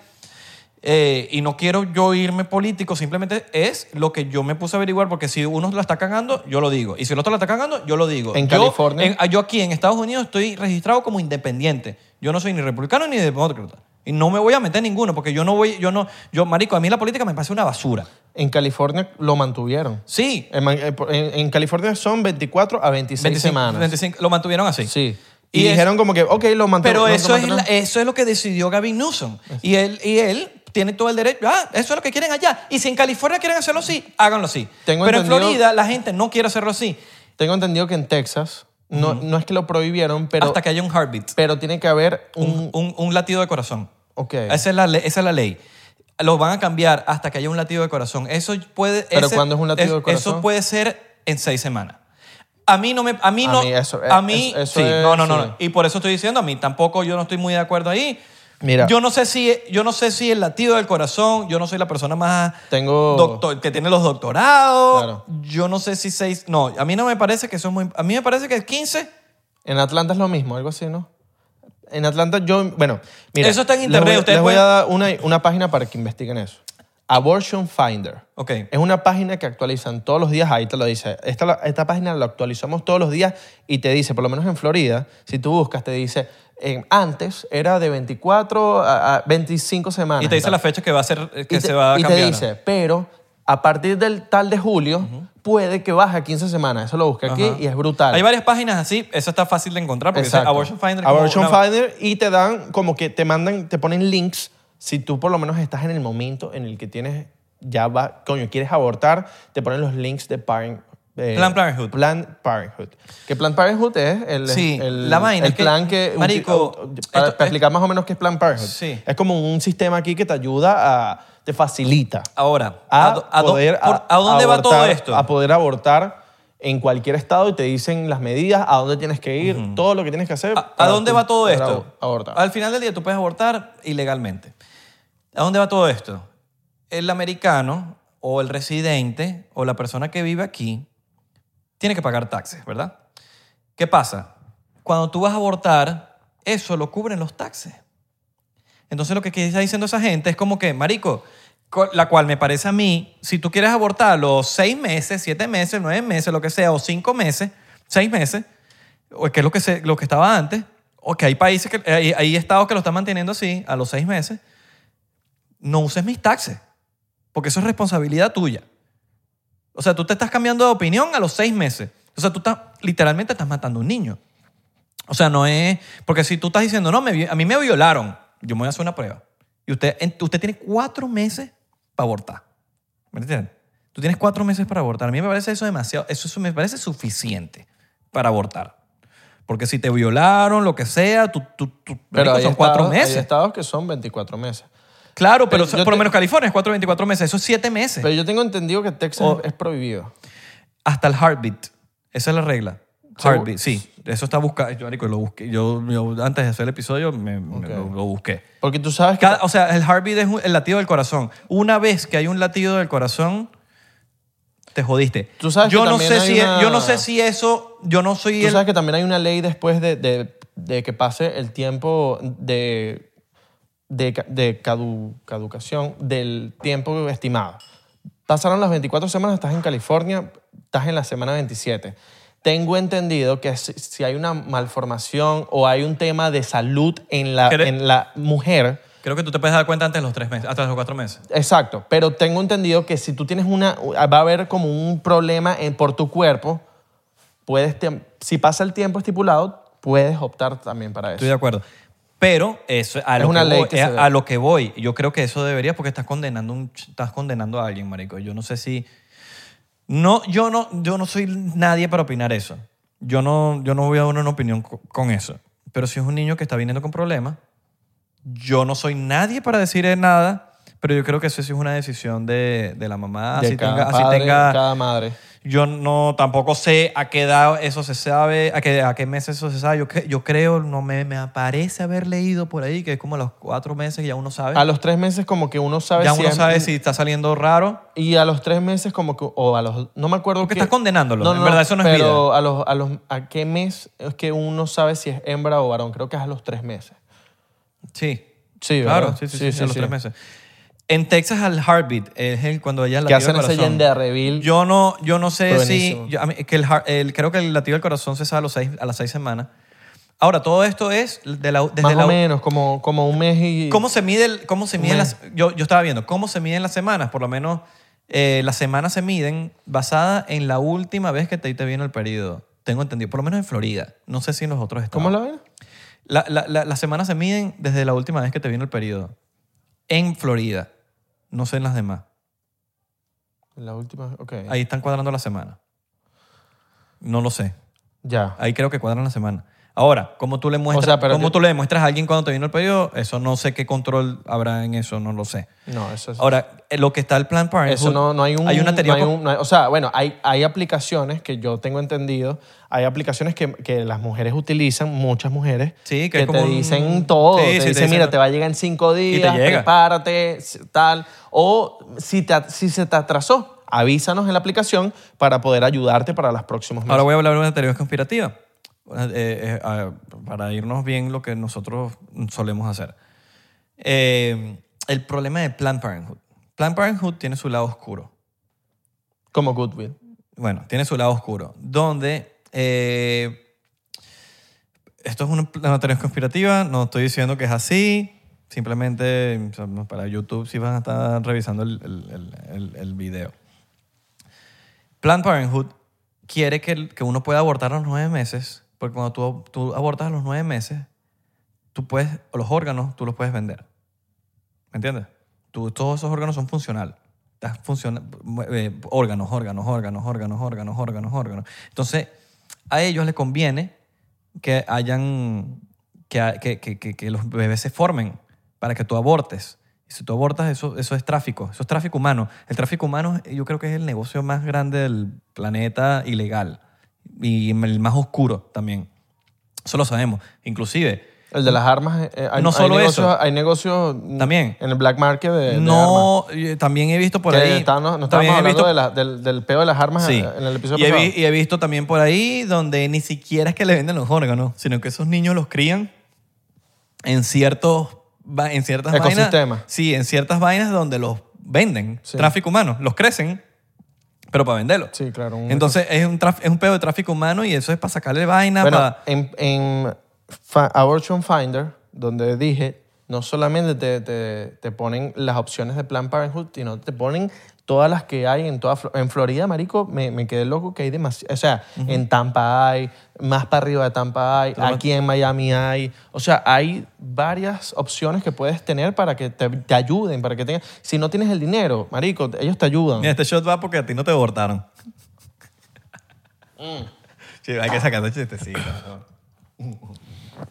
Speaker 1: eh, y no quiero yo irme político simplemente es lo que yo me puse a averiguar porque si uno la está cagando yo lo digo y si el otro la está cagando yo lo digo
Speaker 2: En
Speaker 1: Yo-
Speaker 2: California.
Speaker 1: en- ah, yo aquí en Estados Unidos estoy registrado como independiente yo no soy ni republicano ni demócrata y no me voy a meter en ninguno porque yo no voy yo no yo marico a mí la política me parece una basura
Speaker 2: En California lo mantuvieron.
Speaker 1: sí
Speaker 2: En, Man- en- en California son 24 a 26 semanas.
Speaker 1: 25, lo mantuvieron así
Speaker 2: Sí. Y,
Speaker 1: Y es-
Speaker 2: dijeron como que, ok, lo mantuvieron.
Speaker 1: Pero eso es, la- eso es lo que decidió Gavin Newsom. Y él, y él tiene todo el derecho. Ah, eso es lo que quieren allá. Y si en California quieren hacerlo así, háganlo así.
Speaker 2: Tengo
Speaker 1: Pero en
Speaker 2: entendido-
Speaker 1: Florida la gente no quiere hacerlo así
Speaker 2: Tengo entendido que en Texas, no, no es que lo prohibieron, pero,
Speaker 1: hasta que haya un heartbeat,
Speaker 2: pero tiene que haber un...
Speaker 1: un, un- un latido de corazón.
Speaker 2: ok.
Speaker 1: Esa, es la, le- esa es la ley. Lo van a cambiar hasta que haya un latido de corazón. Eso puede.
Speaker 2: Pero
Speaker 1: ese-
Speaker 2: ¿cuándo es un latido de
Speaker 1: Eso
Speaker 2: corazón?
Speaker 1: puede ser en seis semanas. A mí no me. A mí
Speaker 2: A
Speaker 1: no.
Speaker 2: mí eso-
Speaker 1: a mí.
Speaker 2: es- eso
Speaker 1: sí,
Speaker 2: es-
Speaker 1: no, no, no,
Speaker 2: sí.
Speaker 1: no. Y por eso estoy diciendo, a mí tampoco yo no estoy muy de acuerdo ahí.
Speaker 2: Mira.
Speaker 1: Yo no sé si, yo no sé si el latido del corazón, yo no soy la persona más
Speaker 2: Tengo-
Speaker 1: doctor, que tiene los doctorados.
Speaker 2: Claro.
Speaker 1: Yo no sé si seis. No, a mí no me parece que son muy. A mí me parece que 15.
Speaker 2: En Atlanta es lo mismo, algo así, ¿no? En Atlanta yo, bueno, mira.
Speaker 1: Eso está en
Speaker 2: les
Speaker 1: internet,
Speaker 2: voy a-
Speaker 1: ustedes
Speaker 2: les voy a
Speaker 1: pueden-
Speaker 2: dar una, una página para que investiguen eso. Abortion Finder.
Speaker 1: Ok.
Speaker 2: Es una página que actualizan todos los días, ahí te lo dice. Esta, la- esta página la actualizamos todos los días y te dice, por lo menos en Florida, si tú buscas, te dice, en- antes era de 24 a, a 25 semanas.
Speaker 1: Y te dice
Speaker 2: tal.
Speaker 1: la fecha que va a ser que
Speaker 2: Y te-
Speaker 1: se va a
Speaker 2: y
Speaker 1: cambiar.
Speaker 2: te dice, pero a partir del tal de julio puede que baje a 15 semanas. Eso lo busqué aquí
Speaker 1: Ajá.
Speaker 2: y es brutal.
Speaker 1: Hay varias páginas así, eso está fácil de encontrar porque dice
Speaker 2: Exacto.
Speaker 1: Abortion Finder. como
Speaker 2: Abortion
Speaker 1: una-
Speaker 2: Finder y te dan como que te mandan, te ponen links si tú por lo menos estás en el momento en el que tienes ya va, coño, quieres abortar, te ponen los links de parent eh,
Speaker 1: Planned Parenthood.
Speaker 2: Planned Parenthood. Que Planned Parenthood es el,
Speaker 1: Sí,
Speaker 2: el-
Speaker 1: la vaina
Speaker 2: el
Speaker 1: es que,
Speaker 2: plan que...
Speaker 1: marico,
Speaker 2: para,
Speaker 1: esto-
Speaker 2: para explicar más o menos qué es Planned Parenthood.
Speaker 1: Sí.
Speaker 2: Es como un sistema aquí que te ayuda a... te facilita
Speaker 1: Ahora,
Speaker 2: a,
Speaker 1: do- a do-
Speaker 2: poder
Speaker 1: por- ¿a dónde va todo
Speaker 2: abortar-
Speaker 1: esto?
Speaker 2: A poder abortar en cualquier estado y te dicen las medidas, a dónde tienes que ir, todo lo que tienes que hacer.
Speaker 1: ¿A, a
Speaker 2: para
Speaker 1: dónde
Speaker 2: tú
Speaker 1: va todo
Speaker 2: poder
Speaker 1: esto?
Speaker 2: abo- Abortar.
Speaker 1: Al final del día tú puedes abortar ilegalmente. ¿A dónde va todo esto? El americano o el residente o la persona que vive aquí tiene que pagar taxes, ¿verdad? ¿Qué pasa? Cuando tú vas a abortar, eso lo cubren los taxes. Entonces lo que aquí está diciendo esa gente es como que, marico, co- la cual me parece a mí, si tú quieres abortar los seis meses, siete meses, nueve meses, lo que sea, o cinco meses, seis meses, o que es lo que, se, lo que estaba antes, o que hay países, que, eh, hay, hay estados que lo están manteniendo así a los seis meses, no uses mis taxes, porque eso es responsabilidad tuya. O sea, tú te estás cambiando de opinión a los seis meses. O sea, tú estás, literalmente estás matando a un niño. O sea, no es. Porque si tú estás diciendo, no, me vi- a mí me violaron, yo me voy a hacer una prueba. Y usted, en- usted tiene cuatro meses para abortar. ¿Me entiendes? Tú tienes cuatro meses para abortar. A mí me parece eso demasiado. Eso, eso me parece suficiente para abortar. Porque si te violaron, lo que sea, tú. tú, tú- marico,
Speaker 2: hay
Speaker 1: son
Speaker 2: estados-
Speaker 1: cuatro
Speaker 2: hay
Speaker 1: meses.
Speaker 2: estados que son 24 meses.
Speaker 1: Claro, pero,
Speaker 2: Pero
Speaker 1: son-
Speaker 2: yo
Speaker 1: por lo
Speaker 2: te-
Speaker 1: menos California es 4 24 meses. Eso es 7 meses.
Speaker 2: Pero yo tengo entendido que Texas
Speaker 1: O-
Speaker 2: es prohibido.
Speaker 1: Hasta el heartbeat. Esa es la regla.
Speaker 2: ¿Seguro?
Speaker 1: Heartbeat, sí. Eso está buscado. Yo, marico, lo busqué. Yo, yo antes de hacer el episodio me, me-
Speaker 2: Ok.
Speaker 1: lo, lo busqué.
Speaker 2: Porque tú sabes que...
Speaker 1: Cada- o sea, el heartbeat es un- el latido del corazón. Una vez que hay un latido del corazón, te jodiste.
Speaker 2: Tú sabes
Speaker 1: yo
Speaker 2: que
Speaker 1: no
Speaker 2: también
Speaker 1: sé
Speaker 2: hay
Speaker 1: si
Speaker 2: una-
Speaker 1: Yo no sé si eso... Yo no soy
Speaker 2: Tú
Speaker 1: el...
Speaker 2: sabes que también hay una ley después de, de- de que pase el tiempo de, de, ca- de cadu- caducación del tiempo estimado. Pasaron las 24 semanas, estás en California, estás en la semana 27. Tengo entendido que si, si hay una malformación o hay un tema de salud en la,
Speaker 1: ¿Quieres?
Speaker 2: en la mujer,
Speaker 1: Creo que tú te puedes dar cuenta antes de los tres meses, hasta los cuatro meses.
Speaker 2: Exacto, pero tengo entendido que si tú tienes una, va a haber como un problema en- por tu cuerpo, puedes, tem- si pasa el tiempo estipulado, puedes optar también para
Speaker 1: Estoy de
Speaker 2: eso.
Speaker 1: acuerdo. Pero eso a
Speaker 2: Es
Speaker 1: lo
Speaker 2: una
Speaker 1: que
Speaker 2: ley
Speaker 1: voy,
Speaker 2: que
Speaker 1: eh,
Speaker 2: se ve.
Speaker 1: a lo que voy, yo creo que eso deberías porque estás condenando un ch- estás condenando a alguien, marico. Yo no sé si no yo no yo no soy nadie para opinar eso. Yo no yo no voy a dar una opinión co- con eso. Pero si es un niño que está viniendo con problemas, yo no soy nadie para decir nada, pero yo creo que eso sí es una decisión de, de la mamá,
Speaker 2: De
Speaker 1: así
Speaker 2: cada
Speaker 1: tenga, así
Speaker 2: padre,
Speaker 1: tenga-
Speaker 2: cada madre.
Speaker 1: yo no tampoco sé a qué edad eso se sabe, a qué, a qué meses eso se sabe. Yo, cre- yo creo, no me, me parece haber leído por ahí que es como a los cuatro meses que ya uno sabe.
Speaker 2: A los tres meses como que uno sabe
Speaker 1: ya
Speaker 2: si
Speaker 1: uno
Speaker 2: es-
Speaker 1: sabe si está saliendo raro.
Speaker 2: Y a los tres meses como que, o a los, no me acuerdo
Speaker 1: Porque
Speaker 2: qué-
Speaker 1: estás condenándolo. en verdad, eso no es vida.
Speaker 2: pero a los, a los, a qué mes es que uno sabe si es hembra o varón, creo que es a los tres meses.
Speaker 1: Sí.
Speaker 2: Sí,
Speaker 1: claro,
Speaker 2: ¿verdad?
Speaker 1: sí, sí,
Speaker 2: Sí,
Speaker 1: sí,
Speaker 2: sí,
Speaker 1: a los
Speaker 2: sí.
Speaker 1: tres meses. En Texas, al heartbeat, es el, cuando ella
Speaker 2: Que hacen ese
Speaker 1: corazón.
Speaker 2: yenderreville.
Speaker 1: Yo no, yo no sé
Speaker 2: Buenísimo.
Speaker 1: si. yo- a mí- que el, har- el- creo que el latido del corazón se sabe a, los seis- a las seis semanas. Ahora, todo esto es de la, desde
Speaker 2: Más
Speaker 1: la,
Speaker 2: o menos, como, como un mes y...
Speaker 1: ¿Cómo se mide el- cómo se miden
Speaker 2: Me-
Speaker 1: las, yo, yo estaba viendo, ¿cómo se miden las semanas? Por lo menos eh, las semanas se miden basada en la última vez que te, te vino el periodo. Tengo entendido, por lo menos en Florida. No sé si en los otros estados.
Speaker 2: ¿Cómo lo ven?
Speaker 1: La- la- la- las semanas se miden desde la última vez que te vino el periodo. En Florida. No sé en las demás.
Speaker 2: La última, ok.
Speaker 1: Ahí están cuadrando la semana. No lo sé.
Speaker 2: Ya.
Speaker 1: Ahí creo que cuadran la semana. Ahora, ¿cómo tú le muestras,
Speaker 2: sea, pero
Speaker 1: cómo
Speaker 2: te-
Speaker 1: tú le demuestras a alguien cuando te vino el periodo? Eso no sé qué control habrá en eso, no lo sé.
Speaker 2: No, eso es.
Speaker 1: Ahora, eh, lo que está el Plan Parenthood.
Speaker 2: eso no, no hay un.
Speaker 1: Hay una teoría.
Speaker 2: no
Speaker 1: con-
Speaker 2: un- no hay- o sea, bueno, hay, hay aplicaciones que yo tengo entendido. Hay aplicaciones que, que las mujeres utilizan, muchas mujeres.
Speaker 1: Sí, que
Speaker 2: que,
Speaker 1: es como
Speaker 2: te
Speaker 1: un-
Speaker 2: dicen todo.
Speaker 1: Sí,
Speaker 2: te,
Speaker 1: sí,
Speaker 2: dicen,
Speaker 1: te dicen-
Speaker 2: mira, te va a llegar en cinco días,
Speaker 1: llega.
Speaker 2: prepárate, si- tal. O si, te, at- si se te atrasó, avísanos en la aplicación para poder ayudarte para los próximos meses.
Speaker 1: Ahora voy a hablar de una teoría conspirativa. Eh, eh, ah, para irnos bien lo que nosotros solemos hacer. Eh, el problema de Planned Parenthood. Planned Parenthood tiene su lado oscuro.
Speaker 2: Como Goodwill.
Speaker 1: Bueno, tiene su lado oscuro. Donde. eh, esto es una, una teoría conspirativa, no estoy diciendo que es así. Simplemente o sea, para YouTube si van a estar revisando el, el- el- el- el video. Planned Parenthood quiere que, el- que uno pueda abortar a los nueve meses, porque cuando tú, tú abortas a los nueve meses, tú puedes, los órganos tú los puedes vender. ¿Me entiendes? Tú- todos esos órganos son funcionales. Estás funciona- eh, órganos, órganos, órganos, órganos, órganos, órganos, órganos. Entonces, a ellos les conviene que hayan, que, que- que- que- que los bebés se formen para que tú abortes. Y si tú abortas, eso, eso es tráfico, eso es tráfico humano. El tráfico humano eh, yo creo que es el negocio más grande del planeta ilegal y el más oscuro también. Eso lo sabemos. Inclusive,
Speaker 2: El de las armas. eh, hay,
Speaker 1: No
Speaker 2: hay
Speaker 1: solo
Speaker 2: negocios,
Speaker 1: eso.
Speaker 2: Hay negocios.
Speaker 1: También.
Speaker 2: En el black market de. de armas.
Speaker 1: no, eh, también he visto por
Speaker 2: Que
Speaker 1: ahí...
Speaker 2: está- no, no
Speaker 1: también
Speaker 2: estábamos
Speaker 1: he
Speaker 2: hablando
Speaker 1: visto-
Speaker 2: de la- del, del peo de las armas
Speaker 1: Sí.
Speaker 2: en el episodio
Speaker 1: y he,
Speaker 2: pasado.
Speaker 1: vi- y he visto también por ahí donde ni siquiera es que le venden los órganos, sino que esos niños los crían en ciertos va- en ciertas
Speaker 2: Ecosistema.
Speaker 1: vainas. Sí, en ciertas vainas donde los venden,
Speaker 2: Sí.
Speaker 1: tráfico humano, los crecen, pero para venderlos.
Speaker 2: Sí, claro. un-
Speaker 1: Entonces es un, traf- es un pedo de tráfico humano y eso es para sacarle vaina,
Speaker 2: bueno,
Speaker 1: para-
Speaker 2: en, en Fa- Abortion Finder, donde dije, no solamente te, te- te ponen las opciones de Planned Parenthood, sino te ponen todas las que hay en toda Flo- en Florida, marico, me, me quedé loco que hay demasiado, o sea, en Tampa hay, más para arriba de Tampa hay,
Speaker 1: Totalmente.
Speaker 2: aquí en Miami hay, o sea, hay varias opciones que puedes tener para que te, te ayuden, para que tengas, si no tienes el dinero, marico, ellos te ayudan.
Speaker 1: Mira, este shot va porque a ti no te abortaron.
Speaker 2: Mm.
Speaker 1: Sí, hay que sacar el chistecito.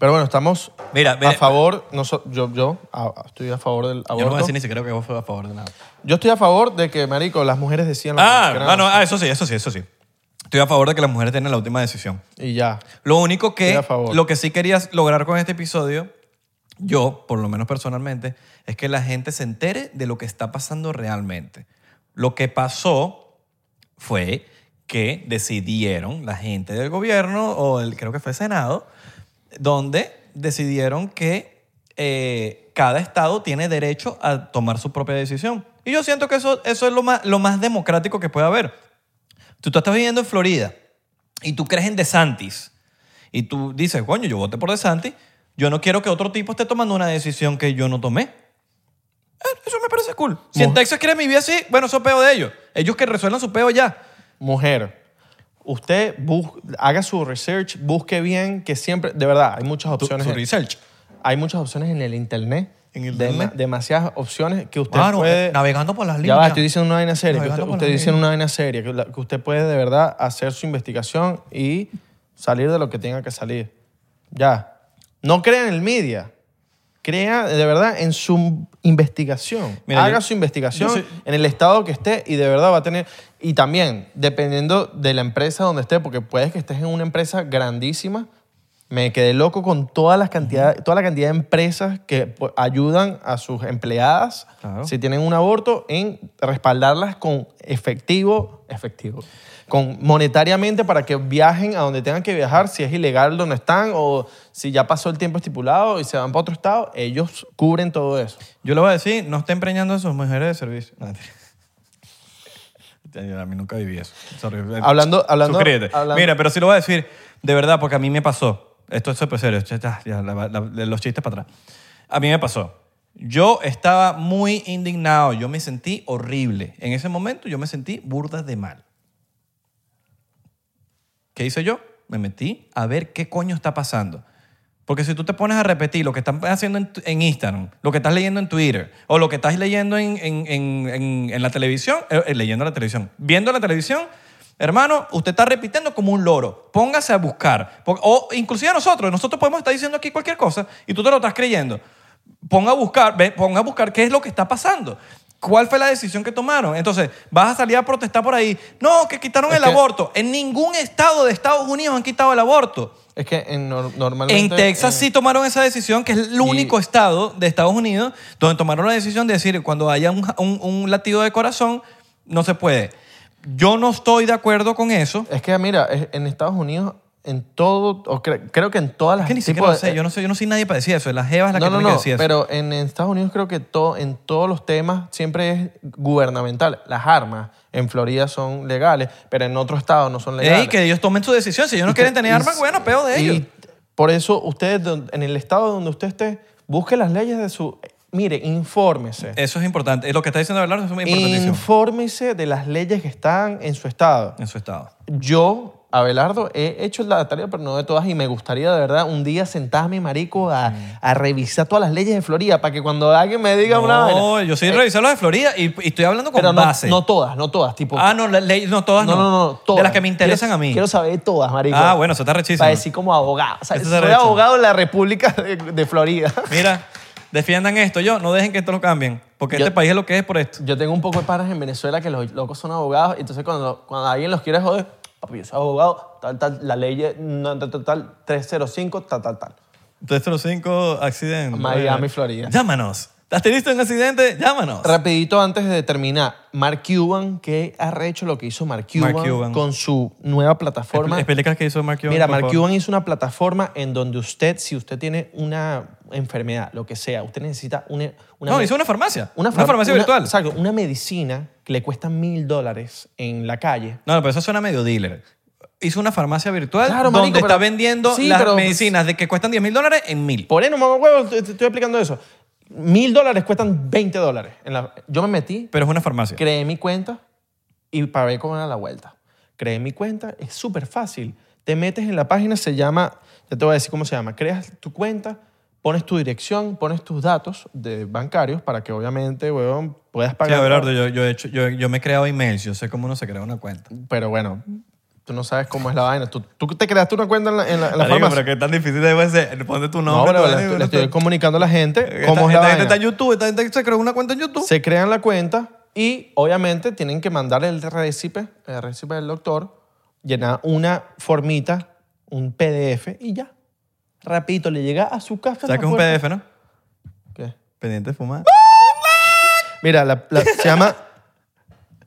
Speaker 2: Pero bueno, estamos
Speaker 1: Mira, mira,
Speaker 2: a favor, no so- yo, yo a- a- estoy a favor del
Speaker 1: yo no voy a
Speaker 2: aborto. Yo,
Speaker 1: decir ni siquiera que vos fue a favor de nada.
Speaker 2: estoy a favor de que, marico, las mujeres decían lo
Speaker 1: Ah, ah,
Speaker 2: que quieran
Speaker 1: no, ah, eso sí, eso sí, eso sí. Estoy a favor de que las mujeres tengan la última decisión.
Speaker 2: y ya.
Speaker 1: Lo único
Speaker 2: Estoy
Speaker 1: que,
Speaker 2: a favor.
Speaker 1: lo que sí querías lograr con este episodio, yo, por lo menos personalmente, es que la gente se entere de lo que está pasando realmente. Lo que pasó fue que decidieron la gente del gobierno, o el, creo que fue el Senado, donde decidieron que eh, cada estado tiene derecho a tomar su propia decisión. Y yo siento que eso, eso es lo más, lo más democrático que puede haber. Tú te estás viviendo en Florida y tú crees en DeSantis y tú dices, coño, yo voté por DeSantis, yo no quiero que otro tipo esté tomando una decisión que yo no tomé. Eh, Eso me parece cool. Si en
Speaker 2: Mo-
Speaker 1: Texas quieren vivir así, bueno, eso es peo de ellos. Ellos que resuelvan su peo ya.
Speaker 2: Mujer, usted bus- haga su research, busque bien, que siempre, de verdad, hay muchas
Speaker 1: Su,
Speaker 2: opciones.
Speaker 1: su research.
Speaker 2: hay muchas opciones en el internet.
Speaker 1: En el
Speaker 2: Dema-
Speaker 1: internet.
Speaker 2: demasiadas opciones que usted
Speaker 1: Claro, eh,
Speaker 2: puede...
Speaker 1: navegando por las
Speaker 2: Ya
Speaker 1: líneas.
Speaker 2: va, estoy diciendo una vaina seria. Que
Speaker 1: Navegando
Speaker 2: usted
Speaker 1: por
Speaker 2: usted
Speaker 1: las
Speaker 2: diciendo una vaina seria. Que, la- que usted puede de verdad hacer su investigación y salir de lo que tenga que salir. Ya. No crea en el media. Crea de verdad en su investigación.
Speaker 1: Mira,
Speaker 2: Haga
Speaker 1: yo-
Speaker 2: su investigación
Speaker 1: yo soy-
Speaker 2: en el estado que esté y de verdad va a tener. Y también, dependiendo de la empresa donde esté, porque puedes que estés en una empresa grandísima. Me quedé loco con todas las cantidades, toda la cantidad de empresas que pues, ayudan a sus empleadas
Speaker 1: Claro.
Speaker 2: si tienen un aborto, en respaldarlas con efectivo, efectivo, con monetariamente para que viajen a donde tengan que viajar, si es ilegal donde están o si ya pasó el tiempo estipulado y se van para otro estado, ellos cubren todo eso.
Speaker 1: Yo le voy a decir, no esté empreñando a sus mujeres de servicio. No, mentira. a mí nunca viví eso. Sorry.
Speaker 2: Hablando- hablando-
Speaker 1: Suscríbete.
Speaker 2: hablando-
Speaker 1: Mira, pero sí lo voy a decir de verdad, porque a mí me pasó. Esto es súper serio. Ya, ya, ya, la- la- los chistes para atrás. A mí me pasó. Yo estaba muy indignado. Yo me sentí horrible. En ese momento yo me sentí burda de mal. ¿Qué hice yo? Me metí a ver qué coño está pasando. Porque si tú te pones a repetir lo que están haciendo en, tu- en Instagram, lo que estás leyendo en Twitter, o lo que estás leyendo en, en- en- en- en la televisión, eh, eh, leyendo la televisión, viendo la televisión, hermano, usted está repitiendo como un loro. Póngase a buscar. Po- O inclusive nosotros, nosotros podemos estar diciendo aquí cualquier cosa y tú te lo estás creyendo. Ponga a buscar, ve, ponga a buscar qué es lo que está pasando. ¿Cuál fue la decisión que tomaron? Entonces, vas a salir a protestar por ahí. No, que quitaron
Speaker 2: Es
Speaker 1: el
Speaker 2: que-
Speaker 1: aborto. En ningún estado de Estados Unidos han quitado el aborto.
Speaker 2: Es que en, nor-
Speaker 1: En
Speaker 2: normalmente...
Speaker 1: Texas
Speaker 2: en-
Speaker 1: sí tomaron esa decisión, que es el único estado de Estados Unidos donde tomaron la decisión de decir cuando haya un, un- un latido de corazón, no se puede. Yo no estoy de acuerdo con eso.
Speaker 2: Es que mira, es- en Estados Unidos, en todo, o cre- creo que en todas las...
Speaker 1: Que ni
Speaker 2: tipo
Speaker 1: siquiera lo
Speaker 2: de- eh,
Speaker 1: sé. Yo no, sé, yo no soy nadie para decir eso. La Jeva es la
Speaker 2: no,
Speaker 1: que
Speaker 2: no,
Speaker 1: tiene que
Speaker 2: no,
Speaker 1: decir eso.
Speaker 2: pero en, en Estados Unidos creo que todo, en todos los temas siempre es gubernamental. Las armas en Florida son legales, pero en otros estados no son legales.
Speaker 1: Ey, que ellos tomen su decisión. Si ellos no
Speaker 2: Y
Speaker 1: quieren
Speaker 2: que-
Speaker 1: tener
Speaker 2: y-
Speaker 1: armas, bueno, peo de
Speaker 2: y
Speaker 1: ellos.
Speaker 2: Por eso ustedes, don- en el estado donde usted esté, busque las leyes de su... Mire, infórmese.
Speaker 1: Eso es importante. Lo que está diciendo Abelardo es muy importantísimo
Speaker 2: Infórmese de las leyes que están en su estado.
Speaker 1: en su estado.
Speaker 2: Yo, Abelardo, he hecho la tarea, pero no de todas, y me gustaría de verdad un día sentarme, marico, a,
Speaker 1: Mm.
Speaker 2: a revisar todas las leyes de Florida para que cuando alguien me diga una vaina.
Speaker 1: No, yo sí revisé las de Florida y, y estoy hablando con
Speaker 2: Eh, Pero no,
Speaker 1: base.
Speaker 2: no todas, no todas, tipo.
Speaker 1: ah, no, las leyes- no, todas no.
Speaker 2: no, no, no, todas.
Speaker 1: De las que me interesan
Speaker 2: Quiero-
Speaker 1: a mí.
Speaker 2: Quiero saber todas, marico.
Speaker 1: Ah, bueno, eso está rechísimo.
Speaker 2: Para decir como abogado. O sea,
Speaker 1: Eso
Speaker 2: soy
Speaker 1: está recho.
Speaker 2: abogado de la República de, de Florida.
Speaker 1: Mira, defiendan esto yo, no dejen que esto lo cambien, porque
Speaker 2: Yo-
Speaker 1: este país es lo que es por esto.
Speaker 2: Yo tengo un poco de panas en Venezuela que los locos son abogados, entonces cuando, cuando alguien los quiere joder, papi, yo soy abogado, tal, tal, la ley es, no, tal, tal, tal, 305, tal, tal, tal.
Speaker 1: 305 accidentes.
Speaker 2: Miami, Florida.
Speaker 1: Llámanos. ¿Has tenido un accidente? Llámanos.
Speaker 2: Rapidito antes de terminar, Mark Cuban, ¿qué ha hecho lo que hizo Mark Cuban,
Speaker 1: Mark Cuban.
Speaker 2: con su nueva plataforma?
Speaker 1: Explicas qué hizo Mark Cuban.
Speaker 2: Mira,
Speaker 1: por
Speaker 2: Mark
Speaker 1: favor.
Speaker 2: Cuban hizo una plataforma en donde usted, si usted tiene una enfermedad, lo que sea, usted necesita una... una
Speaker 1: No,
Speaker 2: me-
Speaker 1: hizo una farmacia. Una,
Speaker 2: far-
Speaker 1: farmacia
Speaker 2: una-
Speaker 1: virtual.
Speaker 2: Exacto, una medicina que le cuesta mil dólares en la calle.
Speaker 1: No, no, pero eso suena medio dealer. Hizo una farmacia virtual
Speaker 2: Claro,
Speaker 1: donde
Speaker 2: marico,
Speaker 1: está
Speaker 2: pero-
Speaker 1: vendiendo
Speaker 2: Sí,
Speaker 1: las
Speaker 2: pero-
Speaker 1: medicinas de que cuestan 10 mil dólares en mil.
Speaker 2: Por ahí no mamá huevo, te, te estoy explicando eso. Mil dólares cuestan 20 dólares. en la- Yo me metí,
Speaker 1: Pero es una farmacia.
Speaker 2: creé mi cuenta y para ver cómo era la vuelta. Creé mi cuenta, es súper fácil. Te metes en la página, se llama, ya te voy a decir cómo se llama, creas tu cuenta, pones tu dirección, pones tus datos de bancarios para que obviamente, huevón, puedas
Speaker 1: Sí,
Speaker 2: pagar.
Speaker 1: Abelardo, yo, yo, he hecho- yo, yo me he creado emails, yo sé cómo uno se crea una cuenta.
Speaker 2: Pero bueno, tú no sabes cómo es la vaina. Tú, tú te creaste una cuenta en la, en la- en la
Speaker 1: Marico,
Speaker 2: farmacia.
Speaker 1: pero qué tan difícil debe ser. Ponte tu
Speaker 2: No,
Speaker 1: nombre.
Speaker 2: pero
Speaker 1: tu-
Speaker 2: le, estoy- le estoy comunicando a la gente
Speaker 1: Esta-
Speaker 2: cómo es la
Speaker 1: esta
Speaker 2: vaina.
Speaker 1: gente está en YouTube, esta gente se creó una cuenta en YouTube.
Speaker 2: Se crean la cuenta y obviamente tienen que mandar el récipe, el récipe del doctor, llenar una formita, un PDF y ya. Rapidito, le llega a su casa.
Speaker 1: ¿Sabes
Speaker 2: la
Speaker 1: qué es un
Speaker 2: puerta.
Speaker 1: PDF, no?
Speaker 2: ¿Qué?
Speaker 1: Pendiente de fumar.
Speaker 2: Mira, la- la- se llama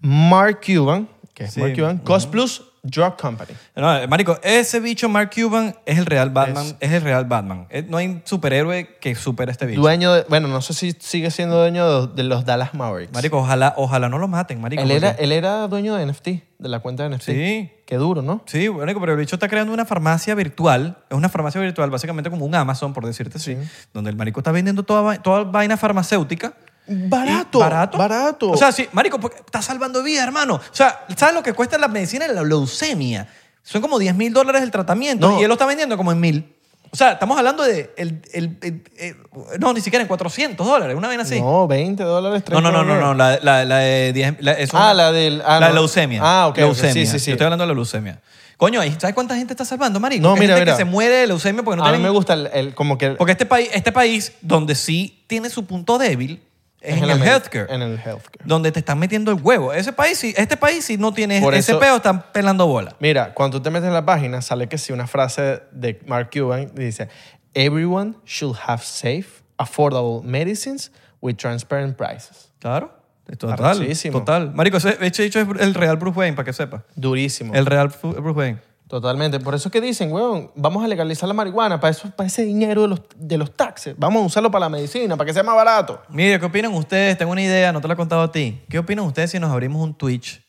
Speaker 2: Mark Cuban, que es
Speaker 1: Sí,
Speaker 2: Mark Cuban, Cost Plus Drug Company.
Speaker 1: No, eh, marico, ese bicho Mark Cuban es el real Batman. Es,
Speaker 2: Es-
Speaker 1: el real Batman. Eh, No hay superhéroe que supere a este bicho.
Speaker 2: Dueño de, bueno, no sé si sigue siendo dueño de, de los Dallas Mavericks.
Speaker 1: Marico, ojalá, ojalá no lo maten, marico.
Speaker 2: él, era,
Speaker 1: porque-
Speaker 2: él era dueño de NFT, de la cuenta de NFT.
Speaker 1: Sí.
Speaker 2: Qué duro, ¿no?
Speaker 1: Sí, marico, pero el bicho está creando una farmacia virtual. Es una farmacia virtual, básicamente como un Amazon, por decirte así. Donde el marico está vendiendo toda, va- toda vaina farmacéutica.
Speaker 2: Barato,
Speaker 1: Y- Barato.
Speaker 2: barato.
Speaker 1: O sea, sí, marico, porque está salvando vidas, hermano. O sea, ¿sabes lo que cuesta la medicina de la leucemia? Son como 10 mil dólares el tratamiento
Speaker 2: No.
Speaker 1: y él lo está vendiendo como en mil. O sea, estamos hablando de... El, el- el- el- no, ni siquiera en 400 dólares, una vaina así.
Speaker 2: No, 20 dólares,
Speaker 1: No, no,
Speaker 2: 30
Speaker 1: no, no, no,
Speaker 2: dólares.
Speaker 1: la, la, la de 10 la- es
Speaker 2: Ah,
Speaker 1: una-
Speaker 2: la del- ah,
Speaker 1: la
Speaker 2: no.
Speaker 1: leucemia.
Speaker 2: Ah, ok, ok,
Speaker 1: Leucemia.
Speaker 2: sí, sí, sí.
Speaker 1: Yo estoy hablando de la leucemia. Coño, ¿y ¿sabes cuánta gente está salvando, marico?
Speaker 2: No,
Speaker 1: Que
Speaker 2: mira,
Speaker 1: gente
Speaker 2: mira.
Speaker 1: que se muere de leucemia porque no
Speaker 2: A mí
Speaker 1: tienen-
Speaker 2: me gusta el, el- como que...
Speaker 1: Porque este país, este país donde sí tiene su punto débil es, en
Speaker 2: la
Speaker 1: el
Speaker 2: med-
Speaker 1: healthcare.
Speaker 2: En el healthcare.
Speaker 1: donde te están metiendo el huevo. Ese país, sí, este país si no tiene
Speaker 2: Por
Speaker 1: ese
Speaker 2: eso-
Speaker 1: peo, están pelando bola.
Speaker 2: Mira, cuando tú te metes en la página, sale que si una frase de Mark Cuban dice: Everyone should have safe, affordable medicines with transparent prices.
Speaker 1: Claro. Total.
Speaker 2: Arrechísimo.
Speaker 1: Total. Marico, ese, ese dicho es el real Bruce Wayne, para que sepa.
Speaker 2: Durísimo.
Speaker 1: El real Fu- Bruce Wayne.
Speaker 2: Totalmente. Por eso que dicen, weón, vamos a legalizar la marihuana para, eso, para ese dinero de los, de los taxes. Vamos a usarlo para la medicina, para que sea más barato.
Speaker 1: Mire, ¿qué opinan ustedes? Tengo una idea, no te la he contado a ti. ¿Qué opinan ustedes si nos abrimos un Twitch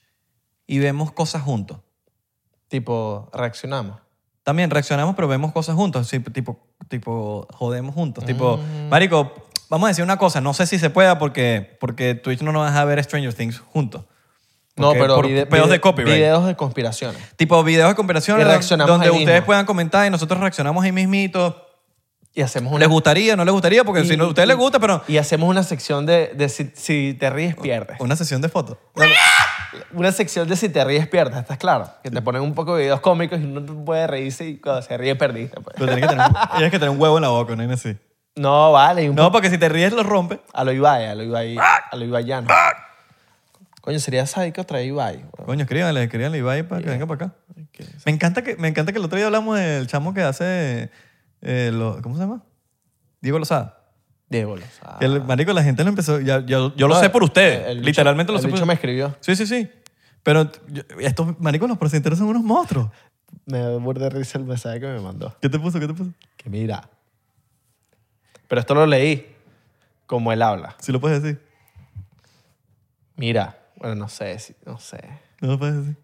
Speaker 1: y vemos cosas juntos?
Speaker 2: Tipo, reaccionamos.
Speaker 1: También reaccionamos, pero vemos cosas juntos. sí, tipo, tipo, jodemos juntos. Tipo,
Speaker 2: Mm.
Speaker 1: Marico, vamos a decir una cosa. No sé si se pueda porque, porque Twitch no nos deja ver Stranger Things juntos.
Speaker 2: No,
Speaker 1: Porque
Speaker 2: pero.
Speaker 1: por
Speaker 2: vide-
Speaker 1: pedos
Speaker 2: vide-
Speaker 1: de copyright.
Speaker 2: Videos de conspiraciones.
Speaker 1: Tipo videos de conspiración
Speaker 2: Y
Speaker 1: donde
Speaker 2: reaccionamos ahí
Speaker 1: ustedes
Speaker 2: mismo.
Speaker 1: puedan comentar y nosotros reaccionamos ahí mismito.
Speaker 2: Y hacemos una.
Speaker 1: ¿Les gustaría? ¿No les gustaría? Porque
Speaker 2: y-
Speaker 1: si no, a ustedes
Speaker 2: y-
Speaker 1: les gusta, pero
Speaker 2: Y hacemos una sección de, de si, si te ríes, pierdes.
Speaker 1: una sesión de fotos.
Speaker 2: Una sección de si te ríes, pierdes, ¿estás claro? Que te ponen un poco de videos cómicos y uno puede reírse y cuando se ríe, perdiste. pues.
Speaker 1: Pero tienes que, tener, tienes que tener un huevo en la boca, no es así.
Speaker 2: No, vale. y un
Speaker 1: No, porque si te ríes lo rompe.
Speaker 2: po- A lo Ibai, a lo Ibai, a lo Ibaiano. Coño, sería sádico traer Ibai. bro.
Speaker 1: Coño, escríbanle, escríbanle a Ibai para que venga para acá. Me encanta, que, me encanta que el otro día hablamos del chamo que hace... eh, lo- ¿Cómo se llama? Diego Lozada.
Speaker 2: Débolo. o sea,
Speaker 1: Que El marico, la gente lo empezó... ya- ya- yo lo
Speaker 2: ah. no,
Speaker 1: sé por ustedes.
Speaker 2: el bicho-
Speaker 1: Literalmente lo sé
Speaker 2: El
Speaker 1: por
Speaker 2: bicho me escribió.
Speaker 1: Sí, sí, sí. Pero yo- estos maricos, los presenteros son unos monstruos.
Speaker 2: Me dio burda de risa el mensaje que me mandó.
Speaker 1: ¿Qué te puso? ¿Qué te puso?
Speaker 2: Que mira. Pero esto lo leí como él habla.
Speaker 1: Si lo puedes decir.
Speaker 2: Mira. Bueno, no sé, si- no sé.
Speaker 1: No lo puedes decir.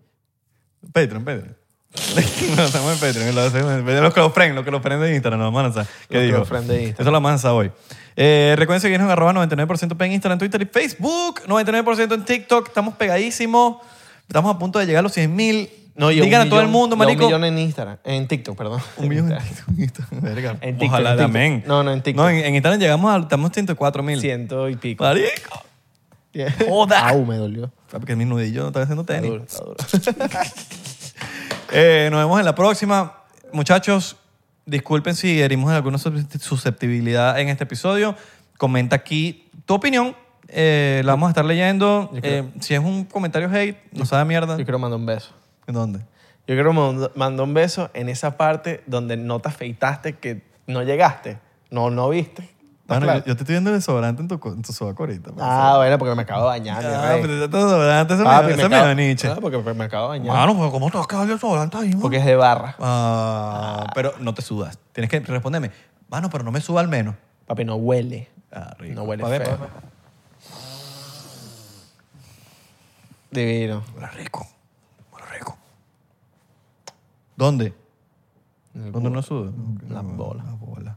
Speaker 1: Patreon, Patreon. no, estamos en Patreon. Lo hacemos en Patreon. Los que lo prenden, los que lo prenden de Instagram, lo vamos a lanzar. ¿Qué
Speaker 2: Los que
Speaker 1: digo?
Speaker 2: lo prenden de Instagram.
Speaker 1: Eso lo vamos a lanzar hoy. Eh, recuerden seguirnos en arroba 99% P en Instagram, Twitter y Facebook. 99% en TikTok. Estamos pegadísimos. Estamos a punto de llegar a los 100 mil.
Speaker 2: No, y un
Speaker 1: Digan a todo el
Speaker 2: millón-
Speaker 1: mundo,
Speaker 2: y a
Speaker 1: marico.
Speaker 2: Un millón en Instagram. En TikTok, perdón.
Speaker 1: Un millón en Instagram. Verga.
Speaker 2: En TikTok,
Speaker 1: Ojalá,
Speaker 2: en TikTok.
Speaker 1: amén.
Speaker 2: No, no, en TikTok.
Speaker 1: No, en, en Instagram llegamos a... Estamos 104 mil.
Speaker 2: Ciento y pico.
Speaker 1: Marico. Ah,
Speaker 2: Joda. Au, me dolió.
Speaker 1: Porque mi nudillo no está haciendo
Speaker 2: Está
Speaker 1: tenis.
Speaker 2: duro, está duro.
Speaker 1: Eh, nos vemos en la próxima. Muchachos, disculpen si herimos en alguna sus- susceptibilidad en este episodio. Comenta aquí tu opinión. Eh, la vamos a estar leyendo.
Speaker 2: Yo creo-
Speaker 1: Eh, si es un comentario hate, no sabe mierda.
Speaker 2: Yo quiero mandar un beso.
Speaker 1: ¿En dónde?
Speaker 2: Yo quiero mand- mandar un beso en esa parte donde no te afeitaste, que no llegaste, no, no viste. ¿Estás
Speaker 1: Mano,
Speaker 2: claro?
Speaker 1: yo, yo te estoy viendo el desodorante en tu, co- en tu sobaco ahorita. por
Speaker 2: ah, bueno, porque me acabo de bañar. mi
Speaker 1: favor. Ah,
Speaker 2: rey.
Speaker 1: pero este desodorante, ese
Speaker 2: Papi,
Speaker 1: me, ese me
Speaker 2: acabo-
Speaker 1: da Nietzsche.
Speaker 2: Ah, porque me acabo de bañar.
Speaker 1: Mano, pero ¿cómo te vas a quedar el desodorante ahí, mano?
Speaker 2: Porque es de barra.
Speaker 1: Ah, pero no te sudas. Tienes que responderme. Mano, pero no me suba al menos.
Speaker 2: Papi, no huele.
Speaker 1: Ah, rico.
Speaker 2: No huele
Speaker 1: Pa' ver,
Speaker 2: feo.
Speaker 1: pa' ver, pa' ver.
Speaker 2: Divino.
Speaker 1: Huele rico. Huele rico. ¿Dónde? ¿Dónde no suda?
Speaker 2: Las bolas.
Speaker 1: Las bolas.